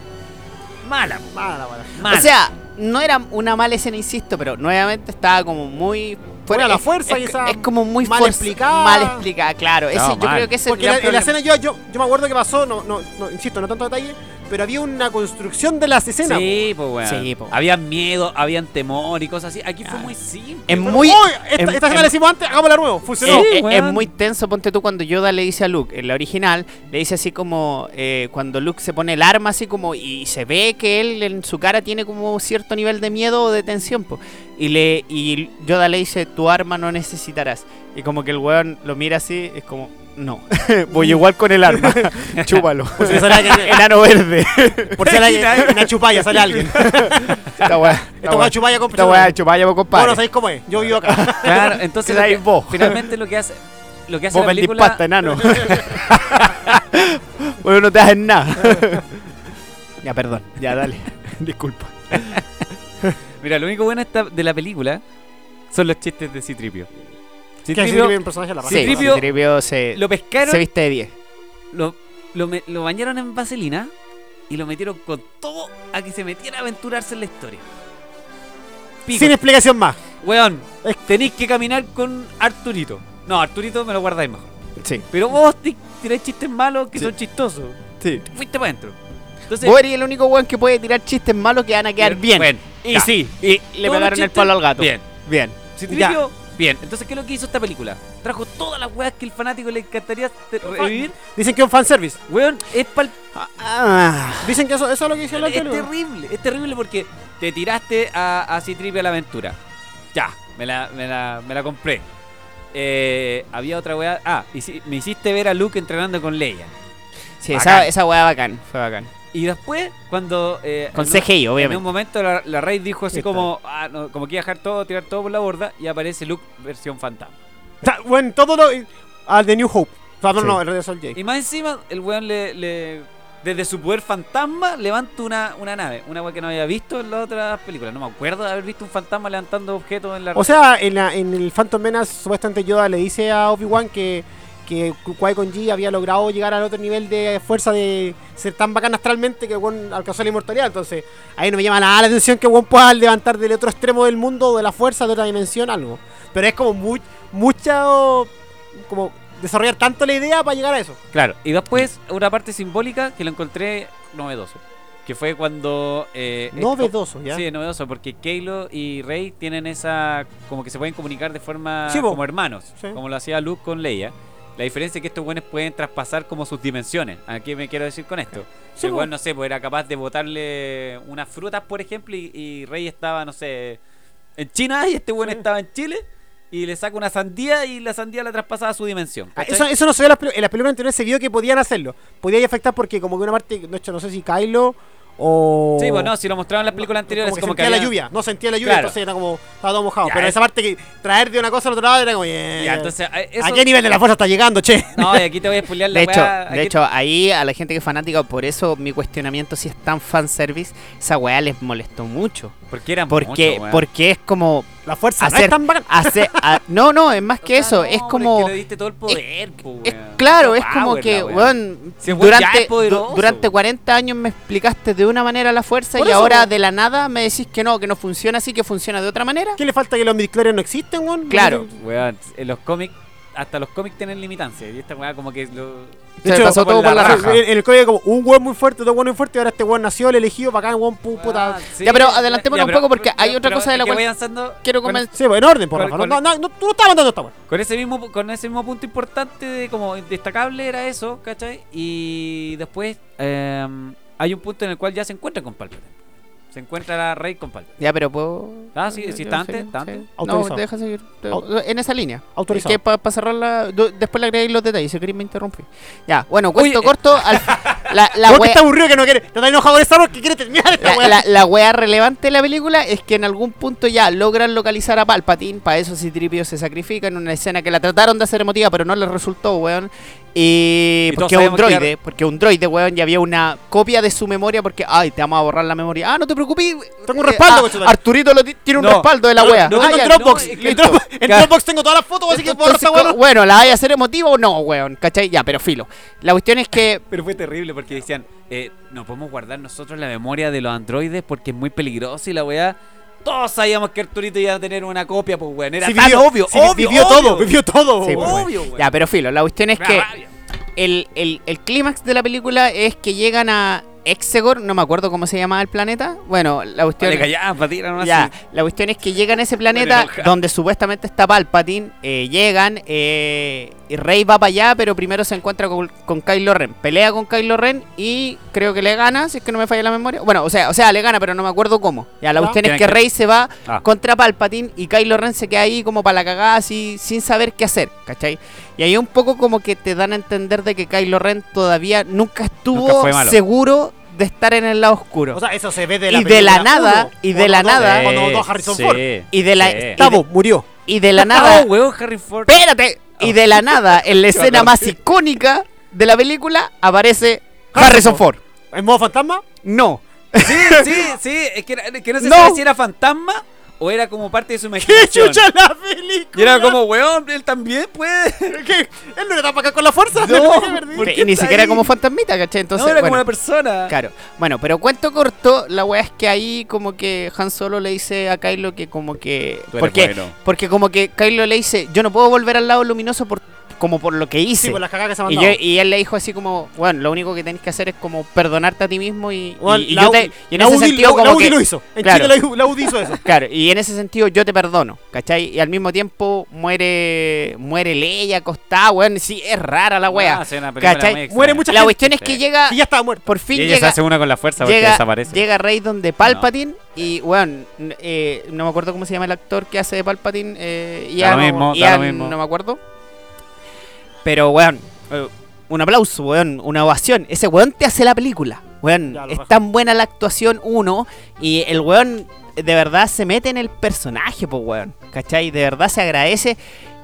[SPEAKER 1] Mala,
[SPEAKER 3] Mala, la weá.
[SPEAKER 1] mala.
[SPEAKER 4] O sea, no era una mala escena, insisto, pero nuevamente estaba como muy.
[SPEAKER 3] Fuera de la
[SPEAKER 4] es-
[SPEAKER 3] fuerza
[SPEAKER 4] es,
[SPEAKER 3] quizá,
[SPEAKER 4] es como muy
[SPEAKER 3] mal
[SPEAKER 4] forza-
[SPEAKER 3] explicada.
[SPEAKER 4] Mal explicada, claro. ese-
[SPEAKER 1] No,
[SPEAKER 4] yo
[SPEAKER 1] mal.
[SPEAKER 4] creo que ese
[SPEAKER 3] Porque
[SPEAKER 4] es el
[SPEAKER 3] la,
[SPEAKER 4] gran
[SPEAKER 3] en la
[SPEAKER 4] problema.
[SPEAKER 3] escena yo, yo, yo me acuerdo que pasó, no, no, no, insisto, no tanto detalle, pero había una construcción de las escenas.
[SPEAKER 1] Sí, pues weón.
[SPEAKER 4] Sí, po.
[SPEAKER 1] Había miedo, habían temor y cosas así. Aquí fue
[SPEAKER 4] Claro.
[SPEAKER 1] muy simple.
[SPEAKER 4] Es
[SPEAKER 3] Fue
[SPEAKER 4] muy.
[SPEAKER 3] como, "Uy, esta,
[SPEAKER 4] em-
[SPEAKER 3] esta escena
[SPEAKER 4] em-
[SPEAKER 3] la hicimos antes, hagámosla de nuevo, funcionó.
[SPEAKER 4] Eh,
[SPEAKER 1] Sí,
[SPEAKER 4] eh, es
[SPEAKER 1] weón.
[SPEAKER 4] muy tenso, ponte tú cuando Yoda le dice a Luke, en la original, le dice así como, eh, cuando Luke se pone el arma así como, y se ve que él en su cara tiene como cierto nivel de miedo o de tensión, po. y le y Yoda le dice, tu arma no necesitarás, y como que el weón lo mira así, es como, no, voy igual con el arma, chúpalo,
[SPEAKER 3] Por si le sale,
[SPEAKER 4] enano verde,
[SPEAKER 3] por si le sale una chupalla, sale alguien.
[SPEAKER 4] esta weá,
[SPEAKER 3] Esta
[SPEAKER 4] esta
[SPEAKER 3] weá
[SPEAKER 4] weá,
[SPEAKER 3] de chupalla con
[SPEAKER 4] esta weá, chúpala, vos,
[SPEAKER 3] Bueno,
[SPEAKER 4] compadre,
[SPEAKER 3] ¿sabéis cómo es? Yo vivo acá.
[SPEAKER 1] Claro, entonces lo
[SPEAKER 4] Seráis
[SPEAKER 1] que-
[SPEAKER 4] vos.
[SPEAKER 1] finalmente lo que hace lo que hace
[SPEAKER 4] vos
[SPEAKER 1] la
[SPEAKER 4] vendís
[SPEAKER 1] película
[SPEAKER 4] pasta, enano, bueno, no te haces nada, ya, perdón, ya, dale, disculpa.
[SPEAKER 1] Mira, lo único bueno esta- de la película son los chistes de Citripio.
[SPEAKER 3] Que así vive
[SPEAKER 1] Citripio
[SPEAKER 3] un personaje a la raja.
[SPEAKER 4] Sí,
[SPEAKER 1] Citripio-
[SPEAKER 4] Citripio se,
[SPEAKER 1] lo pescaron,
[SPEAKER 4] se viste de 10.
[SPEAKER 1] lo, lo, me- lo bañaron en vaselina y lo metieron con todo a que se metiera a aventurarse en la historia. Pico.
[SPEAKER 3] Sin explicación más.
[SPEAKER 1] Weón,
[SPEAKER 3] Es-
[SPEAKER 1] tenéis que caminar con Arturito. No, Arturito me lo guardáis mejor.
[SPEAKER 4] Sí.
[SPEAKER 1] Pero vos te- tiráis chistes malos que
[SPEAKER 4] Sí.
[SPEAKER 1] son chistosos.
[SPEAKER 4] sí.
[SPEAKER 1] Fuiste para adentro. Entonces,
[SPEAKER 4] Vos eres el único weón que puede tirar chistes malos que van a quedar bien.
[SPEAKER 1] Bueno, y
[SPEAKER 4] Ya.
[SPEAKER 1] sí,
[SPEAKER 4] Y le
[SPEAKER 1] Todos
[SPEAKER 4] pegaron
[SPEAKER 1] los
[SPEAKER 4] el
[SPEAKER 1] chistes,
[SPEAKER 4] palo al gato.
[SPEAKER 1] bien.
[SPEAKER 4] Bien.
[SPEAKER 1] Citripio, bien. Entonces, ¿qué es lo que hizo esta película? Trajo todas las weas que el fanático le encantaría te- revivir.
[SPEAKER 3] Dicen que es un fanservice.
[SPEAKER 1] Weón, es pal-
[SPEAKER 4] Ah,
[SPEAKER 3] Dicen que eso, eso es lo que hizo el
[SPEAKER 1] es
[SPEAKER 3] anterior.
[SPEAKER 1] terrible, es terrible porque te tiraste a, a Citripio a la aventura. Ya, me la, me la, me la compré. Eh, había otra wea. Ah, y sí, me hiciste ver a Luke entrenando con Leia.
[SPEAKER 4] sí,
[SPEAKER 1] Bacán.
[SPEAKER 4] esa, esa weá bacán. Fue bacán.
[SPEAKER 1] Y después, cuando. eh,
[SPEAKER 4] Con
[SPEAKER 1] en un-
[SPEAKER 4] CGI,
[SPEAKER 1] En un
[SPEAKER 4] obviamente.
[SPEAKER 1] momento la, la Rey dijo así
[SPEAKER 3] Listo.
[SPEAKER 1] como, ah, no, como que iba a dejar todo, tirar todo por la borda y aparece Luke versión fantasma.
[SPEAKER 3] Ta- Bueno, todo lo. Al de New Hope. O sea, no,
[SPEAKER 4] Sí.
[SPEAKER 3] no, el regreso al Jake.
[SPEAKER 1] Y más encima, el weón le, le- desde su poder fantasma levanta una, una nave. Una weón que no había visto en las otras películas. No me acuerdo de haber visto un fantasma levantando objetos en la
[SPEAKER 3] O sea, en, la- en el Phantom Menace, supuestamente Yoda le dice a Obi-Wan que, que Qui-Gon G había logrado llegar al otro nivel de fuerza de ser tan bacán astralmente que Gon alcanzó la inmortalidad. Entonces, ahí no me llama nada la atención que Gon pueda levantar del otro extremo del mundo o de la fuerza de otra dimensión algo. Pero es como muy, mucha. o- como desarrollar tanto la idea para llegar a eso.
[SPEAKER 1] Claro. Y después, una parte simbólica que lo encontré novedoso. Que fue cuando... eh, esto-
[SPEAKER 3] Novedoso, ¿ya?
[SPEAKER 1] Sí, novedoso, porque Kylo y Rey tienen esa. como que se pueden comunicar de forma.
[SPEAKER 3] Sí, po.
[SPEAKER 1] como hermanos,
[SPEAKER 3] Sí.
[SPEAKER 1] como lo hacía Luke con Leia. La diferencia es que estos buenos pueden traspasar como sus dimensiones. ¿A qué me quiero decir con esto?
[SPEAKER 3] Sí,
[SPEAKER 1] el
[SPEAKER 3] po.
[SPEAKER 1] weón, no sé, pues era capaz de botarle unas frutas, por ejemplo, y, y Rey estaba, no sé, en China y este buen
[SPEAKER 3] Sí.
[SPEAKER 1] estaba en Chile. Y le saca una sandía y la sandía la traspasaba a su dimensión.
[SPEAKER 3] Ah,
[SPEAKER 1] ¿cachai?
[SPEAKER 3] Eso, eso no se ve en las, pelu- en las películas anteriores, se vio que podían hacerlo. Podía afectar porque como que una parte, de hecho no sé si Kylo o...
[SPEAKER 1] Sí, pues, bueno, si lo mostraron en las películas anteriores,
[SPEAKER 3] Como que
[SPEAKER 1] como que
[SPEAKER 3] sentía la
[SPEAKER 1] había-
[SPEAKER 3] lluvia, no sentía la lluvia,
[SPEAKER 1] Claro.
[SPEAKER 3] entonces era como, estaba todo mojado.
[SPEAKER 1] Ya,
[SPEAKER 3] Pero
[SPEAKER 1] es-
[SPEAKER 3] esa parte que traer de una cosa al otro lado era como, "Yeah,
[SPEAKER 1] Ya, entonces, eh, eso-
[SPEAKER 3] ¿a qué nivel de la fuerza está llegando, che?
[SPEAKER 1] No, y aquí te voy a spoilear la
[SPEAKER 4] De hecho,
[SPEAKER 1] weá,
[SPEAKER 4] de
[SPEAKER 1] aquí-
[SPEAKER 4] hecho, ahí a la gente que es fanática, por eso mi cuestionamiento si es tan fanservice, esa weá les molestó mucho.
[SPEAKER 1] Porque eran
[SPEAKER 4] Porque,
[SPEAKER 1] mucho, weón.
[SPEAKER 4] porque es como
[SPEAKER 3] La fuerza Ah, no
[SPEAKER 4] Hacer-
[SPEAKER 3] es tan bacán.
[SPEAKER 4] hace- a- no, no, es más
[SPEAKER 1] O
[SPEAKER 4] que
[SPEAKER 1] sea,
[SPEAKER 4] eso,
[SPEAKER 1] no,
[SPEAKER 4] es
[SPEAKER 1] pero
[SPEAKER 4] como
[SPEAKER 1] que le diste todo el poder, po,
[SPEAKER 4] Es-
[SPEAKER 1] weón.
[SPEAKER 4] claro,
[SPEAKER 1] Mucho
[SPEAKER 4] es como
[SPEAKER 1] power
[SPEAKER 4] que,
[SPEAKER 1] la weá.
[SPEAKER 4] weón,
[SPEAKER 1] Si el weón ya
[SPEAKER 4] durante,
[SPEAKER 1] es poderoso,
[SPEAKER 4] du- durante
[SPEAKER 1] weón.
[SPEAKER 4] 40 años me explicaste de una manera la fuerza
[SPEAKER 3] Por
[SPEAKER 4] y
[SPEAKER 3] eso,
[SPEAKER 4] ahora
[SPEAKER 3] weón.
[SPEAKER 4] de la nada me decís que no, que no funciona así, que funciona de otra manera.
[SPEAKER 3] ¿Qué le falta que los midichlorians no existen, weón?
[SPEAKER 4] Claro.
[SPEAKER 1] Weón, en los cómics, hasta los cómics tienen limitancias. Y esta weá como que lo...
[SPEAKER 4] Se me pasó todo por la raja.
[SPEAKER 3] En, en el código como un weón muy fuerte, dos weones muy fuertes, ahora este weón nació, el elegido, bacán, weón, pu- puta.
[SPEAKER 1] Weón, Ah, sí,
[SPEAKER 4] Ya, pero adelantémonos
[SPEAKER 1] ya,
[SPEAKER 4] un
[SPEAKER 1] pero-
[SPEAKER 4] poco porque
[SPEAKER 1] pero-
[SPEAKER 4] hay otra
[SPEAKER 1] pero
[SPEAKER 4] cosa de la
[SPEAKER 1] es que
[SPEAKER 4] cual
[SPEAKER 1] voy avanzando
[SPEAKER 4] Quiero
[SPEAKER 1] con,
[SPEAKER 4] comentar.
[SPEAKER 3] Sí, pues, en orden, por
[SPEAKER 1] Con-
[SPEAKER 3] Rafa. No,
[SPEAKER 1] con-
[SPEAKER 3] no, no, tú no estabas mandando esta weón.
[SPEAKER 1] con ese mismo con ese mismo punto importante de como destacable era eso, ¿cachai? Y después eh, hay un punto en el cual ya se encuentra con Palpatine. Se encuentra la Rey con Palpatine.
[SPEAKER 4] Ya, pero puedo.
[SPEAKER 1] Ah, sí, sí,
[SPEAKER 4] Yo
[SPEAKER 1] está antes,
[SPEAKER 4] sé,
[SPEAKER 1] está
[SPEAKER 4] sí.
[SPEAKER 1] antes.
[SPEAKER 3] Autorizado.
[SPEAKER 4] No, deja seguir.
[SPEAKER 3] Au-
[SPEAKER 4] En esa línea.
[SPEAKER 3] Autorizado.
[SPEAKER 4] Que para cerrarla. du- Después le agregué los detalles. Si queréis, me interrumpí. Ya, bueno, cuento
[SPEAKER 1] Oye,
[SPEAKER 4] corto. al- la, la
[SPEAKER 3] Weón que
[SPEAKER 4] wea-
[SPEAKER 3] está aburrido que no quiere, está tan enojado con Star Wars que quiere terminar esta
[SPEAKER 4] La,
[SPEAKER 3] weón.
[SPEAKER 4] la, la wea relevante de la película es que en algún punto ya logran localizar a Palpatine. Para eso Citripio se sacrifica en una escena que la trataron de hacer emotiva, pero no les resultó, weón. Y
[SPEAKER 1] Y todos
[SPEAKER 4] porque es
[SPEAKER 1] sabemos
[SPEAKER 4] un
[SPEAKER 1] que
[SPEAKER 4] droide, porque es un droide, weón, y había una copia de su memoria porque, ay, te vamos a borrar la memoria. Ah, no te preocupéis.
[SPEAKER 3] Tengo un respaldo,
[SPEAKER 4] ah,
[SPEAKER 3] conchetumare.
[SPEAKER 4] Arturito lo ti- tiene un
[SPEAKER 1] No,
[SPEAKER 4] respaldo de la
[SPEAKER 1] no,
[SPEAKER 4] wea.
[SPEAKER 1] no,
[SPEAKER 4] Ah,
[SPEAKER 3] Ah,
[SPEAKER 1] ya,
[SPEAKER 3] en Dropbox.
[SPEAKER 1] no, es
[SPEAKER 3] En
[SPEAKER 1] que esto-
[SPEAKER 3] Dropbox- en
[SPEAKER 1] Claro.
[SPEAKER 3] Dropbox tengo todas las fotos, así que puedo
[SPEAKER 4] Entonces,
[SPEAKER 3] esa weá.
[SPEAKER 4] co- bueno, ¿la hay a hacer emotiva o no, weón? ¿Cachai? Ya, pero filo. La cuestión es que.
[SPEAKER 1] Pero fue terrible porque decían, eh, no podemos guardar nosotros la memoria de los androides porque es muy peligroso y la weá. Todos sabíamos que Arturito iba a tener una copia, pues weón. Era
[SPEAKER 3] Sí,
[SPEAKER 1] tan
[SPEAKER 3] vivió-
[SPEAKER 1] obvio,
[SPEAKER 3] sí,
[SPEAKER 1] obvio.
[SPEAKER 3] Vivió
[SPEAKER 1] obvio.
[SPEAKER 3] todo, vivió todo.
[SPEAKER 4] Sí,
[SPEAKER 3] po,
[SPEAKER 4] pues,
[SPEAKER 3] weón.
[SPEAKER 1] Obvio, weón.
[SPEAKER 4] Ya, pero filo. La cuestión es
[SPEAKER 1] Me da
[SPEAKER 4] que.
[SPEAKER 1] rabia.
[SPEAKER 4] el, el, el clímax de la película es que llegan a Exegor, no me acuerdo cómo se llamaba el planeta. Bueno, la cuestión,
[SPEAKER 1] Vale, callá, patira, no
[SPEAKER 4] ya,
[SPEAKER 1] hace-
[SPEAKER 4] la cuestión es que llegan a ese planeta
[SPEAKER 1] enoja.
[SPEAKER 4] donde supuestamente está Palpatine. eh, llegan, eh, y Rey va para allá, pero primero se encuentra con, con Kylo Ren. Pelea con Kylo Ren y creo que le gana, si es que no me falla la memoria. Bueno, o sea, o sea le gana, pero no me acuerdo cómo. Ya, la
[SPEAKER 3] Ya.
[SPEAKER 4] cuestión es
[SPEAKER 1] Tienen
[SPEAKER 4] que
[SPEAKER 1] que-
[SPEAKER 4] Rey se va
[SPEAKER 2] Ah.
[SPEAKER 4] contra Palpatine y Kylo Ren se queda ahí como para la cagada, así, sin saber qué hacer, ¿cachai? Y ahí un poco como que te dan a entender de que Kylo Ren todavía nunca estuvo
[SPEAKER 2] Nunca fue malo.
[SPEAKER 4] seguro de estar en el lado oscuro.
[SPEAKER 3] O sea, eso se ve de la
[SPEAKER 4] Y de la
[SPEAKER 3] película
[SPEAKER 4] nada,
[SPEAKER 3] uno,
[SPEAKER 4] y de
[SPEAKER 3] cuando
[SPEAKER 4] la
[SPEAKER 3] mató-
[SPEAKER 4] nada-
[SPEAKER 3] Cuando mató
[SPEAKER 2] Sí,
[SPEAKER 3] a Harrison
[SPEAKER 2] sí.
[SPEAKER 3] Ford.
[SPEAKER 4] y de la
[SPEAKER 2] Sí.
[SPEAKER 3] Tavo murió.
[SPEAKER 4] y de la
[SPEAKER 1] Ah,
[SPEAKER 4] nada,
[SPEAKER 1] weón, Harry Ford.
[SPEAKER 4] espérate, y de la nada en la escena más icónica de la película aparece Harrison Ford.
[SPEAKER 3] ¿En modo fantasma?
[SPEAKER 4] No,
[SPEAKER 1] Sí, sí, sí. Es que, era- es que no se
[SPEAKER 4] No.
[SPEAKER 1] sabía si era fantasma o era como parte de su
[SPEAKER 3] ¡Qué
[SPEAKER 1] imaginación.
[SPEAKER 3] chucha la película!
[SPEAKER 1] Y era como, weón, él también puede.
[SPEAKER 3] ¿Qué? ¿Él no era para acá con la fuerza?
[SPEAKER 1] No,
[SPEAKER 3] Qué perdido.
[SPEAKER 1] ¿por
[SPEAKER 4] y
[SPEAKER 1] qué
[SPEAKER 4] ni
[SPEAKER 1] está
[SPEAKER 4] siquiera
[SPEAKER 1] ahí?
[SPEAKER 4] como fantasmita, ¿cachai? Entonces,
[SPEAKER 1] no, era como
[SPEAKER 4] bueno,
[SPEAKER 1] una persona.
[SPEAKER 4] Claro. Bueno, pero cuento corto, la weá es que ahí como que Han Solo le dice a Kylo que como que...
[SPEAKER 2] Tú eres
[SPEAKER 4] porque,
[SPEAKER 2] bueno.
[SPEAKER 4] porque como que Kylo le dice, yo no puedo volver al lado luminoso por, como por lo que hice.
[SPEAKER 3] Sí, por las cagadas que se ha
[SPEAKER 4] y,
[SPEAKER 3] mandado.
[SPEAKER 4] yo- y él le dijo así como, bueno, lo único que tenés que hacer es como perdonarte a ti mismo y, y-
[SPEAKER 3] Bueno,
[SPEAKER 4] y
[SPEAKER 3] la
[SPEAKER 4] yo
[SPEAKER 3] U-
[SPEAKER 4] te... Y en
[SPEAKER 3] la
[SPEAKER 4] ese
[SPEAKER 3] UDI
[SPEAKER 4] sentido
[SPEAKER 3] la-
[SPEAKER 4] como
[SPEAKER 3] la UDI
[SPEAKER 4] que-
[SPEAKER 3] lo hizo. En
[SPEAKER 4] claro.
[SPEAKER 3] Chile la, U- la UDI hizo eso.
[SPEAKER 4] Claro, y en ese sentido yo te perdono, ¿cachai? Y al mismo tiempo muere muere Leia acostada, weón. Sí, es rara la
[SPEAKER 2] Ah,
[SPEAKER 4] wea.
[SPEAKER 2] sí, una película
[SPEAKER 4] ¿Cachai?
[SPEAKER 2] muy extraña.
[SPEAKER 3] Muere mucha
[SPEAKER 4] la
[SPEAKER 3] gente.
[SPEAKER 4] cuestión es que
[SPEAKER 2] Sí.
[SPEAKER 4] llega,
[SPEAKER 3] Y ya estaba muerto.
[SPEAKER 4] por fin
[SPEAKER 2] Y ella se
[SPEAKER 4] llega,
[SPEAKER 2] hace una con la fuerza porque
[SPEAKER 4] llega,
[SPEAKER 2] desaparece.
[SPEAKER 4] llega Rey donde Palpatine y, weón, n- eh, no me acuerdo cómo se llama el actor que hace de Palpatine. Eh,
[SPEAKER 2] Da lo
[SPEAKER 4] Ian-
[SPEAKER 2] mismo, da
[SPEAKER 4] Ian,
[SPEAKER 2] lo mismo.
[SPEAKER 4] No me acuerdo. Pero, weón, eh, un aplauso, weón, una ovación. Ese weón te hace la película. Weón,
[SPEAKER 3] Ya, lo
[SPEAKER 4] es
[SPEAKER 3] raja.
[SPEAKER 4] tan buena la actuación, uno, y el weón eh, de verdad se mete en el personaje, pues, weón. ¿Cachai? De verdad se agradece.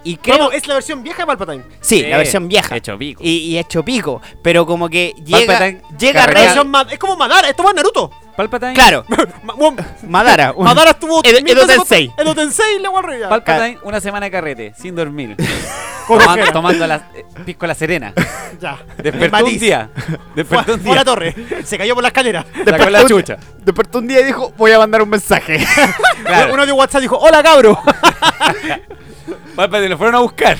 [SPEAKER 4] Y creo...
[SPEAKER 3] Vamos, es la versión vieja de Palpatine.
[SPEAKER 4] sí,
[SPEAKER 2] Sí,
[SPEAKER 4] la versión vieja.
[SPEAKER 2] Hecho pico.
[SPEAKER 4] Y, y hecho pico. Pero como que llega,
[SPEAKER 2] Palpatine
[SPEAKER 4] llega
[SPEAKER 3] La
[SPEAKER 2] Real.
[SPEAKER 4] Rey...
[SPEAKER 3] versión ma- es como Madara, esto es Naruto.
[SPEAKER 2] Palpatine.
[SPEAKER 4] Claro,
[SPEAKER 3] Ma- weón,
[SPEAKER 4] Madara. un-
[SPEAKER 3] Madara estuvo.
[SPEAKER 4] Edo-
[SPEAKER 3] mil veces
[SPEAKER 4] Edo
[SPEAKER 3] con-
[SPEAKER 4] Tensei.
[SPEAKER 3] Edo Tensei y la guarrilla.
[SPEAKER 1] Palpatine, una semana de carrete, sin dormir.
[SPEAKER 3] Con
[SPEAKER 1] Toma-
[SPEAKER 3] ojera.
[SPEAKER 1] tomando la, eh, pisco la serena.
[SPEAKER 3] Ya.
[SPEAKER 1] Despertó un
[SPEAKER 3] Matiz.
[SPEAKER 1] día.
[SPEAKER 3] Fue,
[SPEAKER 1] Despertó un
[SPEAKER 3] fue a la
[SPEAKER 1] día.
[SPEAKER 3] torre. Se cayó por la escalera.
[SPEAKER 1] Sacó la chucha.
[SPEAKER 4] Despertó un día y dijo, voy a mandar un mensaje.
[SPEAKER 1] Claro.
[SPEAKER 3] Uno de WhatsApp dijo: Hola, cabro.
[SPEAKER 1] Palpatine lo fueron a buscar.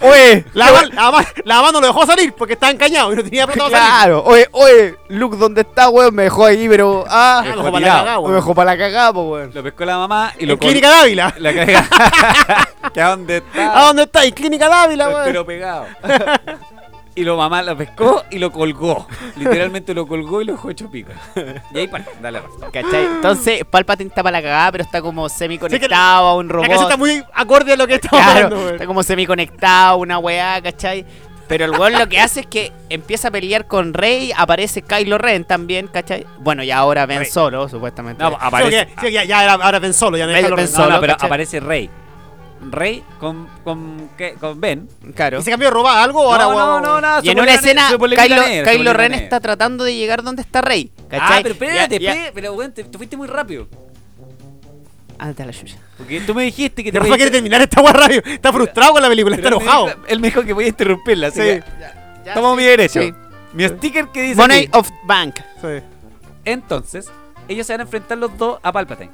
[SPEAKER 4] oye,
[SPEAKER 3] La mamá la, mamá- la mamá no lo dejó salir porque estaba encañado y no tenía plata para salir.
[SPEAKER 4] claro, oye, oye, Luke, ¿dónde está, weón? Me dejó ahí, pero... Ah,
[SPEAKER 3] Ah,
[SPEAKER 1] Dejó
[SPEAKER 3] lo dejó para la
[SPEAKER 1] tirado.
[SPEAKER 3] cagada,
[SPEAKER 4] me
[SPEAKER 3] weón.
[SPEAKER 4] dejó para la cagada, po, weón.
[SPEAKER 1] Lo pescó la mamá y lo
[SPEAKER 3] En
[SPEAKER 1] col-
[SPEAKER 3] Clínica Dávila.
[SPEAKER 1] La cagada. ¿Qué a dónde está?
[SPEAKER 3] ¿A dónde está? En Clínica Dávila,
[SPEAKER 1] Lo
[SPEAKER 3] weón.
[SPEAKER 1] entero pegado. Y lo mamá lo pescó y lo colgó. Literalmente lo colgó y lo dejó hecho pico. Y ahí para, dale. Rafa.
[SPEAKER 4] ¿Cachai? Entonces, Palpatine está para la cagada, pero está como
[SPEAKER 3] Sí que
[SPEAKER 4] semiconectado a un
[SPEAKER 3] La
[SPEAKER 4] robot.
[SPEAKER 3] canción está muy acorde a lo que estamos
[SPEAKER 4] Claro,
[SPEAKER 3] hablando, weón.
[SPEAKER 4] está como semiconectado, una weá, ¿cachai? Pero el weón lo que hace es que empieza a pelear con Rey, aparece Kylo Ren también, ¿cachai? Bueno, y ahora ven
[SPEAKER 2] Rey.
[SPEAKER 4] solo, supuestamente.
[SPEAKER 2] No,
[SPEAKER 3] Sí,
[SPEAKER 2] aparece.
[SPEAKER 3] ok, sí, ok, ya, ya era- ahora ven solo, ya no
[SPEAKER 4] Ven-
[SPEAKER 3] deja lo
[SPEAKER 4] ven
[SPEAKER 3] ven.
[SPEAKER 1] No,
[SPEAKER 4] Solo,
[SPEAKER 1] no, pero
[SPEAKER 4] ¿cachai?
[SPEAKER 1] aparece Rey. Rey con, con, ¿qué? con Ben.
[SPEAKER 4] claro.
[SPEAKER 3] ¿Y se cambió de ropa algo? Ahora,
[SPEAKER 1] no, no,
[SPEAKER 3] weón.
[SPEAKER 1] no, nada.
[SPEAKER 4] Y
[SPEAKER 1] su
[SPEAKER 4] en una
[SPEAKER 1] polera
[SPEAKER 4] escena,
[SPEAKER 1] ne- su polera
[SPEAKER 4] Kylo,
[SPEAKER 1] negra, su
[SPEAKER 4] Kylo
[SPEAKER 1] polera
[SPEAKER 4] Ren
[SPEAKER 1] negra.
[SPEAKER 4] está tratando de llegar donde está Rey.
[SPEAKER 1] Ah,
[SPEAKER 4] ¿Cachai?
[SPEAKER 1] pero espérate,
[SPEAKER 4] Ya- ya-
[SPEAKER 1] pe- pero bueno, te, te fuiste muy rápido.
[SPEAKER 4] Ándate a Ah, la chucha.
[SPEAKER 1] Porque tú me dijiste que
[SPEAKER 3] De
[SPEAKER 1] te
[SPEAKER 3] Rafa quiere terminar esta weá rápido. Está frustrado con la película, está
[SPEAKER 1] pero él me
[SPEAKER 3] enojado.
[SPEAKER 1] dijo- Él me dijo que voy a interrumpirla, así
[SPEAKER 3] Sí.
[SPEAKER 1] que tomo mi derecho.
[SPEAKER 4] sí.
[SPEAKER 1] Mi sticker que dice
[SPEAKER 4] Money
[SPEAKER 1] aquí.
[SPEAKER 4] of Bank.
[SPEAKER 3] Sí.
[SPEAKER 1] Entonces, ellos se van a enfrentar los dos a Palpatine.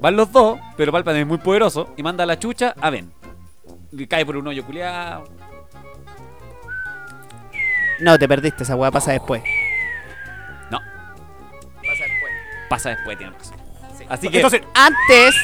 [SPEAKER 1] Van los dos, pero Palpatine es muy poderoso y manda a la chucha a Ben. Y cae por un hoyo culiado.
[SPEAKER 4] No, te perdiste, esa weá pasa después.
[SPEAKER 1] No.
[SPEAKER 4] Pasa después.
[SPEAKER 1] Pasa después, tiene razón. Así que.
[SPEAKER 3] Entonces,
[SPEAKER 4] Antes,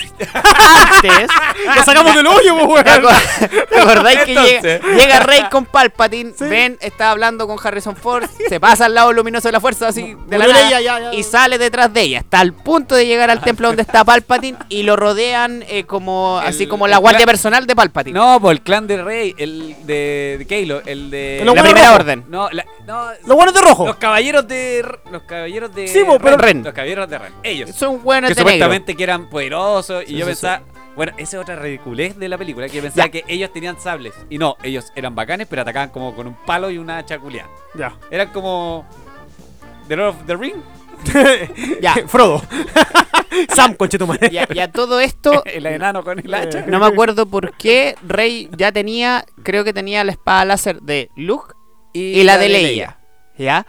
[SPEAKER 4] antes,
[SPEAKER 3] lo sacamos del hoyo, po,
[SPEAKER 4] ¿Te
[SPEAKER 3] weón.
[SPEAKER 4] acor- te acordáis que llega,
[SPEAKER 1] Entonces.
[SPEAKER 4] llega Rey con Palpatine? Ben está hablando con Harrison Ford, se pasa al lado luminoso de la fuerza así de la
[SPEAKER 3] Murió
[SPEAKER 4] nada,
[SPEAKER 3] ella, ya, ya.
[SPEAKER 4] y sale detrás de ella, hasta el punto de llegar al templo donde está Palpatine y lo rodean eh, como así
[SPEAKER 1] El-
[SPEAKER 4] como la
[SPEAKER 1] el
[SPEAKER 4] guardia
[SPEAKER 1] clan-
[SPEAKER 4] personal de Palpatine.
[SPEAKER 1] No, por el clan de Rey, el de, de Kylo, el de.
[SPEAKER 3] Los
[SPEAKER 4] la
[SPEAKER 3] bueno
[SPEAKER 4] primera
[SPEAKER 3] rojo.
[SPEAKER 4] orden.
[SPEAKER 1] No, la- no,
[SPEAKER 3] Los buenos de rojo.
[SPEAKER 1] Los caballeros de. R- Los caballeros de.
[SPEAKER 3] Sí, bo, pero-
[SPEAKER 4] Ren.
[SPEAKER 1] Los caballeros de pues, Ren. Ellos.
[SPEAKER 4] Son buenos
[SPEAKER 1] que
[SPEAKER 4] de negro.
[SPEAKER 1] supuestamente que eran poderosos. Y
[SPEAKER 4] Sí,
[SPEAKER 1] yo
[SPEAKER 4] sí,
[SPEAKER 1] pensaba. Bueno, esa es otra ridiculez de la película. Que pensaba
[SPEAKER 4] Ya.
[SPEAKER 1] que ellos tenían sables. Y no, ellos eran bacanes, pero atacaban como con un palo y una chaculea.
[SPEAKER 3] Ya.
[SPEAKER 1] Eran como. The Lord of the Ring.
[SPEAKER 4] Ya.
[SPEAKER 3] Frodo. Sam, conchetumare.
[SPEAKER 4] Y a, y a todo esto,
[SPEAKER 1] El enano con el hacha.
[SPEAKER 4] Oh. Eh, no me acuerdo por qué Rey ya tenía, creo que tenía la espada láser de Luke y, la, de Leia. ¿Ya?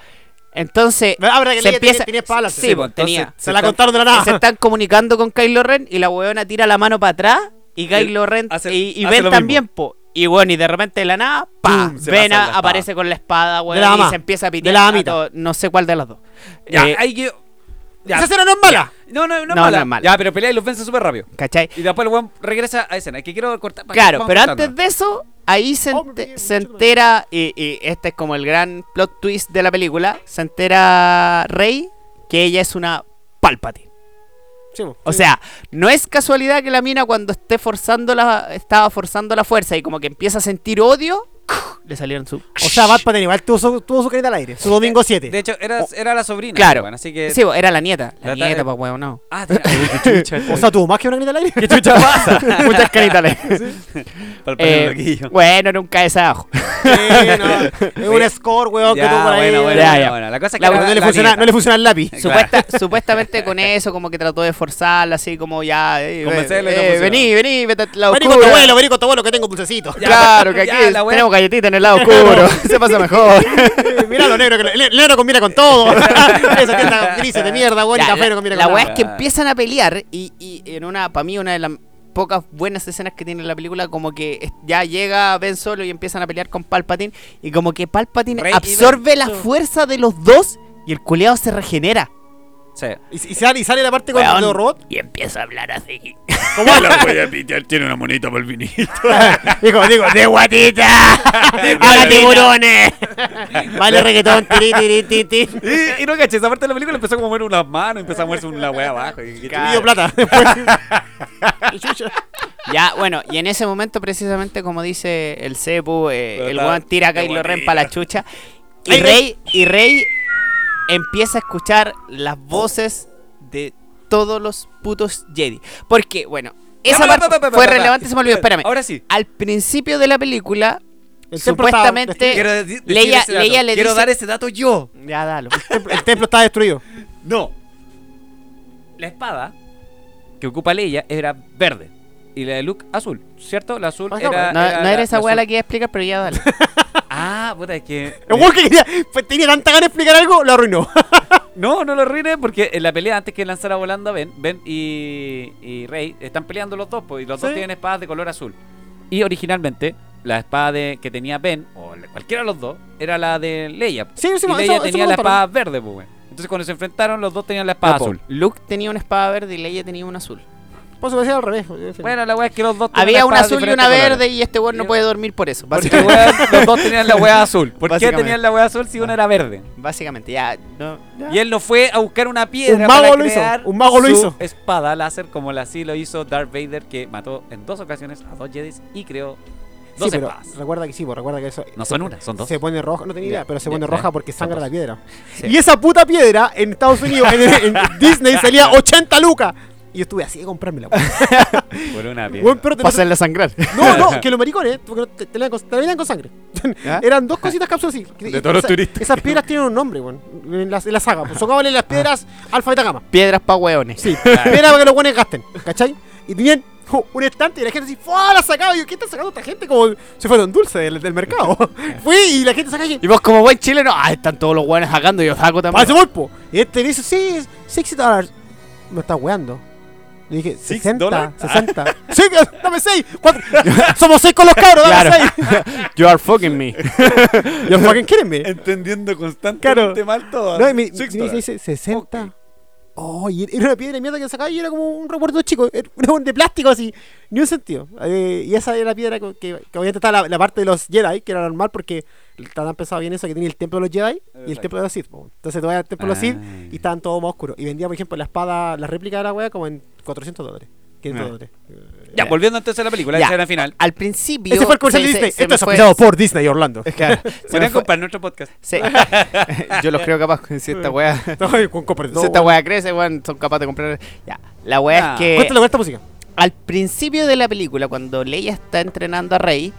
[SPEAKER 4] Entonces,
[SPEAKER 3] Ah, verdad que
[SPEAKER 4] Se
[SPEAKER 3] Leia tiene-
[SPEAKER 4] empieza-
[SPEAKER 3] tiene espada láser.
[SPEAKER 4] sí,
[SPEAKER 3] Sí,
[SPEAKER 4] po,
[SPEAKER 1] pues, entonces
[SPEAKER 4] tenía.
[SPEAKER 3] Se la
[SPEAKER 1] están-
[SPEAKER 3] contaron de la nada.
[SPEAKER 4] se están comunicando con Kylo Ren y la weona tira la mano para atrás y Kylo Ren
[SPEAKER 1] hace-
[SPEAKER 4] y, y
[SPEAKER 1] hace
[SPEAKER 4] Ben
[SPEAKER 1] lo mismo.
[SPEAKER 4] también, po. Y bueno, y de repente de la nada, pa,
[SPEAKER 1] Pum, se pasa
[SPEAKER 4] Ben
[SPEAKER 1] la
[SPEAKER 4] a-
[SPEAKER 1] espada.
[SPEAKER 4] aparece con la espada, weón,
[SPEAKER 3] De la
[SPEAKER 4] y
[SPEAKER 3] ama.
[SPEAKER 4] se empieza a
[SPEAKER 3] De
[SPEAKER 4] pitear.
[SPEAKER 3] la
[SPEAKER 4] a
[SPEAKER 3] amita.
[SPEAKER 4] todo- no sé cuál de las dos.
[SPEAKER 1] Ya,
[SPEAKER 4] Eh,
[SPEAKER 1] hay que. ya.
[SPEAKER 3] Esa escena no es mala.
[SPEAKER 1] No, no, no,
[SPEAKER 4] No,
[SPEAKER 1] es mala.
[SPEAKER 4] no es mala.
[SPEAKER 1] Ya, pero pelea y los vence súper rápido.
[SPEAKER 4] ¿Cachai?
[SPEAKER 1] Y después el weón regresa a escena. Que quiero cortar. pa-
[SPEAKER 4] Claro,
[SPEAKER 1] vamos
[SPEAKER 4] pero
[SPEAKER 1] cortando.
[SPEAKER 4] antes de eso, ahí se,
[SPEAKER 3] Oh,
[SPEAKER 4] ente-
[SPEAKER 3] pero qué
[SPEAKER 4] se
[SPEAKER 3] mucho más.
[SPEAKER 4] entera, y, y este es como el gran plot twist de la película, se entera Rey que ella es una Palpatine.
[SPEAKER 3] Sí, po.
[SPEAKER 4] O sea, no es casualidad que la mina cuando esté forzando la, estaba forzando la fuerza y como que empieza a sentir odio, le salieron su...
[SPEAKER 3] O sea, Batman igual tuvo su, tuvo su carita al aire. Su domingo 7.
[SPEAKER 1] De hecho, era, era la sobrina.
[SPEAKER 4] Oh. Claro.
[SPEAKER 1] weón, así que.
[SPEAKER 4] Sí, bo, era la nieta.
[SPEAKER 1] La
[SPEAKER 4] La,
[SPEAKER 1] ta-
[SPEAKER 4] nieta, pues, weón, no.
[SPEAKER 1] Ah, tira.
[SPEAKER 4] eh.
[SPEAKER 3] O sea, tuvo más que una carita al aire.
[SPEAKER 4] ¿Qué chucha pasa? Muchas caritas. le-
[SPEAKER 1] Para el pelo
[SPEAKER 4] Eh,
[SPEAKER 1] loquillo.
[SPEAKER 4] bueno, nunca es abajo.
[SPEAKER 3] Sí, no. Es un score, weón, que
[SPEAKER 1] Ya,
[SPEAKER 3] tuvo por ahí.
[SPEAKER 1] bueno, bueno,
[SPEAKER 4] Ya,
[SPEAKER 1] bueno,
[SPEAKER 4] ya.
[SPEAKER 1] bueno. La cosa es que
[SPEAKER 4] La-
[SPEAKER 1] era
[SPEAKER 3] no, le
[SPEAKER 1] la
[SPEAKER 3] funciona,
[SPEAKER 1] nieta.
[SPEAKER 3] no le funciona el lápiz.
[SPEAKER 1] Claro.
[SPEAKER 4] Supuesta- supuestamente con eso, como que trató de forzarla, así como ya. eh,
[SPEAKER 1] Convencerla y no
[SPEAKER 4] eh,
[SPEAKER 1] funcionó.
[SPEAKER 4] vení, vení, vete al lado
[SPEAKER 3] Vení
[SPEAKER 4] oscuro.
[SPEAKER 3] con tu abuelo, vení con tu abuelo que tengo dulcecito.
[SPEAKER 1] Ya,
[SPEAKER 4] Claro, que
[SPEAKER 1] ya,
[SPEAKER 4] aquí
[SPEAKER 1] la wea-
[SPEAKER 4] tenemos galletita en el lado oscuro. Se pasa mejor.
[SPEAKER 3] Mira lo negro, que lo- el negro combina con todo. Esa tienda grises de mierda, weón, y
[SPEAKER 4] Ya,
[SPEAKER 3] café no
[SPEAKER 4] la,
[SPEAKER 3] combina
[SPEAKER 4] la
[SPEAKER 3] con
[SPEAKER 4] weá
[SPEAKER 3] nada.
[SPEAKER 4] es que empiezan a pelear y, y en una, para mí, una de las pocas buenas escenas que tiene la película, como que es- ya llega Ben solo y empiezan a pelear con Palpatine y como que Palpatine
[SPEAKER 1] Rey y Ben.
[SPEAKER 4] absorbe la fuerza de los dos y el culeado se regenera.
[SPEAKER 1] Sí.
[SPEAKER 3] Y, y sale, y sale la parte con
[SPEAKER 4] Weón,
[SPEAKER 3] los robots.
[SPEAKER 4] Y empieza a hablar así.
[SPEAKER 1] tiene una monita para el vinil.
[SPEAKER 3] Digo, digo,
[SPEAKER 4] ¡De guatita! ¡Haga tiburones!
[SPEAKER 3] vale reggaetón. tiri, tiri, tiri, tiri.
[SPEAKER 1] Y, y no caché, esa parte de la película empezó a mover unas manos, empezó a moverse una wea abajo. Y,
[SPEAKER 3] Y dio plata. Después. Chucha.
[SPEAKER 4] Ya, bueno, y en ese momento, precisamente como dice el Cepu, eh,
[SPEAKER 1] Pero
[SPEAKER 4] el
[SPEAKER 1] está-
[SPEAKER 4] weón tira a
[SPEAKER 1] qué
[SPEAKER 4] Kylo Ren
[SPEAKER 1] bonito.
[SPEAKER 4] para la chucha. Y
[SPEAKER 3] Ay,
[SPEAKER 4] Rey, y Rey empieza a escuchar las voces de todos los putos Jedi. Porque, bueno, esa
[SPEAKER 1] Ya, pa, pa,
[SPEAKER 4] parte
[SPEAKER 1] pa, pa, pa,
[SPEAKER 4] fue
[SPEAKER 1] pa, pa.
[SPEAKER 4] relevante, se me olvidó, espérame.
[SPEAKER 1] Ahora sí.
[SPEAKER 4] Al principio de la película,
[SPEAKER 3] El templo estaba-
[SPEAKER 4] supuestamente...
[SPEAKER 1] Quiero deci- decir
[SPEAKER 4] Eh, Leia-
[SPEAKER 1] ese dato.
[SPEAKER 4] Leia le
[SPEAKER 1] Quiero
[SPEAKER 4] dice-
[SPEAKER 1] dar ese dato yo.
[SPEAKER 4] Ya, dalo.
[SPEAKER 3] El templo estaba destruido.
[SPEAKER 1] No. La espada que ocupa Leia era verde. Y la de Luke, azul. ¿Cierto? La azul
[SPEAKER 3] Pues no,
[SPEAKER 1] era,
[SPEAKER 4] No, no
[SPEAKER 1] era
[SPEAKER 4] era esa weá la
[SPEAKER 1] azul.
[SPEAKER 4] que iba a explicar, pero ya, dale.
[SPEAKER 1] Ah, puta, es que.
[SPEAKER 3] El weón que quería, fue- tenía tanta ganas de explicar algo, lo arruinó.
[SPEAKER 1] No, no lo arruines porque en la pelea antes que lanzara volando a Ben, Ben y, y Rey están peleando los dos, pues, y los dos
[SPEAKER 3] Sí.
[SPEAKER 1] tienen espadas de color azul. Y originalmente, la espada de- que tenía Ben, o la- cualquiera de los dos, era la de Leia.
[SPEAKER 3] Sí, sí,
[SPEAKER 1] y
[SPEAKER 3] eso-
[SPEAKER 1] Leia
[SPEAKER 3] eso
[SPEAKER 1] tenía
[SPEAKER 3] me
[SPEAKER 1] la
[SPEAKER 3] contaron.
[SPEAKER 1] espada verde, pues, weón. Entonces cuando se enfrentaron, los dos tenían la espada
[SPEAKER 4] No, po,
[SPEAKER 1] azul.
[SPEAKER 4] Luke tenía una espada verde y Leia tenía una azul.
[SPEAKER 3] Pues se me hacía al revés.
[SPEAKER 1] Bueno, la weá es que los dos tenían
[SPEAKER 4] Había una
[SPEAKER 1] espadas
[SPEAKER 4] azul y
[SPEAKER 1] diferentes
[SPEAKER 4] una
[SPEAKER 1] colores.
[SPEAKER 4] verde y este weón no
[SPEAKER 1] Y-
[SPEAKER 4] puede dormir por eso.
[SPEAKER 1] Porque,
[SPEAKER 4] Básicamente.
[SPEAKER 1] weón, los dos tenían la weá azul. ¿Por qué
[SPEAKER 4] Básicamente.
[SPEAKER 1] tenían la weá azul si una era verde?
[SPEAKER 4] Básicamente, ya. No,
[SPEAKER 1] Y él lo fue a buscar una piedra
[SPEAKER 3] Un mago
[SPEAKER 1] para
[SPEAKER 3] lo hizo,
[SPEAKER 1] crear
[SPEAKER 3] un mago lo
[SPEAKER 1] su
[SPEAKER 3] hizo.
[SPEAKER 1] espada láser como la sí lo hizo Darth Vader que mató en dos ocasiones a dos Jedi y creó
[SPEAKER 3] Sí,
[SPEAKER 1] dos
[SPEAKER 3] pero
[SPEAKER 1] espadas.
[SPEAKER 3] recuerda que sí, pues, recuerda que eso.
[SPEAKER 1] No son una, son dos.
[SPEAKER 3] Se pone roja, no tenía idea, pero se
[SPEAKER 1] ya,
[SPEAKER 3] pone
[SPEAKER 1] ya.
[SPEAKER 3] roja porque sangra
[SPEAKER 1] dos.
[SPEAKER 3] la piedra.
[SPEAKER 4] Sí.
[SPEAKER 3] Y esa puta piedra en Estados Unidos, en, en Disney, salía 80 lucas. Y yo estuve así de comprármela. weón.
[SPEAKER 1] Por una piedra.
[SPEAKER 3] Weón, pero te-
[SPEAKER 4] a sangrar.
[SPEAKER 3] No, no, que los maricones eh, porque no te, te la, con- te la venían con sangre. Eran dos cositas cápsulas así.
[SPEAKER 1] De todos los
[SPEAKER 3] Esa-
[SPEAKER 1] turistas. Ah.
[SPEAKER 3] Esas piedras tienen un nombre, weón. En la, en la saga. Pues, son llamables las piedras alfa beta gama.
[SPEAKER 4] Piedras pa' hueones.
[SPEAKER 3] Sí, piedras para que los guanes gasten. ¿Cachai? Y tenían oh, un estante y la gente así, ¡fua! La sacaba. Y yo, ¿qué está sacando esta gente? Como se fueron dulces del, del mercado. Fui y la gente sacaba y.
[SPEAKER 4] Y vos, como buen chileno, ah, están todos los hueones sacando, yo saco también.
[SPEAKER 3] ¡Pase golpo! Y este me dice, sí, es 60 dólares. Me está weando. Le dije,
[SPEAKER 1] ¿Six
[SPEAKER 3] 60,
[SPEAKER 1] dólares? Ah.
[SPEAKER 3] 60. Sí, que- dame 6. Somos 6 con los cabros, dame
[SPEAKER 4] Claro.
[SPEAKER 3] 6.
[SPEAKER 4] You are fucking me.
[SPEAKER 3] You're fucking kidding me.
[SPEAKER 1] Entendiendo
[SPEAKER 3] Claro.
[SPEAKER 1] mal todo.
[SPEAKER 3] No, y me,
[SPEAKER 1] Six
[SPEAKER 3] me
[SPEAKER 1] dollars.
[SPEAKER 3] dice 60. Oh, y era una piedra de mierda que sacaba y era como un recuerdo chico, era un de plástico así, ni un sentido. Eh, y esa era la piedra que, que, que obviamente estaba la, la parte de los Jedi, que era normal porque estaban pensado bien eso, que tenía el templo de los Jedi y el
[SPEAKER 1] verdad.
[SPEAKER 3] templo de los Sith. po. Entonces tú vas al templo de los Sith y estaban todos más oscuros. Y vendía, por ejemplo, la espada, la réplica de la wea como en 400 dólares, 500
[SPEAKER 1] Ah.
[SPEAKER 3] dólares.
[SPEAKER 1] Ya, volviendo entonces a la película, la
[SPEAKER 4] Ya.
[SPEAKER 1] escena final.
[SPEAKER 4] Al principio.
[SPEAKER 3] Ese fue el comercial
[SPEAKER 4] se-
[SPEAKER 3] de
[SPEAKER 4] se-
[SPEAKER 3] Disney.
[SPEAKER 4] se
[SPEAKER 3] Esto
[SPEAKER 4] me
[SPEAKER 3] es
[SPEAKER 4] fue-
[SPEAKER 3] auspiciado por Disney Orlando.
[SPEAKER 4] Claro, se me
[SPEAKER 1] Podrían
[SPEAKER 4] fue-
[SPEAKER 1] comprar nuestro podcast.
[SPEAKER 4] se- Yo los creo capaz. Si esta wea,
[SPEAKER 3] Ay, con copper-
[SPEAKER 4] si esta wea crece, weón, son capaces de comprar. Ya. La wea
[SPEAKER 1] Ah.
[SPEAKER 4] es que.
[SPEAKER 3] Cuéntale con esta música.
[SPEAKER 4] al principio de la película, cuando Leia está entrenando a Rey,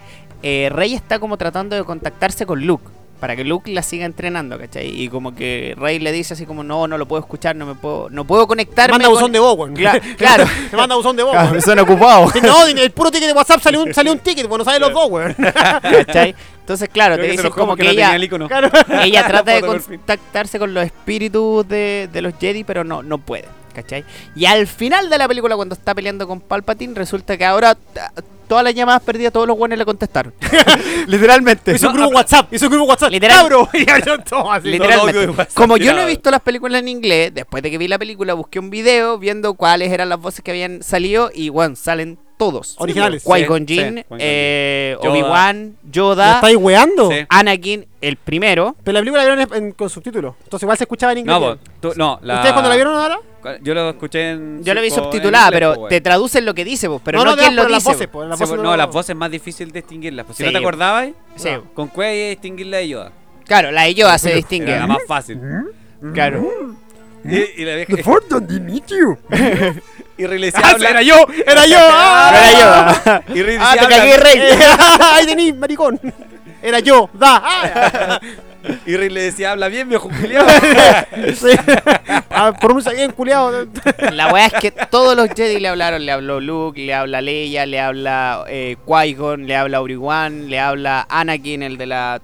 [SPEAKER 4] eh, Rey está como tratando de contactarse con Luke. para que Luke la siga entrenando, ¿cachai? Y como que Rey le dice así como, no, no lo puedo escuchar, no me puedo, no puedo
[SPEAKER 3] Te
[SPEAKER 4] conectarme.
[SPEAKER 3] manda buzón
[SPEAKER 4] con-
[SPEAKER 3] de Bowen.
[SPEAKER 4] Cla- claro.
[SPEAKER 3] Te manda buzón de
[SPEAKER 4] Claro,
[SPEAKER 3] Bowen.
[SPEAKER 4] son ocupados,
[SPEAKER 3] No, el puro ticket de WhatsApp salió un, salió un ticket, bueno, sabes los dos, weón.
[SPEAKER 4] ¿cachai? Entonces, claro,
[SPEAKER 1] Creo
[SPEAKER 4] te
[SPEAKER 1] que se
[SPEAKER 4] dicen
[SPEAKER 1] enojó
[SPEAKER 4] como
[SPEAKER 1] porque
[SPEAKER 4] que
[SPEAKER 1] no tenía
[SPEAKER 4] ella,
[SPEAKER 1] el icono.
[SPEAKER 4] ella trata de
[SPEAKER 1] foto de perfil.
[SPEAKER 4] contactarse con los espíritus de, de los Jedi, pero no, no puede, ¿cachai? Y al final de la película, cuando está peleando con Palpatine, resulta que ahora ta- todas las llamadas perdidas, todos los buenos le contestaron. Literalmente.
[SPEAKER 3] Hizo un
[SPEAKER 4] No,
[SPEAKER 3] grupo WhatsApp, hizo un grupo WhatsApp.
[SPEAKER 4] Literal.
[SPEAKER 3] ¡Cabro! Y yo todo así.
[SPEAKER 4] Literalmente.
[SPEAKER 1] Todo audio de WhatsApp
[SPEAKER 4] Como yo no he
[SPEAKER 1] tirado.
[SPEAKER 4] visto las películas en inglés, después de que vi la película busqué un video viendo cuáles eran las voces que habían salido y bueno, salen todos.
[SPEAKER 3] Originales.
[SPEAKER 4] Qui-Gon
[SPEAKER 1] Sí,
[SPEAKER 4] Jinn,
[SPEAKER 1] sí, Qui-Gon
[SPEAKER 4] eh,
[SPEAKER 1] Yoda.
[SPEAKER 4] Obi-Wan,
[SPEAKER 3] ¿Me
[SPEAKER 4] Yoda,
[SPEAKER 3] estáis weando?
[SPEAKER 1] Sí.
[SPEAKER 4] Anakin, el primero.
[SPEAKER 3] Pero la película la vieron en- en- con subtítulos. Entonces igual se escuchaba en inglés.
[SPEAKER 1] No, vos, tú- no, la...
[SPEAKER 3] ¿Ustedes cuando la vieron ahora?
[SPEAKER 1] Cu- Yo lo escuché en.
[SPEAKER 4] Yo la vi
[SPEAKER 1] con- en
[SPEAKER 4] subtitulada,
[SPEAKER 1] inglés,
[SPEAKER 4] pero
[SPEAKER 1] po, weón.
[SPEAKER 4] te traducen lo que dice vos, pero
[SPEAKER 3] no,
[SPEAKER 4] no,
[SPEAKER 3] no,
[SPEAKER 4] quién
[SPEAKER 3] no,
[SPEAKER 4] lo
[SPEAKER 3] las
[SPEAKER 4] dice.
[SPEAKER 3] voces,
[SPEAKER 4] vos.
[SPEAKER 3] po, las
[SPEAKER 1] Sí,
[SPEAKER 3] voces
[SPEAKER 1] po, no, las voces es más difícil distinguirlas. Pues si no
[SPEAKER 4] Sí.
[SPEAKER 1] te acordabas,
[SPEAKER 4] Sí,
[SPEAKER 3] no.
[SPEAKER 1] con cuál es distinguirla de Yoda.
[SPEAKER 4] Claro, la de Yoda se distingue.
[SPEAKER 1] Era la más fácil.
[SPEAKER 3] ¿Eh?
[SPEAKER 4] Claro.
[SPEAKER 1] Y, y la vieja.
[SPEAKER 3] Ford ¿Eh? don't need you.
[SPEAKER 1] Y Rey le decía,
[SPEAKER 3] Ah, sí,
[SPEAKER 1] habla-
[SPEAKER 3] era yo, era yo.
[SPEAKER 4] No
[SPEAKER 3] ah.
[SPEAKER 4] era Yoda.
[SPEAKER 1] Y Rey
[SPEAKER 4] Ah,
[SPEAKER 1] decía,
[SPEAKER 4] te
[SPEAKER 1] habla-
[SPEAKER 4] cagué, Rey.
[SPEAKER 3] Ahí tenís, maricón. Era yo, da. ah.
[SPEAKER 1] y Rey le decía, habla bien, viejo Julián.
[SPEAKER 3] Sí. Ah, pronuncia bien, culiado.
[SPEAKER 4] La weá es que todos los Jedi le hablaron. Le habló Luke, le habla Leia, le habla eh, Qui-Gon, le habla Obi-Wan, le habla Anakin, el de la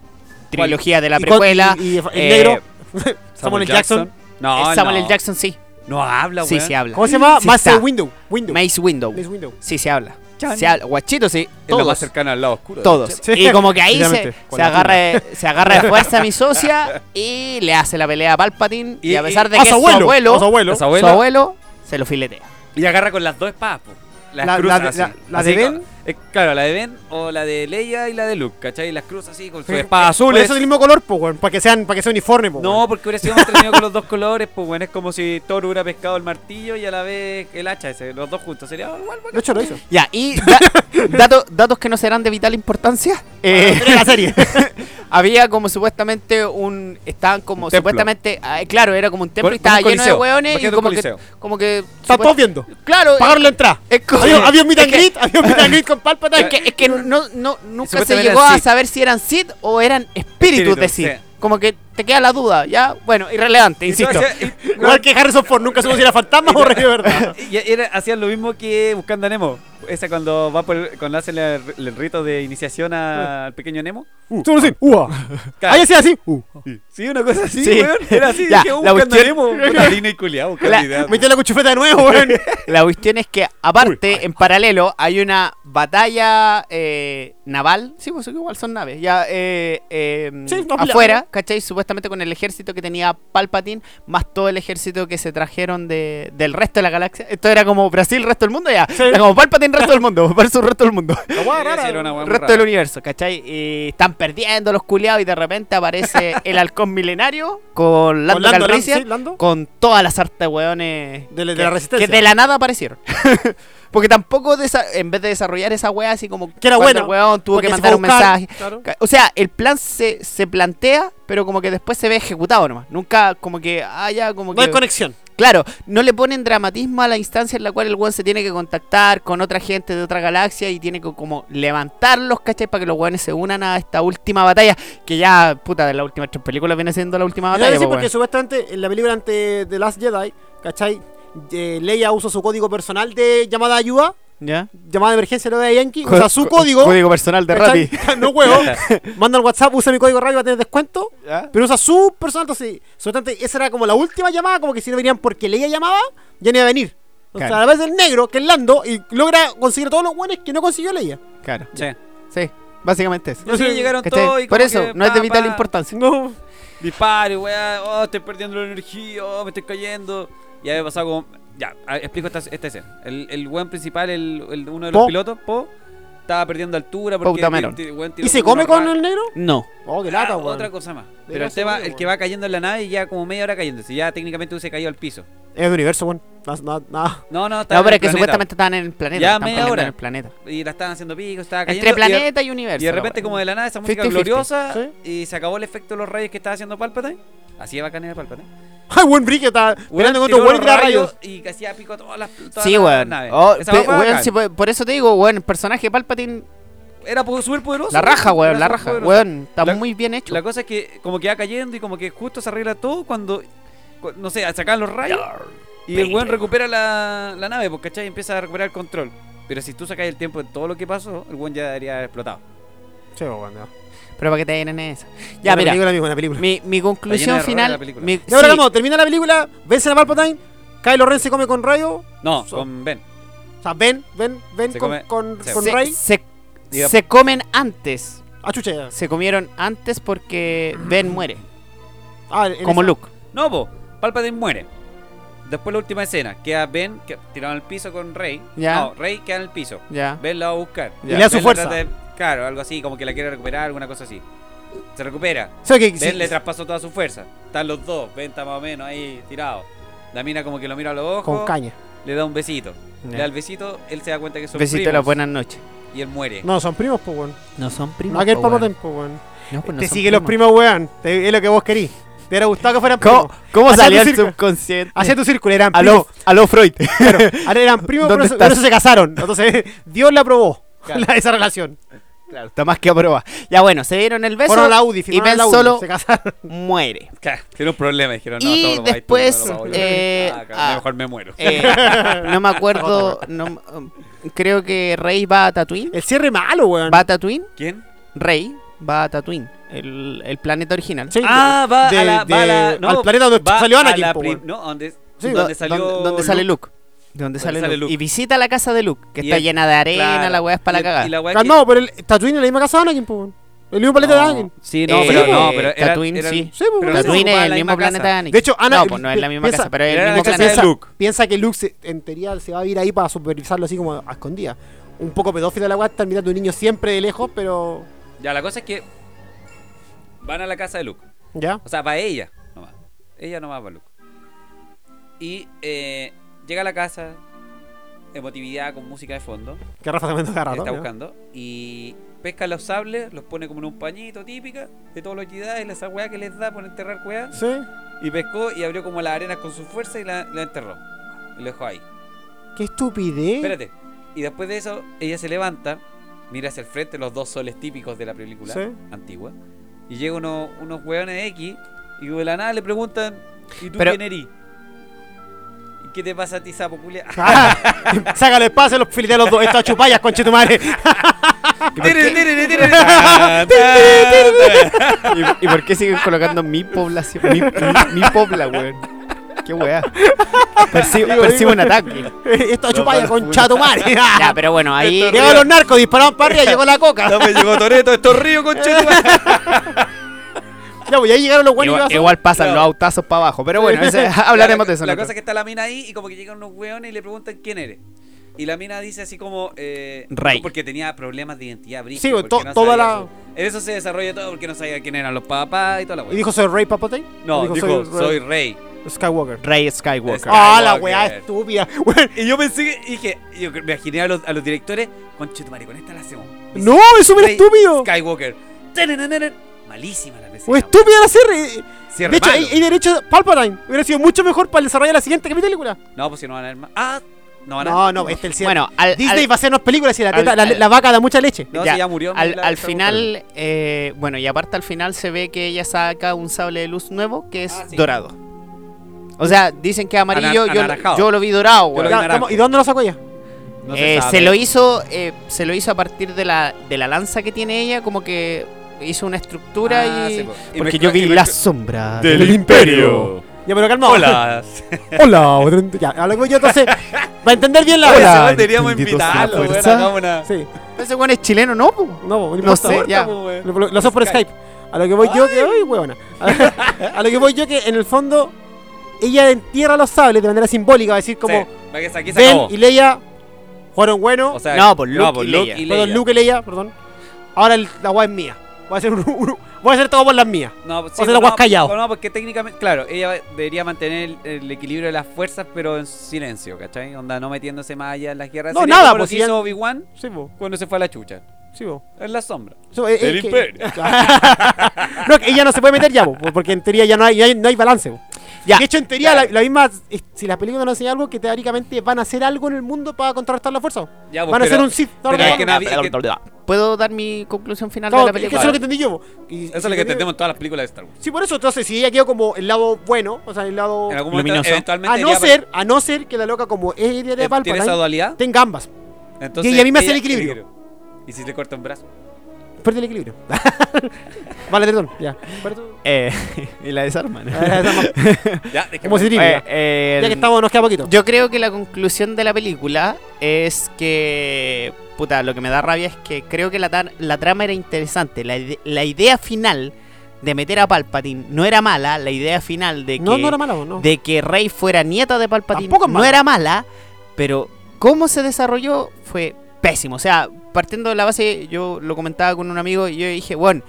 [SPEAKER 4] trilogía de la
[SPEAKER 3] Y con-
[SPEAKER 4] precuela.
[SPEAKER 3] Y, y el
[SPEAKER 4] eh,
[SPEAKER 3] negro. Samuel L. Jackson.
[SPEAKER 1] No,
[SPEAKER 4] Eh, Samuel
[SPEAKER 1] Ah, no.
[SPEAKER 4] L. Jackson, sí.
[SPEAKER 1] No habla,
[SPEAKER 4] Sí,
[SPEAKER 1] weón.
[SPEAKER 4] se habla.
[SPEAKER 3] ¿Cómo se llama?
[SPEAKER 4] Sí
[SPEAKER 3] Master
[SPEAKER 4] está.
[SPEAKER 3] Window. Window.
[SPEAKER 4] Mace Window.
[SPEAKER 3] Mace Window.
[SPEAKER 4] Sí, se habla.
[SPEAKER 3] Chan.
[SPEAKER 4] Se habla. Guachito, sí.
[SPEAKER 1] Es lo más
[SPEAKER 4] Todos.
[SPEAKER 1] cercano al lado oscuro.
[SPEAKER 4] Todos.
[SPEAKER 3] Sí.
[SPEAKER 4] Y como que ahí se,
[SPEAKER 3] Literalmente, con
[SPEAKER 4] se
[SPEAKER 3] la
[SPEAKER 4] agarra, de- se agarra de fuerza a mi socia y le hace la pelea a Palpatine. Y,
[SPEAKER 1] Y-
[SPEAKER 4] a
[SPEAKER 1] y-
[SPEAKER 4] pesar de
[SPEAKER 3] A
[SPEAKER 4] que es su abuelo,
[SPEAKER 3] a su abuelo.
[SPEAKER 1] Su
[SPEAKER 4] su
[SPEAKER 1] abuelo.
[SPEAKER 4] abuelo, se lo filetea.
[SPEAKER 1] Y agarra con las dos espadas, po. Las
[SPEAKER 3] La-
[SPEAKER 1] cruza
[SPEAKER 3] la-
[SPEAKER 1] así.
[SPEAKER 3] la- la
[SPEAKER 1] Así
[SPEAKER 3] de
[SPEAKER 1] co-
[SPEAKER 3] Ben.
[SPEAKER 1] eh, claro, la de Ben o la de Leia y la de Luke, ¿cachai? Y las cruza así con sus
[SPEAKER 3] Sí.
[SPEAKER 1] espadas
[SPEAKER 3] Por
[SPEAKER 1] azules.
[SPEAKER 3] eso es el mismo color, po, weón. Para que sean, para que sea uniforme, po.
[SPEAKER 1] No, porque hubiera sido más entretenido con los dos colores, pues bueno, es como si Thor hubiera pescado el martillo y a la vez el hacha ese, los dos juntos, sería igual.
[SPEAKER 3] De hecho, lo hizo.
[SPEAKER 4] Ya, y da- dato- datos que no serán de vital importancia. Eh,
[SPEAKER 3] Era la serie.
[SPEAKER 4] había como supuestamente un. Estaban como
[SPEAKER 1] Un templo.
[SPEAKER 4] supuestamente. ah, claro, era como un templo
[SPEAKER 1] Por-
[SPEAKER 4] y estaba
[SPEAKER 1] por un
[SPEAKER 4] lleno de
[SPEAKER 1] coliseo.
[SPEAKER 4] hueones y
[SPEAKER 1] Imagínate un
[SPEAKER 4] como que,
[SPEAKER 1] coliseo.
[SPEAKER 4] como que.
[SPEAKER 3] Están
[SPEAKER 4] supuest-
[SPEAKER 3] todos viendo.
[SPEAKER 4] Claro,
[SPEAKER 3] Pagaron la entrada.
[SPEAKER 4] es, es como-
[SPEAKER 3] Había, había un meet
[SPEAKER 4] es
[SPEAKER 3] and
[SPEAKER 4] que-
[SPEAKER 3] greet, había un meet and greet con Palpatine.
[SPEAKER 4] Es que, es que no, no, nunca se
[SPEAKER 1] Supuestamente
[SPEAKER 4] llegó
[SPEAKER 1] eran
[SPEAKER 4] a
[SPEAKER 1] Sith.
[SPEAKER 4] saber si eran Sith o eran espíritus de Sith.
[SPEAKER 1] Espíritus,
[SPEAKER 4] Como que te queda la duda, ya. Bueno, irrelevante, insisto.
[SPEAKER 1] Y-
[SPEAKER 3] Igual que Harrison Ford, nunca supo si era fantasma o rey de verdad.
[SPEAKER 1] Y era- hacían lo mismo que buscando a Nemo. Esa cuando va por el- cuando hacen el, el rito de iniciación a- al pequeño Nemo.
[SPEAKER 4] Uh.
[SPEAKER 3] Solo sí, ua.
[SPEAKER 1] Claro.
[SPEAKER 3] Ahí hacía así, uh.
[SPEAKER 1] Sí, una cosa así,
[SPEAKER 4] Sí.
[SPEAKER 1] weón. Era así,
[SPEAKER 4] Ya,
[SPEAKER 1] dije, oh,
[SPEAKER 4] la
[SPEAKER 1] buscando a
[SPEAKER 4] cuestión-
[SPEAKER 1] Nemo. Puta, Disney culiao, qué
[SPEAKER 4] La-
[SPEAKER 1] idea.
[SPEAKER 3] Metió la cuchufeta de nuevo, weón.
[SPEAKER 4] La cuestión es que, aparte, en paralelo, hay una batalla eh, naval. Sí, pues igual son naves. Ya, eh, eh,
[SPEAKER 3] Sí, no,
[SPEAKER 4] afuera, ¿cachai? Supuestamente con el ejército que tenía Palpatine, más todo el ejército que se trajeron de, del resto de la galaxia. Esto era como Brasil, resto del mundo, ya.
[SPEAKER 3] Sí.
[SPEAKER 4] Era como Palpatine, resto del mundo. Versus resto del mundo.
[SPEAKER 3] La guada rara.
[SPEAKER 1] Sí, era una weá muy
[SPEAKER 4] resto
[SPEAKER 1] rara.
[SPEAKER 4] del universo, ¿cachai? Y están perdiendo los culiados y de repente aparece el halcón milenario con
[SPEAKER 3] Con
[SPEAKER 4] Lando,
[SPEAKER 3] Lando,
[SPEAKER 4] Calrissian
[SPEAKER 3] Lan- sí, Lando.
[SPEAKER 4] con todas las artes de hueones
[SPEAKER 3] De la- de
[SPEAKER 4] que-
[SPEAKER 3] la resistencia.
[SPEAKER 4] que de la nada aparecieron. Porque tampoco desa- en vez de desarrollar esa hueá así como
[SPEAKER 3] Que era
[SPEAKER 4] cuando
[SPEAKER 3] bueno,
[SPEAKER 4] el hueón tuvo
[SPEAKER 3] Porque
[SPEAKER 4] que
[SPEAKER 3] se fue
[SPEAKER 4] mandar
[SPEAKER 3] a
[SPEAKER 4] un
[SPEAKER 3] buscar,
[SPEAKER 4] mensaje.
[SPEAKER 3] claro.
[SPEAKER 4] Ca- O sea, el plan se, se plantea, pero como que después se ve ejecutado nomás. Nunca como que ah ya como
[SPEAKER 3] No hay
[SPEAKER 4] que
[SPEAKER 3] conexión.
[SPEAKER 4] claro, no le ponen dramatismo a la instancia en la cual el hueón se tiene que contactar con otra gente de otra galaxia y tiene que como levantarlos, ¿cachai? Para que los hueones se unan a esta última batalla, que ya puta de las últimas tres películas viene siendo la última
[SPEAKER 3] Yo voy a
[SPEAKER 4] batalla.
[SPEAKER 3] decir
[SPEAKER 4] po,
[SPEAKER 3] porque
[SPEAKER 4] hueón.
[SPEAKER 3] supuestamente en la película ante The Last Jedi, ¿cachai? Eh, Leia usa su código personal de llamada de ayuda,
[SPEAKER 4] ¿Ya?
[SPEAKER 3] llamada de emergencia de Yankee, usa su código.
[SPEAKER 4] Código personal de Rappi.
[SPEAKER 3] ¿cachai? no huevo. Manda el WhatsApp, usa mi código radio va a tener descuento. Pero usa su personal, entonces, supuestamente esa era como la última llamada, como que si no venían porque Leia llamaba, ya no iba a venir. O sea,
[SPEAKER 4] Claro.
[SPEAKER 3] a la vez el negro, que es Lando, y logra conseguir a todos los buenos que no consiguió Leia.
[SPEAKER 4] Claro.
[SPEAKER 1] Sí.
[SPEAKER 4] Sí, básicamente eso.
[SPEAKER 1] No sé, llegaron
[SPEAKER 4] ¿Cachai?
[SPEAKER 1] todos y
[SPEAKER 4] Por
[SPEAKER 1] como
[SPEAKER 4] eso,
[SPEAKER 1] que,
[SPEAKER 4] no es de
[SPEAKER 1] pa,
[SPEAKER 4] vital
[SPEAKER 1] pa,
[SPEAKER 4] importancia.
[SPEAKER 3] No.
[SPEAKER 1] Disparo, weá, oh, estoy perdiendo la energía, oh, me estoy cayendo. Y había pasado como. Ya, a- explico esta, esta escena. El, el weón principal, el, el- uno de los
[SPEAKER 3] Po.
[SPEAKER 1] pilotos, Po, estaba perdiendo altura porque.
[SPEAKER 4] Tameron.
[SPEAKER 1] ti- ti- weón tiró
[SPEAKER 3] ¿Y se
[SPEAKER 1] como
[SPEAKER 3] come
[SPEAKER 1] unos
[SPEAKER 3] con
[SPEAKER 1] ra-
[SPEAKER 3] el negro?
[SPEAKER 4] No.
[SPEAKER 3] Oh, qué lata,
[SPEAKER 1] Ah,
[SPEAKER 3] weón.
[SPEAKER 1] Otra cosa más. Pero el
[SPEAKER 3] gracia
[SPEAKER 1] tema,
[SPEAKER 3] mía,
[SPEAKER 1] el que
[SPEAKER 3] weón.
[SPEAKER 1] va cayendo en la nave y ya como media hora cayéndose. Ya técnicamente hubiese caído al piso.
[SPEAKER 3] Es de universo, weón. Nada, nada, nada.
[SPEAKER 1] No, no, estaba. en
[SPEAKER 4] No,
[SPEAKER 1] el
[SPEAKER 4] pero es que
[SPEAKER 1] planeta.
[SPEAKER 4] supuestamente estaban en el planeta.
[SPEAKER 1] Ya
[SPEAKER 4] estaban
[SPEAKER 1] media
[SPEAKER 4] peleando
[SPEAKER 1] hora.
[SPEAKER 4] En el planeta.
[SPEAKER 1] Y la estaban haciendo pico, estaba cayendo.
[SPEAKER 4] Entre
[SPEAKER 1] y de-
[SPEAKER 4] planeta y universo.
[SPEAKER 1] Y de
[SPEAKER 4] la
[SPEAKER 1] repente,
[SPEAKER 4] wea.
[SPEAKER 1] como de la nada, esa música
[SPEAKER 4] 50-50,
[SPEAKER 1] gloriosa y se acabó el efecto de los rayos que estaba haciendo Palpatine. Así de bacán era Palpatine.
[SPEAKER 3] Ay, buen brique, está peleando
[SPEAKER 1] Weón,
[SPEAKER 3] contra un
[SPEAKER 1] tiró
[SPEAKER 3] buen y
[SPEAKER 1] los
[SPEAKER 3] tira rayos.
[SPEAKER 1] Y que hacía pico a todas las. todas
[SPEAKER 4] Sí,
[SPEAKER 1] las
[SPEAKER 4] weón.
[SPEAKER 1] naves.
[SPEAKER 4] Oh,
[SPEAKER 1] Esa
[SPEAKER 4] pe-
[SPEAKER 1] weá fue
[SPEAKER 4] weón,
[SPEAKER 1] bacán.
[SPEAKER 4] sí, po- por eso te digo, weón, el personaje de Palpatine
[SPEAKER 1] era po- súper poderoso.
[SPEAKER 4] La raja,
[SPEAKER 1] weón,
[SPEAKER 4] weón,
[SPEAKER 1] era
[SPEAKER 4] la
[SPEAKER 1] súper
[SPEAKER 4] raja,
[SPEAKER 1] poderoso.
[SPEAKER 4] weón. Está
[SPEAKER 1] La-
[SPEAKER 4] muy bien hecho.
[SPEAKER 1] La cosa es que como que va cayendo y como que justo se arregla todo cuando, cu- no sé, sacan los rayos y el weón recupera la, la nave, porque ¿cachai? Y empieza a recuperar el control. Pero si tú sacas el tiempo de todo lo que pasó, el weón ya debería haber explotado.
[SPEAKER 3] Sí, bueno, no.
[SPEAKER 4] Pero para que te vienen eso.
[SPEAKER 3] Una
[SPEAKER 4] Ya, mira,
[SPEAKER 3] película, amigo, una película.
[SPEAKER 4] mi, mi conclusión
[SPEAKER 1] errores la
[SPEAKER 4] final.
[SPEAKER 1] película.
[SPEAKER 4] mi-
[SPEAKER 3] Ya, ahora
[SPEAKER 4] sí,
[SPEAKER 3] vamos, termina la película, vence a Palpatine, Kylo Ren se come con Rayo,
[SPEAKER 1] No,
[SPEAKER 3] So-
[SPEAKER 1] con Ben.
[SPEAKER 3] o sea, ven, ven, ven
[SPEAKER 1] Se
[SPEAKER 3] con,
[SPEAKER 1] come-
[SPEAKER 3] con,
[SPEAKER 1] se-
[SPEAKER 3] con
[SPEAKER 4] se-
[SPEAKER 3] Rey.
[SPEAKER 4] se-
[SPEAKER 1] Diga-
[SPEAKER 4] se comen antes.
[SPEAKER 3] Ah, chucha, ya.
[SPEAKER 4] Se comieron antes porque Ben muere.
[SPEAKER 3] Ah, en
[SPEAKER 4] Como
[SPEAKER 3] esa-
[SPEAKER 4] Luke.
[SPEAKER 1] No, po, Palpatine muere. Después la última escena, queda Ben que, tirado en el piso con Rey.
[SPEAKER 4] Ya.
[SPEAKER 1] No, Rey queda en el piso.
[SPEAKER 4] Ya.
[SPEAKER 1] Ben la va a buscar.
[SPEAKER 4] Y
[SPEAKER 1] Ben
[SPEAKER 3] le da su
[SPEAKER 1] la
[SPEAKER 3] fuerza.
[SPEAKER 1] trata de- claro, algo así, como que la quiere recuperar, alguna cosa así. Se recupera.
[SPEAKER 3] ¿Sabes qué?
[SPEAKER 1] Ben
[SPEAKER 3] Sí,
[SPEAKER 1] le traspasó toda su fuerza. Están los dos, Ben está más o menos ahí tirado. La mina como que lo mira a los ojos,
[SPEAKER 3] Con caña.
[SPEAKER 1] le da un besito. Le da el
[SPEAKER 4] Ya.
[SPEAKER 1] besito, él se da cuenta que son
[SPEAKER 4] Besito de las
[SPEAKER 1] primos
[SPEAKER 4] buenas noches.
[SPEAKER 1] y él muere.
[SPEAKER 3] No, son primos, pues, weón.
[SPEAKER 4] No son
[SPEAKER 3] No, aquel Palpatine, pues, weón.
[SPEAKER 4] No, pues no
[SPEAKER 3] Te
[SPEAKER 4] son
[SPEAKER 3] sigue los primos, weón. Te- Es lo que vos querís. Te hubiera gustado que fueran primos.
[SPEAKER 4] ¿Cómo, cómo
[SPEAKER 3] Hacia
[SPEAKER 4] salió
[SPEAKER 3] tu
[SPEAKER 4] el
[SPEAKER 3] circo.
[SPEAKER 4] subconsciente?
[SPEAKER 3] Hacía tu círculo, eran primos.
[SPEAKER 4] Aló, aló Freud.
[SPEAKER 3] Ahora eran primos, por
[SPEAKER 4] ¿Dónde
[SPEAKER 3] eso,
[SPEAKER 4] estás?
[SPEAKER 3] por eso se casaron. Entonces, Dios la aprobó.
[SPEAKER 1] Claro.
[SPEAKER 3] la- esa relación.
[SPEAKER 4] Claro, está más que a prueba. Ya bueno, se dieron el beso.
[SPEAKER 3] Fueron a la Audi, firmaron
[SPEAKER 4] Ben
[SPEAKER 3] la Audi,
[SPEAKER 4] solo-
[SPEAKER 3] se casaron.
[SPEAKER 4] Muere.
[SPEAKER 1] Claro, Tiene un problema, dijeron. No,
[SPEAKER 4] Y
[SPEAKER 1] todo lo va a ir,
[SPEAKER 4] después,
[SPEAKER 1] todo lo va a volver.
[SPEAKER 4] eh,
[SPEAKER 1] Ah, cabrón,
[SPEAKER 4] ah.
[SPEAKER 1] mejor me muero.
[SPEAKER 4] Eh, no me acuerdo. no- creo que Rey va a Tatooine.
[SPEAKER 3] El cierre malo, weón.
[SPEAKER 4] Va a Tatooine.
[SPEAKER 1] ¿Quién?
[SPEAKER 4] Rey va a Tatooine. El, el planeta original.
[SPEAKER 3] Sí,
[SPEAKER 1] Ah, va a la- va a la- no,
[SPEAKER 3] al planeta donde
[SPEAKER 1] Va
[SPEAKER 3] salió
[SPEAKER 1] a
[SPEAKER 3] Anakin,
[SPEAKER 1] la
[SPEAKER 3] po,
[SPEAKER 1] prim-
[SPEAKER 3] weón.
[SPEAKER 1] No, donde,
[SPEAKER 3] Sí,
[SPEAKER 1] donde
[SPEAKER 4] Do-
[SPEAKER 1] salió.
[SPEAKER 4] don- donde sale Luke. Donde sale,
[SPEAKER 1] sale
[SPEAKER 4] Luke.
[SPEAKER 1] Luke.
[SPEAKER 4] Y visita la casa de Luke, que
[SPEAKER 1] Y
[SPEAKER 4] está
[SPEAKER 1] el-
[SPEAKER 4] llena de arena,
[SPEAKER 1] Claro.
[SPEAKER 4] la weá es para
[SPEAKER 1] Y-
[SPEAKER 4] la cagada.
[SPEAKER 1] Y la weá que-
[SPEAKER 3] Calmado, pero el Tatooine es la misma casa de Anakin, po, weón. El mismo planeta de Anakin.
[SPEAKER 1] Sí, no,
[SPEAKER 4] Eh,
[SPEAKER 1] pero
[SPEAKER 3] sí,
[SPEAKER 1] no,
[SPEAKER 4] eh,
[SPEAKER 1] pero era-
[SPEAKER 4] Tatooine,
[SPEAKER 1] era-
[SPEAKER 4] sí.
[SPEAKER 3] Sí, po,
[SPEAKER 1] Pero
[SPEAKER 3] weón.
[SPEAKER 1] Tatooine
[SPEAKER 4] Tatooine
[SPEAKER 1] ocupaba
[SPEAKER 4] es el
[SPEAKER 1] la
[SPEAKER 4] mismo
[SPEAKER 1] misma
[SPEAKER 4] planeta
[SPEAKER 1] casa.
[SPEAKER 4] de Anakin.
[SPEAKER 3] De hecho, Ana-
[SPEAKER 4] No, pues no es la misma
[SPEAKER 3] piensa-
[SPEAKER 4] casa, pero es
[SPEAKER 1] era
[SPEAKER 4] el
[SPEAKER 1] la
[SPEAKER 4] mismo
[SPEAKER 1] casa
[SPEAKER 4] planeta.
[SPEAKER 1] de Luke.
[SPEAKER 3] Piensa que Luke, se- en teoría, se va a ir ahí para supervisarlo así como a escondida. Un poco pedófilo la weá, estar mirando a un niño siempre de lejos, pero.
[SPEAKER 1] Ya, la cosa es que van a la casa de Luke.
[SPEAKER 3] ¿Ya?
[SPEAKER 1] O sea, va ella nomás. Ella nomás va Luke. Y eh, llega a la casa, emotividad con música de fondo,
[SPEAKER 3] Que Rafa también nos agarra,
[SPEAKER 1] está
[SPEAKER 3] ¿no?
[SPEAKER 1] buscando, y pesca los sables, los pone como en un pañito típica de todos los Jedi, la esa weá que les da por enterrar weá,
[SPEAKER 3] Sí.
[SPEAKER 1] y pescó y abrió como las arenas con su fuerza y la, la enterró. Y lo dejó ahí.
[SPEAKER 3] Qué estupidez.
[SPEAKER 1] Espérate. Y después de eso, ella se levanta, mira hacia el frente los dos soles típicos de la película
[SPEAKER 3] Sí.
[SPEAKER 1] antigua. Y llega uno- unos hueones X y de la nada le preguntan, ¿y tú
[SPEAKER 4] Pero-
[SPEAKER 1] quién eres? ¿Y qué te pasa a ti, sapo culia?
[SPEAKER 3] Ah, sácalo espacio, los filetes a los dos. Estas chupallas, conche tu madre.
[SPEAKER 1] Tere, tere, tere, tan, tan, tan.
[SPEAKER 4] ¿Y, y por qué siguen colocando mi población? Mi, mi- mi pobla, weón. Qué weá. Percibo, percibo un ataque.
[SPEAKER 3] Estas
[SPEAKER 4] para
[SPEAKER 3] chupallas, concha tu madre.
[SPEAKER 4] Ya, pero bueno, ahí.
[SPEAKER 3] Llegaron los narcos, dispararon para arriba, llegó la coca.
[SPEAKER 1] No me llegó Toreto, esto es río, conchetumare.
[SPEAKER 3] Ya, pues, y ahí llegaron los guanes y
[SPEAKER 4] Igual,
[SPEAKER 1] eh,
[SPEAKER 3] iban a-
[SPEAKER 4] igual pasan
[SPEAKER 1] Claro.
[SPEAKER 4] los autazos para abajo. Pero bueno, ese- hablaremos de eso.
[SPEAKER 1] La,
[SPEAKER 4] en otro.
[SPEAKER 1] cosa es que está la mina ahí y como que llegan unos hueones y le preguntan quién eres. Y la mina dice así como... Eh,
[SPEAKER 4] Rey.
[SPEAKER 1] Porque tenía problemas de identidad. brígido,
[SPEAKER 3] Sí,
[SPEAKER 1] porque
[SPEAKER 3] to-
[SPEAKER 1] no
[SPEAKER 3] toda
[SPEAKER 1] sabía
[SPEAKER 3] la-
[SPEAKER 1] su- En eso se desarrolla todo porque no sabía quién eran los papás y toda la
[SPEAKER 3] Y
[SPEAKER 1] hueá.
[SPEAKER 3] dijo, soy Rey Palpatine.
[SPEAKER 1] No,
[SPEAKER 3] Y
[SPEAKER 1] dijo, soy rey.
[SPEAKER 3] Rey Skywalker.
[SPEAKER 4] Rey Skywalker.
[SPEAKER 3] Ah, la
[SPEAKER 1] Skywalker.
[SPEAKER 3] weá estúpida. Weón,
[SPEAKER 1] Y yo pensé que, dije, yo me imaginé a los, a los directores, conche tu maricón, esta la hacemos. Dice,
[SPEAKER 3] No, es súper
[SPEAKER 1] Rey
[SPEAKER 3] estúpido.
[SPEAKER 1] Skywalker. Tananana. Malísima la PC.
[SPEAKER 3] O estúpida la serie.
[SPEAKER 1] Cierre
[SPEAKER 3] De hecho,
[SPEAKER 1] malo.
[SPEAKER 3] hay, hay derecho Palpatine. Hubiera sido mucho mejor para el desarrollo de la siguiente película.
[SPEAKER 1] No, pues si no van a ver más. Ah, no van a
[SPEAKER 3] No, no, este es el cierre.
[SPEAKER 4] Bueno, al,
[SPEAKER 3] Disney
[SPEAKER 4] al-
[SPEAKER 3] va a hacer unas películas y la,
[SPEAKER 4] al-
[SPEAKER 3] teta- la,
[SPEAKER 4] al-
[SPEAKER 3] la vaca da mucha leche.
[SPEAKER 1] No,
[SPEAKER 4] ya,
[SPEAKER 1] si ya murió.
[SPEAKER 4] al,
[SPEAKER 1] la-
[SPEAKER 4] al
[SPEAKER 1] la-
[SPEAKER 4] final, eh, bueno, y aparte al final se ve que ella saca un sable de luz nuevo que es
[SPEAKER 1] Ah, sí.
[SPEAKER 4] dorado. O sea, dicen que amarillo,
[SPEAKER 1] Ana-
[SPEAKER 4] yo,
[SPEAKER 1] anaranjado.
[SPEAKER 4] yo lo vi
[SPEAKER 1] Yo
[SPEAKER 4] dorado,
[SPEAKER 1] lo
[SPEAKER 4] weón.
[SPEAKER 1] vi
[SPEAKER 3] Ya,
[SPEAKER 1] naranjo.
[SPEAKER 3] estamos- ¿Y de dónde lo sacó ella?
[SPEAKER 1] No
[SPEAKER 4] Eh,
[SPEAKER 1] sabe.
[SPEAKER 4] se lo hizo eh, se lo hizo a partir de la, de la lanza que tiene ella, como que hizo una estructura
[SPEAKER 1] Ah,
[SPEAKER 4] y...
[SPEAKER 1] sí, pues. Y
[SPEAKER 4] Porque
[SPEAKER 1] mezcla-
[SPEAKER 4] yo vi
[SPEAKER 1] y
[SPEAKER 4] la
[SPEAKER 1] mezcla-
[SPEAKER 4] sombra
[SPEAKER 3] del imperio. Ya, pero calma.
[SPEAKER 1] Hola.
[SPEAKER 3] Hola. otro- Ya, hablamos yo entonces. Para entender bien la
[SPEAKER 4] Hola.
[SPEAKER 1] Ese weón deberíamos
[SPEAKER 4] entendidos de la
[SPEAKER 1] invitarlo, weón.
[SPEAKER 4] fuerza.
[SPEAKER 1] hagamos una-
[SPEAKER 3] Sí.
[SPEAKER 4] Ese weón es chileno, ¿no? po?
[SPEAKER 3] No, no,
[SPEAKER 4] No
[SPEAKER 3] importa.
[SPEAKER 4] sé, ya.
[SPEAKER 3] Lo, lo- lo haces por Skype. A lo que voy yo que. ¡Ay, huevona! A, lo que voy yo que, en el fondo, ella entierra los sables de manera simbólica. Va a decir como.
[SPEAKER 1] Sí, para que aquí se
[SPEAKER 3] Ben
[SPEAKER 1] acabó.
[SPEAKER 3] y Leia fueron buenos.
[SPEAKER 1] O sea,
[SPEAKER 4] No, pues Luke y Leia.
[SPEAKER 3] perdón, Luke y Leia, perdón. Ahora el- la guay es mía. Voy a hacer, un, un- voy a hacer todo por las mías.
[SPEAKER 1] No, pues,
[SPEAKER 3] O sea, la
[SPEAKER 1] no,
[SPEAKER 3] guas callado.
[SPEAKER 1] No, porque técnicamente, claro, ella debería mantener el, el equilibrio de las fuerzas, pero en silencio, ¿cachai? Onda, no metiéndose más allá en las guerras.
[SPEAKER 3] No,
[SPEAKER 1] civiles,
[SPEAKER 3] nada,
[SPEAKER 1] como lo
[SPEAKER 3] pues,
[SPEAKER 1] que
[SPEAKER 3] si ya-
[SPEAKER 1] hizo Obi-Wan
[SPEAKER 3] Sí, vos.
[SPEAKER 1] cuando se fue a la chucha.
[SPEAKER 3] Sí, vos.
[SPEAKER 1] En la sombra.
[SPEAKER 3] So, eh,
[SPEAKER 1] Del
[SPEAKER 3] eh, que-
[SPEAKER 1] imperio.
[SPEAKER 3] no, que ella no se puede meter ya, vos, porque en teoría ya no hay, ya hay- no hay balance. vos.
[SPEAKER 4] Ya.
[SPEAKER 3] De hecho, en teoría, la, la misma. Si las películas nos enseñan algo, que teóricamente van a hacer algo en el mundo para contrarrestar la fuerza.
[SPEAKER 1] Ya, pues,
[SPEAKER 3] van
[SPEAKER 1] pero-
[SPEAKER 3] a hacer un Sith.
[SPEAKER 1] pero es que no había-
[SPEAKER 4] ¿Puedo dar mi conclusión final
[SPEAKER 3] No,
[SPEAKER 4] de la
[SPEAKER 3] es que
[SPEAKER 4] película?
[SPEAKER 3] eso es lo que entendí yo. Y-
[SPEAKER 1] Eso
[SPEAKER 3] y
[SPEAKER 1] es lo que
[SPEAKER 3] creo-
[SPEAKER 1] entendemos en todas las películas de Star Wars.
[SPEAKER 3] Sí, por eso, entonces, si ella quedó como el lado bueno, o sea, el lado.
[SPEAKER 1] En algún momento,
[SPEAKER 4] Luminoso.
[SPEAKER 1] eventualmente.
[SPEAKER 3] A no
[SPEAKER 1] iría a-
[SPEAKER 3] ser, a no ser que la loca como es idea de
[SPEAKER 1] eh, tiene esa
[SPEAKER 3] Palpatine,
[SPEAKER 1] dualidad.
[SPEAKER 3] tenga ambas.
[SPEAKER 1] Entonces,
[SPEAKER 3] y a mí me hace el
[SPEAKER 1] ella-
[SPEAKER 3] equilibrio.
[SPEAKER 1] Y si le corta un brazo.
[SPEAKER 3] Pierde el equilibrio. vale, perdón, ya.
[SPEAKER 4] Eh, y la desarman.
[SPEAKER 1] Ya, déjame-
[SPEAKER 3] Como si
[SPEAKER 4] Eh,
[SPEAKER 3] ya
[SPEAKER 4] eh,
[SPEAKER 3] que estamos, nos queda poquito.
[SPEAKER 4] Yo creo que la conclusión de la película es que. Puta, lo que me da rabia es que creo que la, tar- la trama era interesante. La, ide- la idea final de meter a Palpatine no era mala. La idea final de que,
[SPEAKER 3] no, no era malo, no.
[SPEAKER 4] de que Rey fuera nieta de Palpatine
[SPEAKER 3] Tampoco es
[SPEAKER 4] no
[SPEAKER 3] mala.
[SPEAKER 4] era mala. Pero cómo se desarrolló fue pésimo. O sea, partiendo de la base, yo lo comentaba con un amigo y yo dije, bueno.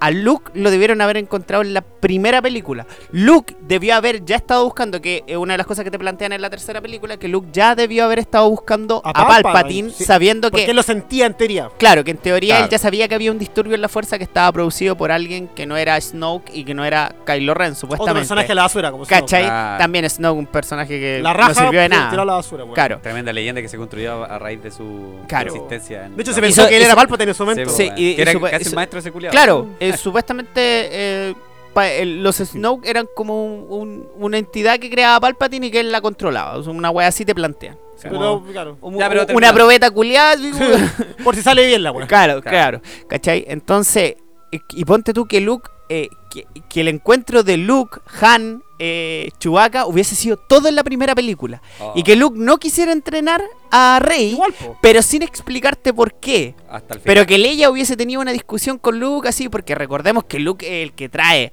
[SPEAKER 4] A Luke lo debieron haber encontrado en la primera película. Luke debió haber ya estado buscando, que es una de las cosas que te plantean en la tercera película, que Luke ya debió haber estado buscando
[SPEAKER 3] A
[SPEAKER 4] a,
[SPEAKER 3] Palpatine,
[SPEAKER 4] Palpatine,
[SPEAKER 3] sí.
[SPEAKER 4] sabiendo
[SPEAKER 3] Porque
[SPEAKER 4] que...
[SPEAKER 3] él lo sentía en teoría.
[SPEAKER 4] Claro, que en teoría
[SPEAKER 1] Claro.
[SPEAKER 4] él ya sabía que había un disturbio en la fuerza que estaba producido por alguien que no era Snoke y que no era Kylo Ren,
[SPEAKER 3] Otro
[SPEAKER 4] supuestamente.
[SPEAKER 3] personaje de la basura, como Snoke.
[SPEAKER 4] ¿Cachai?
[SPEAKER 1] Claro.
[SPEAKER 4] También Snoke, un personaje que
[SPEAKER 3] La raja
[SPEAKER 4] no sirvió de
[SPEAKER 3] fue tirada a
[SPEAKER 4] nada.
[SPEAKER 3] la basura, weón.
[SPEAKER 4] Claro.
[SPEAKER 1] Tremenda leyenda que se construyó a raíz de su
[SPEAKER 4] Claro.
[SPEAKER 1] existencia. en
[SPEAKER 3] De hecho,
[SPEAKER 1] la-
[SPEAKER 3] se pensó
[SPEAKER 4] Hizo-
[SPEAKER 3] que él era
[SPEAKER 4] hizo-
[SPEAKER 3] Palpatine en su momento.
[SPEAKER 4] Sí,
[SPEAKER 1] Sí,
[SPEAKER 4] y-
[SPEAKER 1] y,
[SPEAKER 4] y
[SPEAKER 1] era
[SPEAKER 4] su-
[SPEAKER 1] casi
[SPEAKER 4] su-
[SPEAKER 1] un maestro ese culiao.
[SPEAKER 4] Claro, eh, supuestamente eh, pa- eh, los Snoke eran como un- un- una entidad que creaba Palpatine y que él la controlaba. O sea, Una wea así te plantea.
[SPEAKER 3] Pero, claro.
[SPEAKER 4] Un-
[SPEAKER 1] Ya, pero
[SPEAKER 4] un-
[SPEAKER 1] termina.
[SPEAKER 4] una probeta culiada. así como-
[SPEAKER 3] Por si sale bien la weón.
[SPEAKER 4] claro, claro. ¿Cachai? Entonces, y- y ponte tú que Luke, eh, que, que el encuentro de Luke, Han, eh, Chewbacca hubiese sido todo en la primera película.
[SPEAKER 1] Oh,
[SPEAKER 4] Y que Luke no quisiera entrenar a Rey,
[SPEAKER 3] Igual, po.
[SPEAKER 4] pero sin explicarte por qué.
[SPEAKER 1] Hasta el
[SPEAKER 4] Pero
[SPEAKER 1] final.
[SPEAKER 4] que Leia hubiese tenido una discusión con Luke así, porque recordemos que Luke es el que trae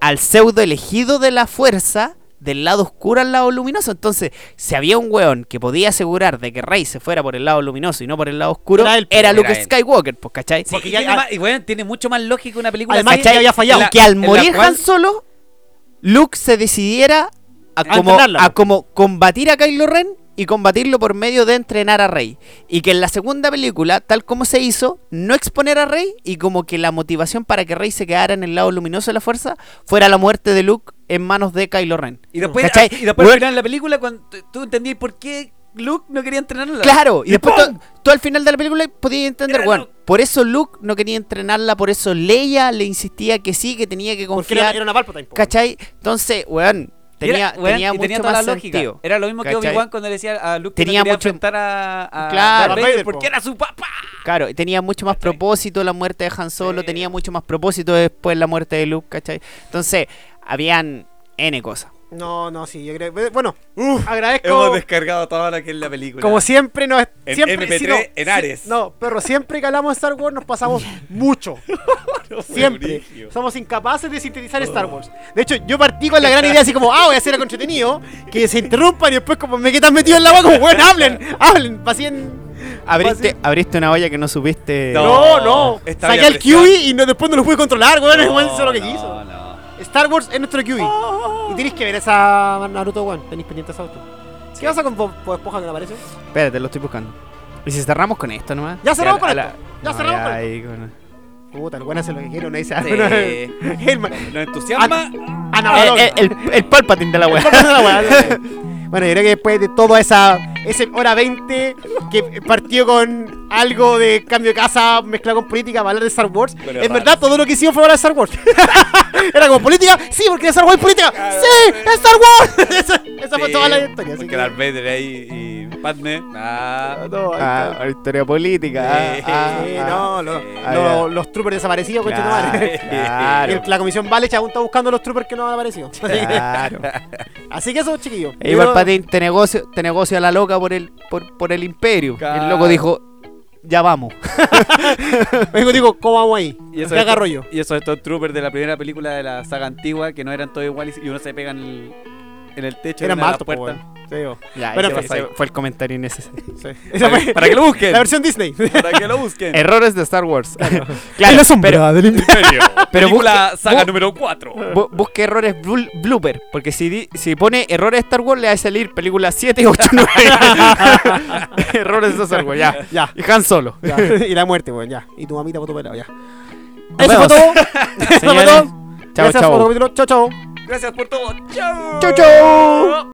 [SPEAKER 4] al pseudo elegido de la fuerza del lado oscuro al lado luminoso. Entonces, si había un weón que podía asegurar de que Rey se fuera por el lado luminoso y no por el lado oscuro,
[SPEAKER 3] Era
[SPEAKER 4] era,
[SPEAKER 3] él,
[SPEAKER 1] era
[SPEAKER 4] Luke
[SPEAKER 1] él.
[SPEAKER 4] Skywalker, pues, ¿cachai?
[SPEAKER 1] Porque
[SPEAKER 3] Y
[SPEAKER 1] ya
[SPEAKER 3] ya-
[SPEAKER 1] tiene más- y bueno, tiene mucho más lógica una película
[SPEAKER 3] Además,
[SPEAKER 1] así.
[SPEAKER 3] que había fallado.
[SPEAKER 1] En la-
[SPEAKER 4] que al
[SPEAKER 1] en la
[SPEAKER 4] morir
[SPEAKER 1] cual-
[SPEAKER 4] Han Solo, Luke se decidiera a
[SPEAKER 3] A
[SPEAKER 4] como,
[SPEAKER 3] entrenarla,
[SPEAKER 4] a
[SPEAKER 3] po.
[SPEAKER 4] como combatir a Kylo Ren y combatirlo por medio de entrenar a Rey. Y que en la segunda película, tal como se hizo, no exponer a Rey y como que la motivación para que Rey se quedara en el lado luminoso de la fuerza fuera la muerte de Luke en manos de Kylo Ren.
[SPEAKER 1] Y después,
[SPEAKER 4] ¿Cachai?
[SPEAKER 1] y después al
[SPEAKER 4] Weón-
[SPEAKER 1] final de la película, cuando tú- tú entendías por qué Luke no quería entrenarla.
[SPEAKER 4] Claro, y
[SPEAKER 1] Y
[SPEAKER 4] después
[SPEAKER 1] ¡pum!
[SPEAKER 4] tú, tú al final de la película podías entender,
[SPEAKER 1] Era
[SPEAKER 4] bueno,
[SPEAKER 1] Luke.
[SPEAKER 4] por eso Luke no quería entrenarla, por eso Leia le insistía que sí, que tenía que
[SPEAKER 3] Porque era,
[SPEAKER 4] confiar.
[SPEAKER 3] era una Palpatine, po.
[SPEAKER 4] ¿Cachai? Entonces, weón,
[SPEAKER 1] Y era-
[SPEAKER 4] tenía,
[SPEAKER 1] weón,
[SPEAKER 4] tenía
[SPEAKER 1] y
[SPEAKER 4] mucho más sentido.
[SPEAKER 1] Era lo mismo que
[SPEAKER 4] ¿Cachai?
[SPEAKER 1] Obi-Wan cuando le decía a Luke que
[SPEAKER 4] Tenía
[SPEAKER 1] no quería
[SPEAKER 4] mucho-
[SPEAKER 1] enfrentar a, a
[SPEAKER 4] Claro.
[SPEAKER 1] Darth Vader
[SPEAKER 3] Vader,
[SPEAKER 1] porque
[SPEAKER 3] po.
[SPEAKER 1] era su papá.
[SPEAKER 4] Claro, y tenía mucho más
[SPEAKER 1] ¿Cachai?
[SPEAKER 4] propósito la muerte de Han Solo,
[SPEAKER 1] Sí.
[SPEAKER 4] tenía mucho más propósito después la muerte de Luke, ¿cachai? Entonces, habían N cosas.
[SPEAKER 3] No, no, sí, yo creo. Bueno, agradezco.
[SPEAKER 1] descargado toda la que es la película.
[SPEAKER 3] Como siempre nos
[SPEAKER 1] En
[SPEAKER 3] siempre
[SPEAKER 1] MP3
[SPEAKER 3] si no,
[SPEAKER 1] en
[SPEAKER 3] si-
[SPEAKER 1] Ares.
[SPEAKER 3] no, perro, siempre que hablamos de Star Wars nos pasamos mucho. siempre. Somos incapaces de sintetizar Star Wars. De hecho, yo partí con la gran idea así como, ah, voy a hacer algo entretenido, que se interrumpan y después como me quedan metido en la agua como, bueno, hablen, hablen, vacíen.
[SPEAKER 4] Abriste,
[SPEAKER 3] vacíen-
[SPEAKER 4] abriste una olla que no supiste.
[SPEAKER 3] No, no.
[SPEAKER 1] Está
[SPEAKER 3] Saqué
[SPEAKER 1] bien
[SPEAKER 3] al QI y no, después no lo pude controlar, weón, el weón hizo lo que
[SPEAKER 1] No,
[SPEAKER 3] quiso.
[SPEAKER 1] no.
[SPEAKER 3] Star Wars es nuestro QI. Y tenéis que ver esa Naruto, weón, tenéis pendiente esa auto. ¿Qué pasa con Bob Bob Esponja que no aparece?
[SPEAKER 4] Espérate, lo estoy buscando. ¿Y si cerramos con esto nomás?
[SPEAKER 3] Ya cerramos
[SPEAKER 4] a
[SPEAKER 3] con
[SPEAKER 4] la-
[SPEAKER 3] esto. Ya
[SPEAKER 4] No,
[SPEAKER 3] cerramos con esto.
[SPEAKER 4] ahí con-
[SPEAKER 3] Puta, el weón hace lo que quiere, no dice "Ah, eh". algo. no-
[SPEAKER 1] Sí.
[SPEAKER 3] El ma-
[SPEAKER 1] Nos entusiasma.
[SPEAKER 3] Ana-
[SPEAKER 4] El, el, el- el Palpatine de la wea.
[SPEAKER 3] Bueno, yo creo que después de toda esa ese hora 20 que partió con algo de cambio de casa mezclado con política para hablar de Star Wars,
[SPEAKER 1] Bueno,
[SPEAKER 3] en
[SPEAKER 1] raro.
[SPEAKER 3] verdad todo lo que hicimos fue hablar de Star Wars. Era como política, sí, porque Star Wars es política, sí, es Star Wars. esa, esa fue toda la historia. así
[SPEAKER 1] Porque
[SPEAKER 3] que-
[SPEAKER 1] Darth Vader ahí y Padme. Ah,
[SPEAKER 3] No, Oh, ahí
[SPEAKER 4] Ah,
[SPEAKER 3] está.
[SPEAKER 4] la historia política.
[SPEAKER 1] Sí,
[SPEAKER 4] ah,
[SPEAKER 3] Sí,
[SPEAKER 4] ah, ah.
[SPEAKER 3] no, lo-
[SPEAKER 1] sí.
[SPEAKER 4] Ah,
[SPEAKER 3] lo-
[SPEAKER 4] ya.
[SPEAKER 3] los troopers desaparecidos, concha tu
[SPEAKER 4] Claro,
[SPEAKER 3] madre.
[SPEAKER 4] claro.
[SPEAKER 3] Y La comisión Vale aún está buscando los troopers que no han aparecido. Así que,
[SPEAKER 4] Claro.
[SPEAKER 3] así que eso, chiquillos.
[SPEAKER 4] E igual
[SPEAKER 3] Yo-
[SPEAKER 4] Patín te negocio, te negocio a la loca por el, por, por el imperio.
[SPEAKER 1] Claro.
[SPEAKER 4] El loco dijo, ya vamos.
[SPEAKER 3] Digo, digo, ¿cómo vamos ahí?
[SPEAKER 1] Y eso
[SPEAKER 3] ¿Qué
[SPEAKER 1] es-
[SPEAKER 3] agarro yo?
[SPEAKER 1] Y esos estos troopers de la primera película de la saga antigua que no eran todos iguales y uno se pega en el, en el techo.
[SPEAKER 3] Eran
[SPEAKER 1] en
[SPEAKER 3] más
[SPEAKER 1] la
[SPEAKER 3] altos, po,
[SPEAKER 1] puerta.
[SPEAKER 3] weón. Te digo.
[SPEAKER 4] Bueno,
[SPEAKER 3] ese-
[SPEAKER 4] ese fue el comentario innecesario.
[SPEAKER 3] Esa fue
[SPEAKER 1] Para que lo busquen.
[SPEAKER 3] la versión Disney.
[SPEAKER 1] Para que lo busquen.
[SPEAKER 4] Errores de Star Wars. Claro, pero,
[SPEAKER 3] del
[SPEAKER 1] Imperio.
[SPEAKER 4] pero
[SPEAKER 1] película
[SPEAKER 4] busque-
[SPEAKER 1] saga
[SPEAKER 4] bu-
[SPEAKER 1] número 4.
[SPEAKER 4] bu- busque errores blu- blooper, porque si, di- si pone errores de Star Wars le va a salir película 7, 8, 9. errores de Star Wars, ya.
[SPEAKER 3] Ya.
[SPEAKER 4] Y Han Solo.
[SPEAKER 3] ya. Y la muerte, weón, ya. Y tu mamita por tu pelado, ya.
[SPEAKER 4] Nos
[SPEAKER 3] Eso fue
[SPEAKER 4] vemos.
[SPEAKER 3] todo. Eso fue
[SPEAKER 4] Señores,
[SPEAKER 3] todo.
[SPEAKER 4] Chao,
[SPEAKER 3] Gracias por
[SPEAKER 4] chao.
[SPEAKER 3] el capítulo. Chao, chao.
[SPEAKER 6] Gracias por todo. Chao.
[SPEAKER 7] ¡Chau, chau!